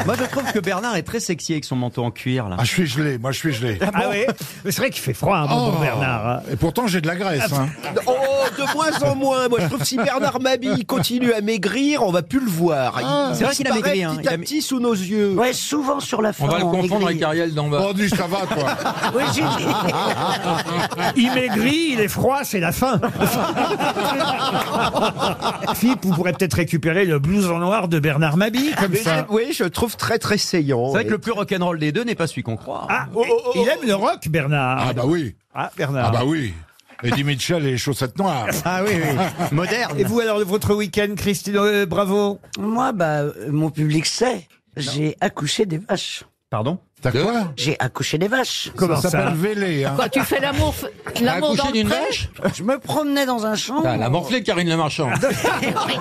Moi, je trouve que Bernard est très sexy avec son manteau en cuir, là.
Ah, je suis gelé, moi je suis gelé.
Ah ouais Mais C'est vrai qu'il fait froid, hein, mon
Oh.
bon Bernard. hein.
Et pourtant j'ai de la graisse. hein.
Oh, de moins en moins. Moi, je trouve que si Bernard Mabille continue à maigrir, on va plus le voir. Il-
Ah.
il
C'est vrai qu'il a
disparaît
maigri, hein.
Petit
Il
à
a-
petit sous nos yeux.
Ouais, souvent sur la
On
forme.
va le confondre
aigrie.
avec Ariel d'en bas.
Oh, du ça va, toi.
Oui, j'ai dit.
Il maigrit, il est froid, c'est la fin. Philippe, vous pourrez peut-être récupérer le blouson noir de Bernard Mabille, comme
Mais
ça.
je- oui, je trouve très très saillant.
C'est vrai que le plus rock'n'roll des deux n'est pas celui qu'on croit.
Ah, il aime le rock, Bernard.
Ah bah oui.
Ah, Bernard.
Ah bah oui. Eddie Mitchell et les chaussettes noires.
<laughs> Ah oui,
<laughs>
oui. Moderne.
Et vous, alors, votre week-end, Christine, euh, bravo.
Moi, bah, euh, mon public sait. J'ai accouché des vaches.
Pardon
T'as quoi
J'ai accouché des vaches.
Comment
Ça s'appelle Vélé. Hein.
Quand tu fais l'amour, f- l'amour
accouché
dans le
d'une
pré,
vache
Je me promenais dans un
<laughs>
champ.
Ah, la morflée de Karine Le Marchand.
Ah.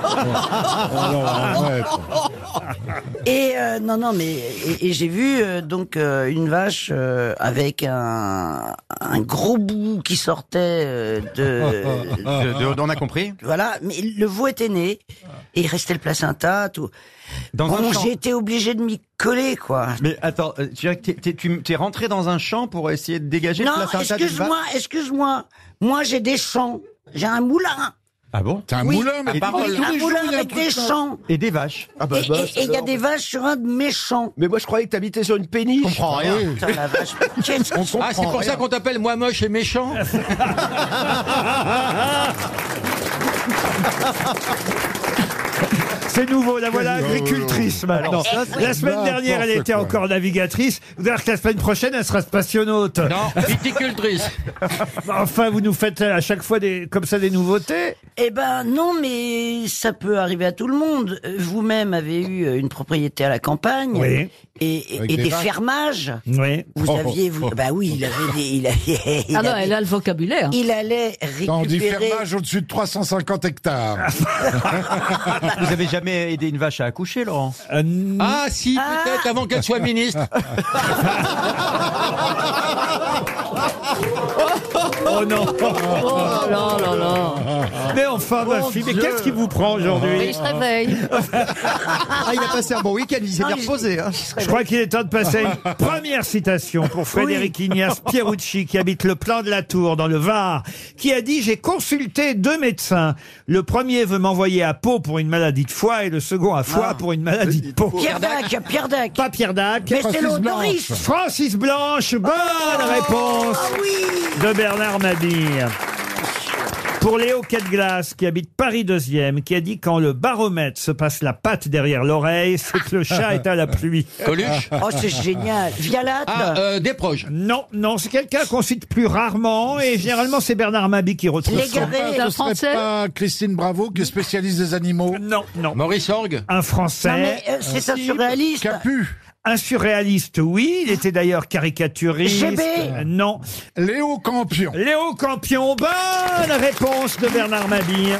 hein,
<laughs> Et euh, non, non, mais et, et j'ai vu euh, donc euh, une vache euh, avec un, un gros bout qui sortait euh, de,
<laughs> De- de- on a compris
voilà. Mais le veau était né et il restait le placenta, tout.
un
bon,
champ.
j'étais obligé de m'y coller, quoi.
Mais attends, euh, tu, es- t'es- t'es- tu es rentré dans un champ pour essayer de dégager
non,
le placenta d'une
excuse-moi,
vache
excuse-moi. Moi, j'ai des champs. J'ai un moulin.
Ah bon T'as
Oui, oui, un moulin avec des champs.
Et des vaches.
Et- et et il y a des Ah bah, vaches sur un de mes champs. Mais moi, je croyais que t'habitais sur une péniche. Je comprends
rien.
la vache. <laughs>
Ah, c'est pour ça qu'on t'appelle moi moche et méchant
C'est nouveau, la voilà
Quel
agricultrice maintenant.
Alors ça, c'est
la semaine
n'importe
dernière, elle était
quoi.
encore navigatrice. Vous allez voir que la semaine prochaine, elle sera spationaute.
Non,
<laughs>
viticultrice.
enfin, vous nous faites à chaque fois des, comme ça des nouveautés.
Eh ben non, mais ça peut arriver à tout le monde. Euh, Vous-même avez eu euh, une propriété à la campagne
Oui.
et, et-
Avec
et
des
des
vaches.
fermages.
Oui.
Vous
Oh,
aviez, vous, bah oui, il avait, des, il avait, <laughs> il
Ah non,
avait-
elle a le vocabulaire.
il allait
Quand on dit
récupérer.
fermage au-dessus de 350 hectares.
<laughs> Vous avez jamais aidé une vache à accoucher, Laurent
Euh,
Ah si, peut-être avant qu'elle soit ministre.
<laughs>
Oh non
Oh là là là
Mais enfin, ma
Mon
fille, mais
Dieu.
qu'est-ce qui vous prend aujourd'hui
Mais il se
<laughs>
réveille.
Ah, il a passé un bon week-end, il
Ah,
s'est
Non,
bien
il-
reposé. hein.
Je crois qu'il est temps de passer à <laughs> une première citation pour Frédéric Ignace Pierucci, qui habite le plan de la Tour, dans le Var, qui a dit « J'ai consulté deux médecins. Le premier veut m'envoyer à Pau pour une maladie de foie et le second à foie pour une maladie Ah. de peau. »
Pierre Dac, Pierre Dac.
Pas Pierre Dac.
Mais c'est Oh. l'autre Doris.
Francis Blanche, bonne réponse
Ah
de Bernard Mabille. Pour Léo Quetglas, qui habite Paris 2e, qui a dit quand le baromètre se passe la patte derrière l'oreille, c'est que le chat est à la pluie.
Coluche
Oh, c'est génial. Vialat.
Ah, euh, des proches.
Non, non, c'est quelqu'un qu'on cite plus rarement et généralement c'est Bernard Mabie qui retrouve
Ce serait pas- ce serait pas Christine Bravo qui est spécialiste des animaux
Non, non.
Maurice Orgue.
un Français.
Non, mais, euh, c'est ça,
Type
surréaliste.
Capu. Un surréaliste, oui. Il était d'ailleurs caricaturiste.
GB.
Euh, Non. Léo Campion. Léo Campion. Bonne réponse de Bernard Mabille.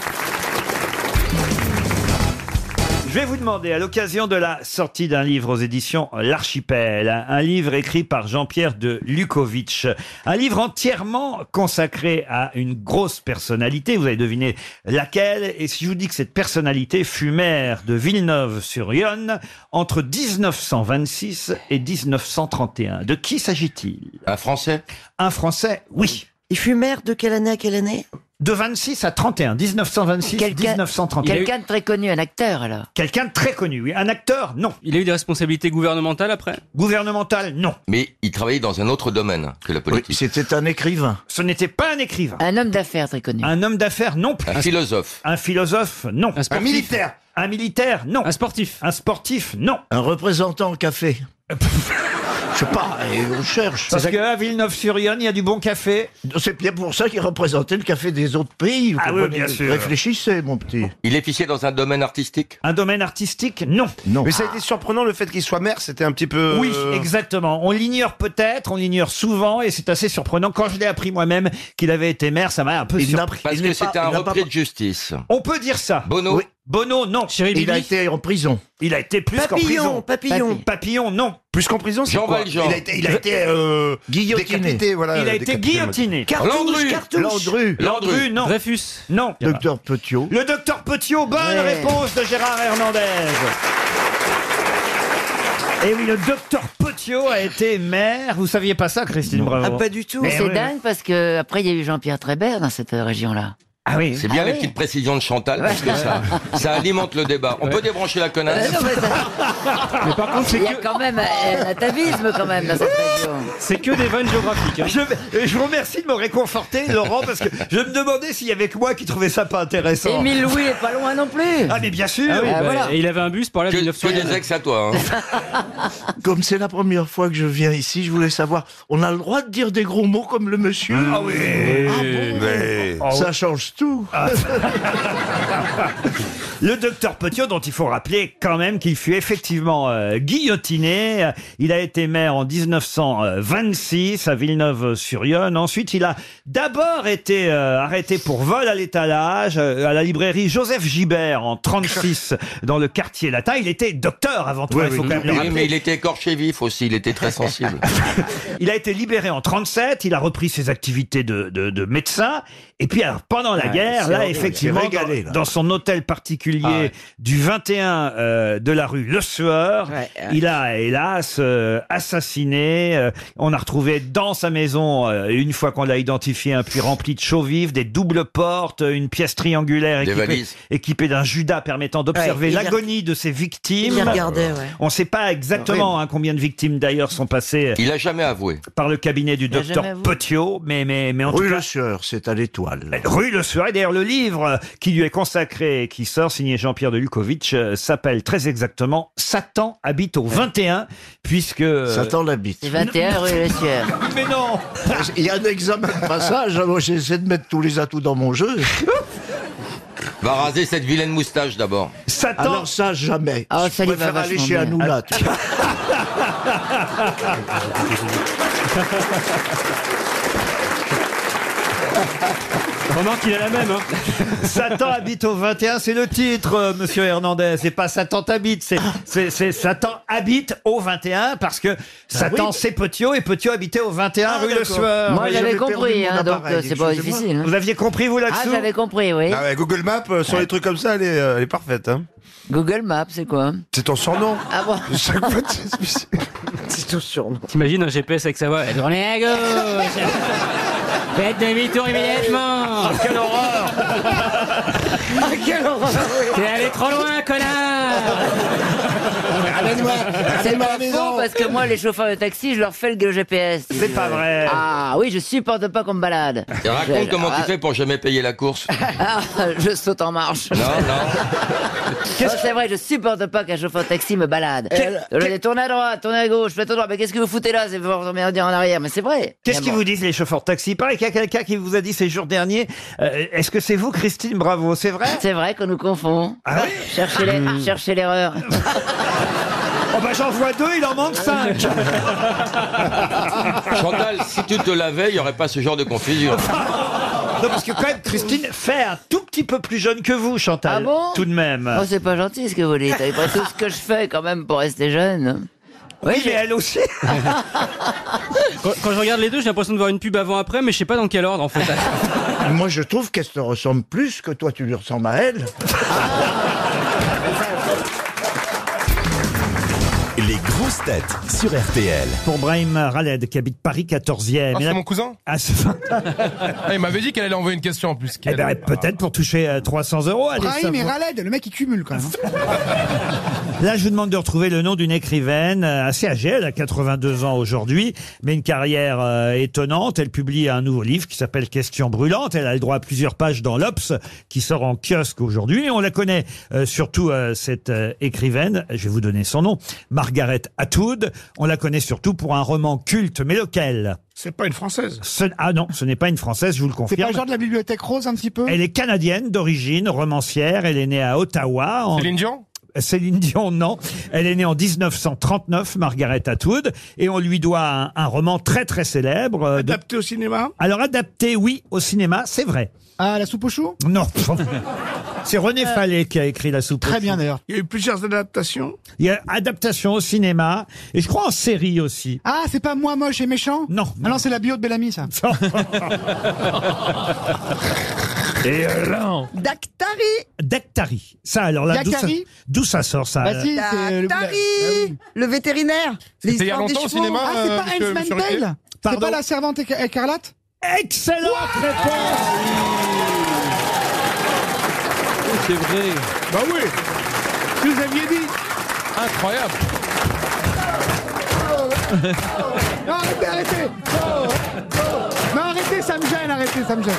Je vais vous demander, à l'occasion de la sortie d'un livre aux éditions L'Archipel, un livre écrit par Jean-Pierre de Lukovitch, un livre entièrement consacré à une grosse personnalité, vous avez deviné laquelle, et si je vous dis que cette personnalité fut maire de Villeneuve-sur-Yonne entre 1926 et 1931, de qui s'agit-il
Un Français
Un Français, oui.
Il fut maire de quelle année à quelle année
De 26 à 31, 1926, 1931.
Quelqu'un de très connu, un acteur alors.
Quelqu'un de très connu, oui. Un acteur, non.
Il a eu des responsabilités gouvernementales après
Gouvernemental, non.
Mais il travaillait dans un autre domaine que la politique.
C'était un écrivain. Ce n'était pas un écrivain.
Un homme d'affaires très connu.
Un homme d'affaires, non.
Un philosophe.
Un philosophe, non. Un,
sportif.
militaire. Un militaire, non. Un sportif. Un sportif, non.
Un représentant au
<laughs>
café. Je sais pas, et on cherche.
Parce qu'à Villeneuve-sur-Yonne, il y a du bon café.
C'est bien pour ça qu'il représentait le café des autres pays. vous
Ah oui,
comprenez
bien sûr.
Réfléchissez, mon petit.
Il est fiché dans un domaine artistique.
Un domaine artistique, non.
Non.
Mais ça a été surprenant le fait qu'il soit maire, c'était un petit peu.
Oui,
euh,
exactement. On l'ignore peut-être, on l'ignore souvent, et c'est assez surprenant. Quand je l'ai appris moi-même qu'il avait été maire, ça m'a un peu surpris.
Parce que c'était un repris de justice.
On peut dire ça.
Bono.
Oui. Bono, non.
Il a été en prison.
Il a été plus qu'en
Papillon,
prison.
papillon.
Papillon, non.
Plus qu'en prison, c'est
Jean
quoi
Valjean.
Il a été, il a été, euh,
Guillotiné.
décapité, voilà.
il a été
décapité,
guillotiné.
Cartouche, Landru. cartouche.
Landru. Landru, non. Dreyfus. Non.
Docteur Petiot.
Le docteur Petiot, bonne
Ouais.
réponse de Gérard Hernandez. Et oui, le docteur Petiot a été maire. Vous saviez pas ça, Christine
Ah,
Bravo
Mais
Eh
c'est
oui, oui.
dingue parce que après il y a eu Jean-Pierre Trébert dans cette euh, région-là.
Ah oui.
C'est
Ah
bien les
oui.
petites précisions de Chantal parce que ça, ça alimente le débat. On peut débrancher la connasse.
<laughs> mais par contre, il y a quand <laughs> même un un atavisme quand même dans cette région.
C'est que des vannes géographiques. hein. Je, je vous remercie de me réconforter, Laurent, parce que je me demandais s'il y avait que moi qui trouvais ça pas intéressant.
Émile Louis est pas loin non plus.
Ah, mais bien sûr.
Ah oui, bah,
voilà.
Et il avait un bus pour aller à
Que,
Villeneuve-sur-Yonne.
que des ex à toi. hein.
Comme c'est la première fois que je viens ici, je voulais savoir, on a le droit de dire des gros mots comme le monsieur
Ah oui.
mais...
Ah, oh.
Ça change tout.
Le docteur Petiot, dont il faut rappeler quand même qu'il fut effectivement euh, guillotiné. Il a été maire en 1926 à Villeneuve-sur-Yonne. Ensuite, il a d'abord été euh, arrêté pour vol à l'étalage euh, à la librairie Joseph Gibert en 36 dans le quartier latin. Il était docteur avant tout, hein, il faut quand même le
Oui,
rappeler.
mais il était écorché vif aussi, il était très sensible.
Il a été libéré en 37, il a repris ses activités de, de- de médecin Et puis alors, pendant la
Ouais,
guerre,
c'est
là,
horrible.
effectivement,
Il s'est régalé,
dans,
là.
dans son hôtel particulier
Ah ouais.
du 21 euh, de la rue Le Sueur, il a, hélas, euh, assassiné. euh, on a retrouvé dans sa maison, euh, une fois qu'on l'a identifié, un puits rempli de chaux vives, des doubles portes, une pièce triangulaire
Des
équipée,
valises.
équipée d'un judas permettant d'observer
Ouais, il les-
l'agonie de ses victimes.
Il les regardait, ouais.
On ne sait pas exactement hein, combien de victimes d'ailleurs sont passées euh,
Il a jamais avoué.
par le cabinet du
Il a
docteur
jamais avoué.
Petiot, mais, mais, mais en tout
Rue
cas...
Le
Sueur, c'est à l'étoile. Rue Le Sueur, et d'ailleurs le livre euh, qui lui est consacré et qui sort, signé Jean-Pierre de Lukovitch, euh, s'appelle très exactement « Satan habite au 21 », puisque... euh,
Satan l'habite.
C'est 21 rue Le Sueur.
Mais non
Il y a un examen de passage, alors j'ai essayé de mettre tous les atouts dans mon jeu.
Va raser cette vilaine moustache d'abord.
Satan
Alors ça, jamais.
Ah,
Je
ça lui va
préfère aller
vachement
chez
bien.
Hanouna. tu vois.
Remarque qu'il a la même. hein. <laughs> Satan habite au 21, c'est le titre, euh, monsieur Hernandez. C'est pas Satan t'habite, c'est- c'est c'est Satan habite au 21 parce que Satan
oui.
c'est Petiot et Petiot habitait au 21
Ah,
rue Le
d'accord.
Sueur.
Moi, j'avais
j'avais
compris,
perdu mon
hein, donc,
appareil,
euh, c'est pas
excusez-moi.
difficile, hein.
Vous aviez <laughs> compris, vous, là-dessous
Ah, j'avais compris, oui.
Ah ouais, Google Maps, euh, sur les trucs comme ça, elle est, euh, elle est parfaite. Hein.
Google Maps, c'est quoi
C'est ton surnom.
Ah bon
<laughs>
Chaque fois, tu-
hein.
C'est <laughs> tout surnom. T'imagines un GPS avec sa voix eh, Tournez à gauche <laughs> Faites demi-tour immédiatement Quelle horreur
Ah, quelle horreur
T'es allé trop loin, connard
C'est pas faux parce que moi, les chauffeurs de taxi, je leur fais le GPS.
C'est pas vrai.
Ah oui, je supporte pas qu'on me balade.
Et raconte
Je-
comment
ah,
tu fais pour jamais payer la course.
Ah, <laughs> je saute en marche. Non, non. C'est vrai, je supporte pas qu'un chauffeur de taxi me balade. Je leur dis, Tournez à droite, tournez à gauche, faites à droite. Mais qu'est-ce que vous foutez là C'est vous remerdiez en arrière. Mais c'est vrai.
Qu'est-ce
Mais
qu'ils
bon.
vous disent les chauffeurs de taxi Pareil qu'il y a quelqu'un qui vous a dit ces jours derniers, euh, est-ce que c'est vous Christine Bravo C'est vrai
C'est vrai qu'on nous confond.
Ah oui
Cherchez les- cherchez l'erreur.
<laughs> Oh bah j'en vois deux, il en manque
<laughs>
cinq
Chantal, si tu te lavais, il n'y aurait pas ce genre de confusion.
Non, parce que quand même, Christine fait un tout petit peu plus jeune que vous, Chantal.
Ah bon
tout de même.
Oh, c'est pas gentil ce que vous dites. Après tout ce que je fais quand même pour rester jeune.
Oui, mais elle aussi.
<laughs> quand, quand je regarde les deux, j'ai l'impression de voir une pub avant-après, mais je sais pas dans quel ordre <laughs> en fait.
Moi, je trouve qu'elle te ressemble plus que toi, tu lui ressembles à elle.
Les grosses têtes sur RTL. Pour Brahim Raled, qui habite Paris 14e.
Ah,
Et
c'est
là-
mon cousin
Ah, c'est-
Ah, Il m'avait dit qu'elle allait envoyer une question en plus.
Eh ben, peut-être pour toucher euh, 300 euros. allez
Brahim et
savoir.
Raled, le mec il cumule quand même. hein.
Là, je vous demande de retrouver le nom d'une écrivaine euh, assez âgée, elle a 82 ans aujourd'hui, mais une carrière euh, étonnante. Elle publie un nouveau livre qui s'appelle Questions brûlantes. Elle a le droit à plusieurs pages dans l'Obs, qui sort en kiosque aujourd'hui. Et on la connaît euh, surtout, euh, cette euh, écrivaine, je vais vous donner son nom, Margaret Atwood. On la connaît surtout pour un roman culte, mais lequel
C'est pas une française.
Ce- Ah non, ce n'est pas une française, je vous le
C'est pas
confirme.
le genre de la bibliothèque rose un petit peu
Elle est canadienne d'origine, romancière. Elle est née à Ottawa. En... Céline
Dion
Céline Dion, non. Elle est née en 1939, Margaret Atwood, et on lui doit un, un roman très très célèbre. Adapté
au cinéma
Alors adapté, oui, au cinéma, c'est vrai.
Ah, la soupe aux choux Euh,
Non. <laughs> C'est René Fallet qui a écrit La soupe.
Très
aux
bien
choux.
d'ailleurs.
Il y a eu plusieurs adaptations. Il y a adaptation au cinéma, et je crois en
<laughs>
série aussi.
Ah, c'est pas moi moche et méchant
Non.
Ah non, c'est la bio de Bellamy
<laughs>
ça.
Et alors
Dactari
Dactari. Ça, alors là, d'où ça,
Dactari
d'où ça sort, ça
Bah,
euh,
Vas-y,
euh,
c'est le- Dactari Le vétérinaire
C'était il y a
L'histoire des
longtemps au
chevaux.
cinéma,
Ah, c'est
euh,
pas
monsieur-
Heinz
monsieur Ruquier
Mandel C'est
Pardon
pas la servante éca- écarlate
Excellente
réponse
C'est vrai. Bah oui. Je vous aviez dit. Incroyable.
Non, arrêtez, arrêtez Oh, oh. Non, arrêtez, ça me gêne, arrêtez, ça me gêne.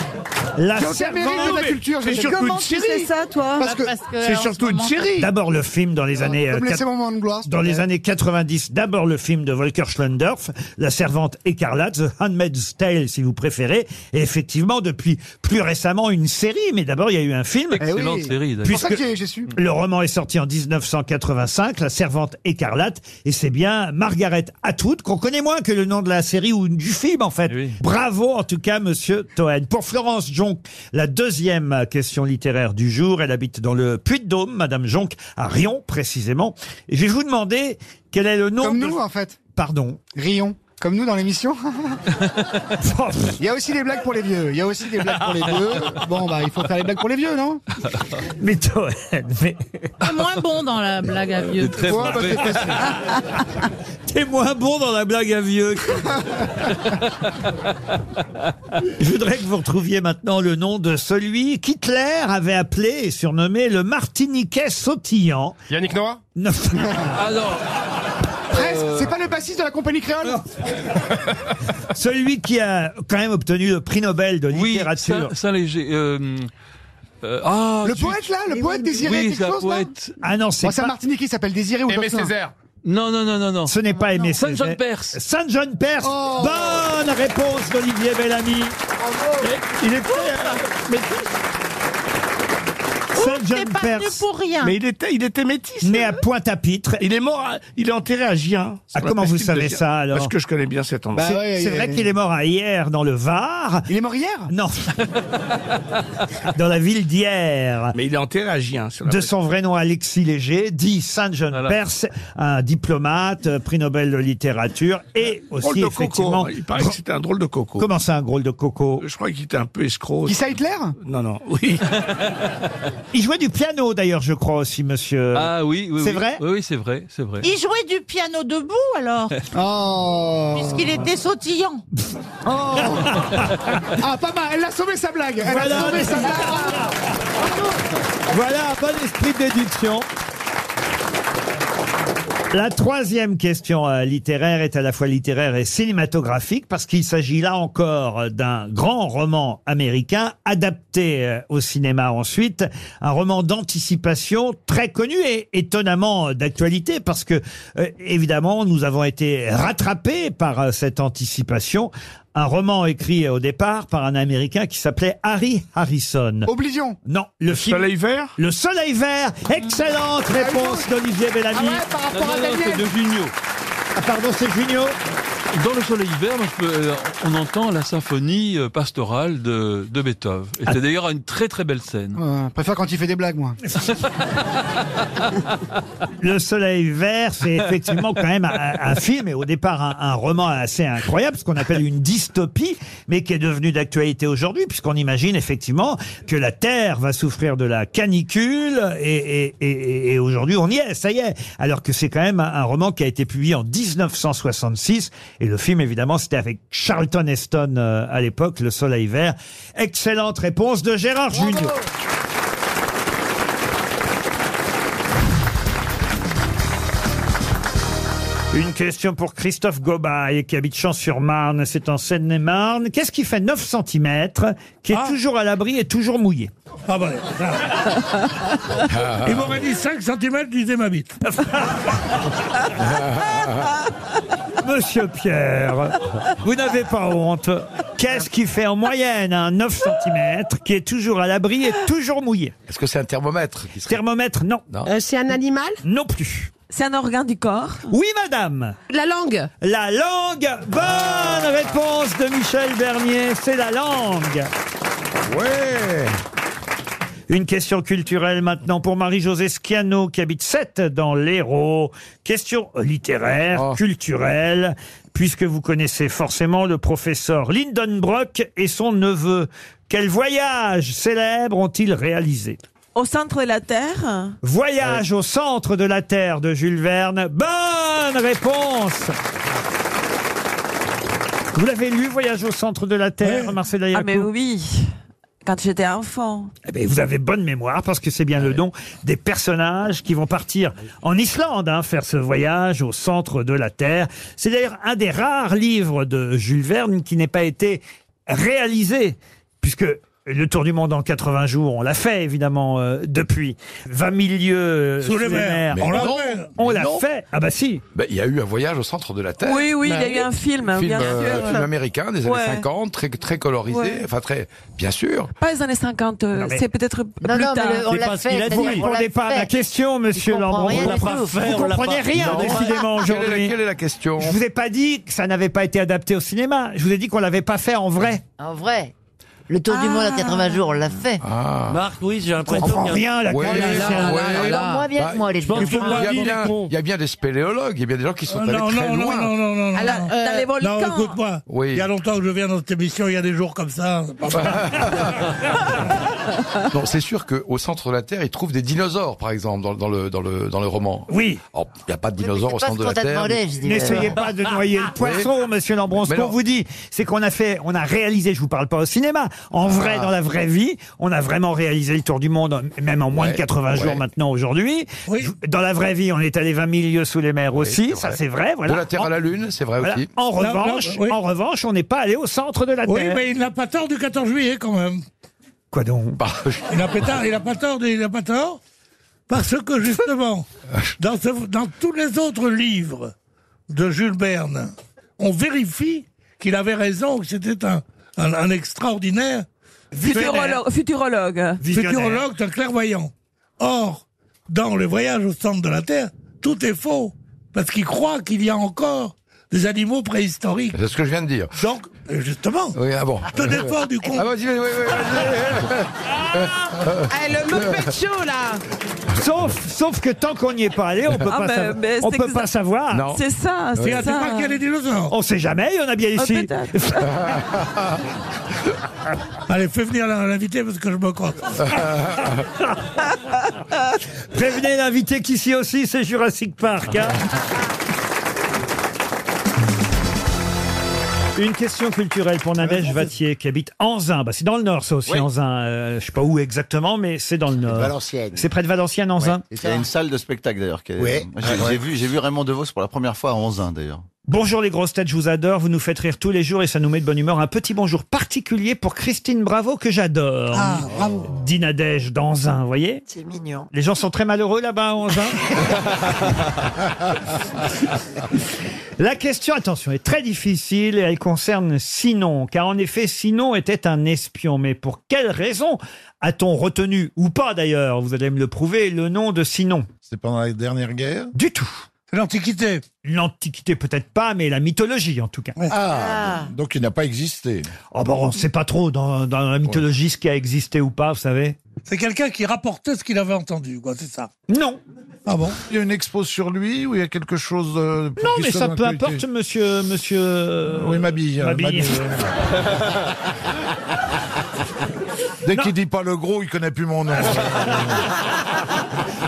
La
J'ai aucun
servante-
mérite de
Non,
la
mais
culture,
c'est
j'ai-
surtout
Comment
une
tu
série.
sais ça, toi
Parce que Bah, parce que
Euh,
c'est en surtout ce une moment- série. D'abord, le film dans les années, euh,
Comme
quatre-
les moments de gloire.
Dans les
peut-être.
années 90, d'abord le film de Volker Schlendorf, La servante écarlate, The Handmaid's Tale, si vous préférez, et effectivement, depuis plus récemment, une série, mais d'abord, il y a eu un film.
Excellente Eh oui. série, d'ailleurs. C'est pour ça que j'ai- j'ai su.
le roman est sorti en 1985, La servante écarlate, et c'est bien Margaret Atwood, qu'on connaît moins que le nom de la série ou du film, en
Eh
fait. Bravo, en tout cas, monsieur Toen. Pour Florence Jonc, la deuxième question littéraire du jour, elle habite dans le Puy-de-Dôme, madame Jonc, à Rion, précisément. Et je vais vous demander quel est le nom.
Comme
de-
nous, en fait.
Pardon.
Rion. Comme nous dans l'émission <laughs> Il y a aussi des blagues pour les vieux. Il y a aussi des blagues pour les vieux. Bon, bah, il faut faire les blagues pour les vieux, non
Mais Toen, mais.
T'es moins bon dans la blague à vieux.
Ouais, bah, c'est facile.
<laughs> T'es moins bon dans la blague à vieux. <laughs> Je voudrais que vous retrouviez maintenant le nom de celui qu'Hitler avait appelé et surnommé le Martiniquais sautillant.
Yannick Noah
Non. <laughs>
Ah non
Presque. C'est pas le bassiste de la compagnie créole
celui qui a quand même obtenu le prix Nobel de
Oui,
littérature.
ça, ça léger. euh, euh, ah,
Le
zut.
poète, là Le poète Désiré,
Oui,
quelque
c'est un
chose, là
poète.
Ah non,
Bon, c'est un Martinique qui s'appelle Désiré ou
Aimé
Jocelyn.
Césaire. Non, non, non, non, non.
Ce n'est pas Aimé
Saint John
Césaire.
Perse.
Eh,
Oh.
Saint John Perse. Bonne réponse d'Olivier Bellamy. Il est hein. Mais... Saint John Perse.
pour rien.
Mais il était, il était métis. Mais à Pointe-à-Pitre.
hein. Il est mort, à- il est enterré à Gien.
Ah, comment vous savez ça, alors
Parce que je connais bien cet
Bah
endroit.
C'est c'est vrai qu'il est mort à hier dans le Var.
Il est mort hier
Non. dans la ville d'hier.
Mais il est enterré à Gien. sur la-
De son vrai nom, Alexis Léger, dit Saint John Perse, un diplomate, euh, prix Nobel de littérature, et
Drôle
aussi
de
effectivement.
coco. hein. Il paraît que c'était un drôle de coco.
Comment ça, un drôle de coco
Je crois qu'il était un peu escroc.
Issa Hitler
Non, non, oui.
Il jouait du piano d'ailleurs, je crois aussi, monsieur.
Ah oui, oui.
C'est
oui.
vrai
Oui, oui, c'est vrai, c'est vrai.
Il jouait du piano debout alors,
Oh
puisqu'il était sautillant.
<laughs> Ah, pas mal Elle a sauvé sa blague Elle
Voilà.
a sauvé sa blague
Voilà un bon esprit de déduction. La troisième question euh, littéraire est à la fois littéraire et cinématographique parce qu'il s'agit là encore euh, d'un grand roman américain adapté euh, au cinéma ensuite, un roman d'anticipation très connu et étonnamment euh, d'actualité parce que euh, évidemment nous avons été rattrapés par euh, cette anticipation. Un roman écrit euh, au départ par un Américain qui s'appelait Harry Harrison.
Oblivion
Non, le, film.
Soleil vert Ah
Le Soleil Vert. Excellente réponse d'Olivier Bellamy.
Ah ouais, par rapport à Daniel
Junio.
Ah, pardon, c'est Junio.
Dans le soleil vert, moi, je peux- euh, on entend la symphonie euh, pastorale de, de Beethoven.
Ah.
Et c'est d'ailleurs une très très belle scène.
Ouais, Ah, je préfère quand il fait des blagues, moi.
Le Soleil Vert, c'est effectivement quand même un, un film et au départ un, un roman assez incroyable, ce qu'on appelle une dystopie, mais qui est devenu d'actualité aujourd'hui, puisqu'on imagine effectivement que la Terre va souffrir de la canicule et, et- et- et aujourd'hui on y est, ça y est. Alors que c'est quand même un, un roman qui a été publié en 1966 et le film évidemment c'était avec Charlton Heston euh, à l'époque, Le Soleil Vert. Excellente réponse de Gérard Junior. Une question pour Christophe Gobaille qui habite Champs-sur-Marne, c'est en Seine-et-Marne. Qu'est-ce qui fait 9 cm, qui est toujours à l'abri et toujours mouillé
Ah bah, Il m'aurait dit 5 cm, il disait ma bite. <laughs>
<laughs>
Monsieur Pierre, vous n'avez pas honte. Qu'est-ce qui fait en moyenne un 9 cm, qui est toujours à l'abri et toujours mouillé
Est-ce que c'est un thermomètre qui serait-
Thermomètre, non.
Non.
Euh, c'est un animal
Non plus.
C'est un organe du corps
Oui, madame
La langue
La langue Bonne réponse de Michel Bernier, c'est la langue Ouais Une question culturelle maintenant pour Marie-Josée Schiano qui habite 7 dans l'Hérault. Question littéraire, culturelle, puisque vous connaissez forcément le professeur Lindenbrock et son neveu. Quel voyage célèbre ont-ils réalisé
Au centre de la Terre
Voyage au centre de la Terre de Jules Verne. Bonne réponse Vous l'avez lu, Voyage au centre de la Terre, Marcela
Ah mais
Yacoub
oui Quand j'étais enfant.
Eh ben, vous avez bonne mémoire parce que c'est bien le nom des personnages qui vont partir en Islande hein, faire ce voyage au centre de la Terre. C'est d'ailleurs un des rares livres de Jules Verne qui n'ait pas été réalisé puisque le tour du monde en 80 jours, on l'a fait évidemment euh, depuis 20 000 lieues euh,
Sous les mers.
mers.
Mais
On l'a-
non.
on
Mais
l'a
non.
fait. Ah bah si.
Ben, Il y a eu un voyage au centre de la Terre. Bah,
Oui, oui, il y a eu un film,
film,
bien
euh,
sûr.
film américain des années
Ouais.
50, très, très colorisé,
Ouais.
enfin très, bien sûr.
Pas les années 50, euh,
Non, mais-
c'est peut-être plus
non, mais
tard.
le- on C'est l'a parce fait, qu'il a dit,
Vous
on l'a
répondez pas à
fait.
la question, monsieur Lambron.
rien du tout.
Vous comprenez rien, décidément,
Quelle est la-
aujourd'hui.
Quelle est la question
Je vous ai pas dit que ça n'avait pas été adapté au cinéma. Je vous ai dit qu'on l'avait pas fait en vrai.
En vrai.
Le tour du
Ah.
monde en 80 jours, on l'a fait.
Ah.
Marc, oui, j'ai l'impression.
comprend
qu'il y a-
rien, la
Ah. Ouais,
connasse,
là,
là,
ouais.
là, là, là. Moins bien que moi, les
je pense
gens.
que
Ah,
Il y a
il est
bien-
con.
il y a bien des spéléologues, il y a bien des gens qui sont allés
non,
très
non, non,
loin.
non, non, non, non.
Alors,
non.
dans les volcans.
Non, écoute-moi.
Oui.
Il y a longtemps que je viens dans cette émission, il y a des jours comme ça. c'est pas vrai.
Non, c'est sûr qu'au centre de la Terre, ils trouvent des dinosaures, par exemple, dans, dans le, dans, le, dans le roman.
Oui.
Alors, il n'y a pas de dinosaures au
pas
centre
ce
de
qu'on
la
t'a
Terre.
demandé,
mais-
je dis. N'essayez pas de noyer
<laughs>
le poisson, monsieur Lambron. Ce
Mais
qu'on
non.
vous dit, c'est qu'on a fait, on a réalisé, je vous parle pas au cinéma, en
Ah.
vrai, dans la vraie vie, on a vraiment réalisé le tour du monde, même en moins de 80 jours maintenant aujourd'hui. Dans la vraie vie, on est allé 20 000 lieues sous les mers aussi, ça c'est vrai, voilà.
De la Terre à la Lune, c'est vrai
Voilà.
aussi.
En
Non, non,
revanche,
oui.
en revanche, on n'est pas allé au centre de la
Oui,
Terre.
mais il n'a pas tort du 14 juillet quand même.
Quoi donc
Bah,
Il n'a pas tort, il n'a pas tort, il n'a pas tort. Parce que justement, dans, ce- dans tous les autres livres de Jules Verne, on vérifie qu'il avait raison, que c'était un, un- un extraordinaire
Futurologue. Futurologue.
futurologue, c'est un clairvoyant. Or, dans le voyage au centre de la Terre, tout est faux, parce qu'il croit qu'il y a encore des animaux préhistoriques.
C'est ce que je viens de dire.
Donc, euh, justement,
Oui, ah bon.
je te défends du con. Ah
Ah, vas-y, vas-y, vas-y, vas-y.
Eh, le Muppet Show, là
Sauf, sauf que tant qu'on n'y est pas allé, on peut
Ah,
pas,
mais-
savoir-
mais
on
c'est
peut
exa-
pas savoir.
Non. C'est ça, c'est
Oui.
ça. Tu crois qu'il y a des
dinosaures
On sait jamais, il y en a bien
Ah,
ici.
<laughs> Allez, fais venir l'in- l'invité parce que je me crotte.
Prévenez l'invité qu'ici aussi, c'est Jurassic
<laughs>
Park. hein. Une question culturelle pour Nadège Vatier qui habite Anzin. Bah, c'est dans le Nord, ça aussi, Anzin. Euh, je sais pas où exactement, mais c'est dans le Nord.
Valenciennes.
C'est près de Valenciennes,
Hein
Anzin.
Il y a une salle de spectacle d'ailleurs. qui est-
Ouais.
Moi, J'ai
Ouais.
j'ai vu, j'ai vu Raymond DeVos pour la première fois à 11 ans d'ailleurs.
Bonjour les grosses têtes, je vous adore, vous nous faites rire tous les jours et ça nous met de bonne humeur. Un petit bonjour particulier pour Christine Bravo que j'adore. Ah, bravo. Dinadège dans un, vous voyez
C'est mignon.
Les gens sont très malheureux là-bas à <laughs> Anzin. La question, attention, est très difficile et elle concerne Sinon, car en effet, Sinon était un espion. Mais pour quelle raison a-t-on retenu, ou pas d'ailleurs, vous allez me le prouver, le nom de Sinon C'est pendant la dernière guerre Du tout. L'Antiquité L'Antiquité peut-être pas, mais la mythologie en tout cas.
Ah, donc il n'a pas existé.
Oh bon, on ne sait pas trop dans, dans la mythologie ce qui a existé ou pas, vous savez.
C'est quelqu'un qui rapportait ce qu'il avait entendu, quoi, c'est ça.
Non.
Ah bon
Il y a une expo sur lui ou il y a quelque chose. euh, pour
Non,
qu'il
mais
soit
ça
dans
peu
la
importe,
culture
monsieur. monsieur
Oui, m'habille.
Ah,
euh,
Mabille. <laughs>
m'habille. Dès qu'il dit pas le gros, il connaît plus mon nom.
<laughs>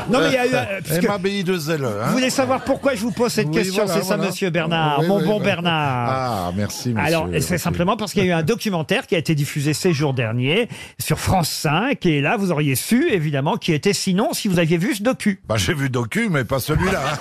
Non, mais il y a eu, euh, parce que-
Et m'abille de zèle. hein.
Vous voulez savoir pourquoi je vous pose cette
Oui,
question,
voilà,
c'est ça,
voilà.
monsieur Bernard,
Oui,
mon
oui,
bon
oui.
Bernard.
Ah, merci, monsieur.
Alors, et c'est
Merci.
simplement parce qu'il y a eu un documentaire qui a été diffusé ces jours derniers sur France 5, et là, vous auriez su, évidemment, qui était sinon si vous aviez vu ce docu.
Bah, j'ai vu Docu, mais pas celui-là.
<laughs>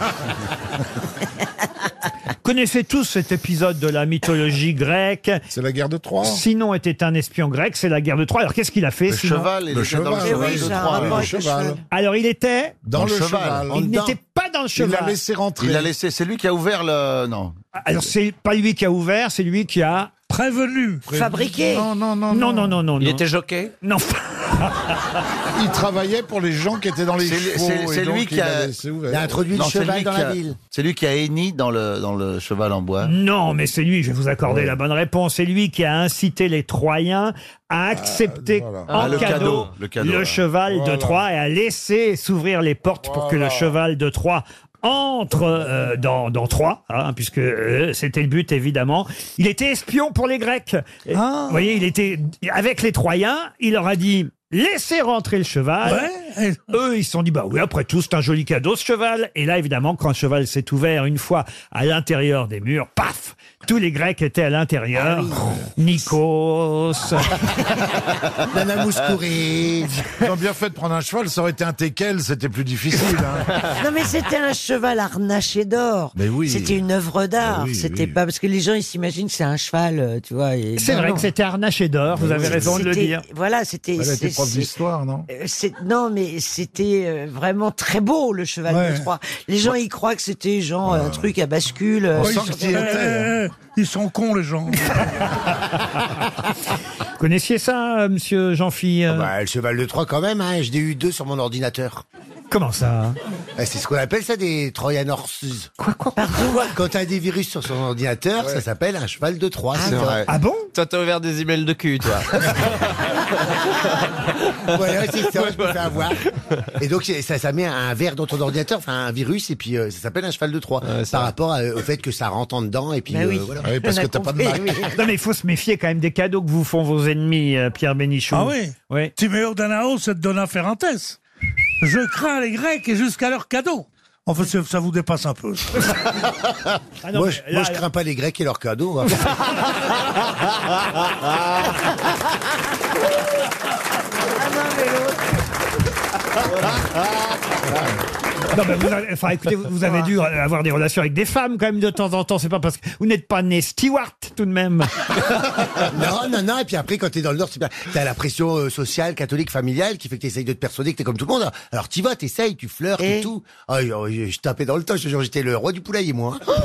Connaissez tous cet épisode de la mythologie grecque.
C'est la guerre de Troie.
Sinon était un espion grec, c'est la guerre de Troie. Alors, qu'est-ce qu'il a fait
Le
sinon
cheval, il
Le
était dans le
cheval,
cheval
oui,
de
j'ai un
Troie.
rapport avec le cheval.
Alors, il était
Dans, le cheval. En
Il
dedans.
n'était pas dans le cheval. Ah,
Il l'a laissé rentrer.
Il a laissé, c'est lui qui a ouvert le. Non.
Alors, c'est pas lui qui a ouvert, c'est lui qui a.
Prévenu.
Fabriqué.
Non, non, non.
Non, non, non, non.
Il
non.
était jockey
Non.
<laughs> Il travaillait pour les gens qui étaient dans les
C'est lui-
chevaux.
c'est-
et
c'est
donc
lui
il
qui a,
l'a laissé ouvert.
Non, c'est lui qui a- C'est lui qui a éni dans le, dans le cheval en bois.
Non, mais c'est lui, je vais vous accorder la bonne réponse. C'est lui qui a incité les Troyens
Ah,
à accepter
voilà.
en
Ah, le
cadeau,
cadeau, le cadeau, ouais.
cheval de
Voilà.
Troie et à laisser s'ouvrir les portes pour que le cheval de Troie entre euh, dans, dans Troie, hein, puisque euh, c'était le but évidemment. Il était espion pour les Grecs. Et, Vous voyez, il était avec les Troyens. Il leur a dit laissez rentrer le cheval. Eux, ils se sont dit, bah oui, après tout, c'est un joli cadeau, ce cheval. Et là, évidemment, quand le cheval s'est ouvert une fois à l'intérieur des murs, paf Tous les Grecs étaient à l'intérieur. Nikos.
Nana Mouskouri. <laughs> Ils ont bien fait de prendre un cheval, ça aurait été un teckel, c'était plus difficile.
<laughs>
hein.
<laughs> Non mais c'était un cheval harnaché d'or.
Mais oui.
C'était une œuvre d'art.
Mais oui,
c'était pas parce que les gens ils s'imaginent que c'est un cheval, euh, tu vois. et-
C'est
Non,
vrai
non.
que c'était harnaché d'or, vous avez
C'était-
raison de le
c'était-
dire.
Voilà, c'était.
Elle a été
c'est-
prof
c'est-
d'histoire, non
euh, c'est- non, mais c'était euh, vraiment très beau le cheval
Ouais.
de Troie. Les gens ils croient que c'était genre un truc à bascule. euh,
Oh, ils, sont... Eh,
hein.
eh, eh, ils sont cons,
<laughs>
les gens.
Connaissiez ça, euh, monsieur Jean-Phi euh
Ah Bah, le cheval de Troie quand même, hein. je l'ai eu deux sur mon ordinateur.
Comment ça
Eh, C'est ce qu'on appelle ça des Trojan horses. Quoi, quoi, Quand t'as des virus sur son ordinateur, ça s'appelle un cheval de Troie.
c'est vrai. Ah bon
Toi, t'as ouvert des emails de cul, toi.
Voilà, Ah, c'est ça, je me fais avoir. <laughs> Et donc, c'est- ça, ça met un verre dans ton ordinateur, enfin un virus, et puis euh, ça s'appelle un cheval de Troie. par rapport à- euh, au fait que ça rentre en dedans, et puis
Mais
euh,
oui.
voilà.
Ah oui, parce On a que t'as pas de compris. Mac. <laughs> Non, mais il faut se méfier quand même des cadeaux que vous font vos ennemis, euh, Pierre Bénichou.
Ah oui
Oui.
Timéo Danao, c'est Dona Ferrantes. Je crains les Grecs et jusqu'à leurs cadeaux. Enfin, ça ça vous dépasse un peu.
Ah,
<laughs>
non,
moi,
mais
je,
là,
moi, je
là-
crains pas les Grecs et leurs cadeaux.
<laughs>
hein.
Non, mais vous avez- enfin, écoutez, vous, vous avez dû euh, avoir des relations avec des femmes quand même de temps en temps. C'est pas parce que vous n'êtes pas né Stewart tout de <laughs> même.
<laughs> non, non, non. Et puis après, quand t'es dans le Nord, c'est bien. t'as la pression euh, sociale, catholique, familiale, qui fait que t'essayes de te persuader que t'es comme tout le monde. Alors t'y vas, t'essayes, tu flirtes et, tout. Ah, je, je tapais dans le tas, je te jure, j'étais le roi du poulailler, moi. hein.
<gasps>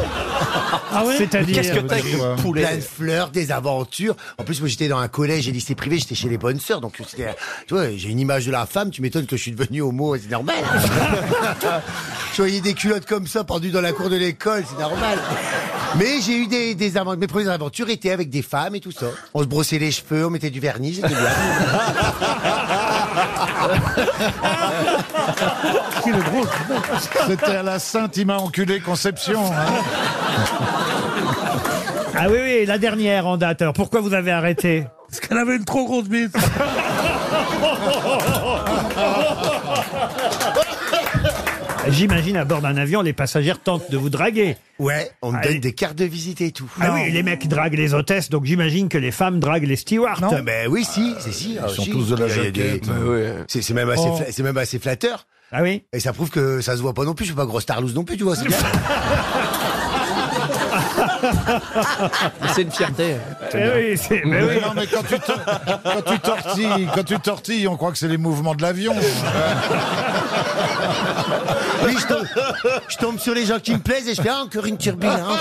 Ah ouais C'est-à-dire Qu'est-ce que t'as avec le poulet
Plein de fleurs, des aventures. En plus, moi, j'étais dans un collège et lycée privé, j'étais chez les bonnes sœurs. Donc, c'était- tu vois, j'ai une image de la femme, tu m'étonnes que je suis devenu homo, c'est
<laughs>
normal. je voyais des culottes comme ça pendues dans la cour de l'école, c'est normal. Mais j'ai eu des, des aventures. Mes premières aventures étaient avec des femmes et tout ça. On se brossait les cheveux, on mettait du vernis, c'était
<laughs>
bien.
C'était à la Sainte, il m'a enculé Conception. hein.
Ah oui, oui, la dernière en date. Alors pourquoi vous avez arrêté
Parce qu'elle avait une trop grosse bite.
<laughs> <laughs> J'imagine à bord d'un avion, les passagers tentent de vous draguer.
Ouais, on me
Ah,
donne
les-
des cartes de visite et tout.
Ah oui, les mecs draguent les hôtesses, donc j'imagine que les femmes draguent les stewards.
Ah ben oui, si, c'est si. ah, si. Il y a des- C'est c'est même, assez
hein. Oh.
fla- c'est même assez flatteur.
Ah oui
Et ça prouve que ça se voit pas non plus. Je suis pas grosse tarlouse non plus, tu vois.
<laughs>
C'est bien.
C'est une fierté.
Eh oui, c'est- mais oui.
Non, mais quand tu, tor- quand tu tortilles, quand tu tortilles, on croit que c'est les mouvements de l'avion.
Oui, je, tombe, je tombe sur les gens qui me plaisent et je fais ah, encore une turbine. hein.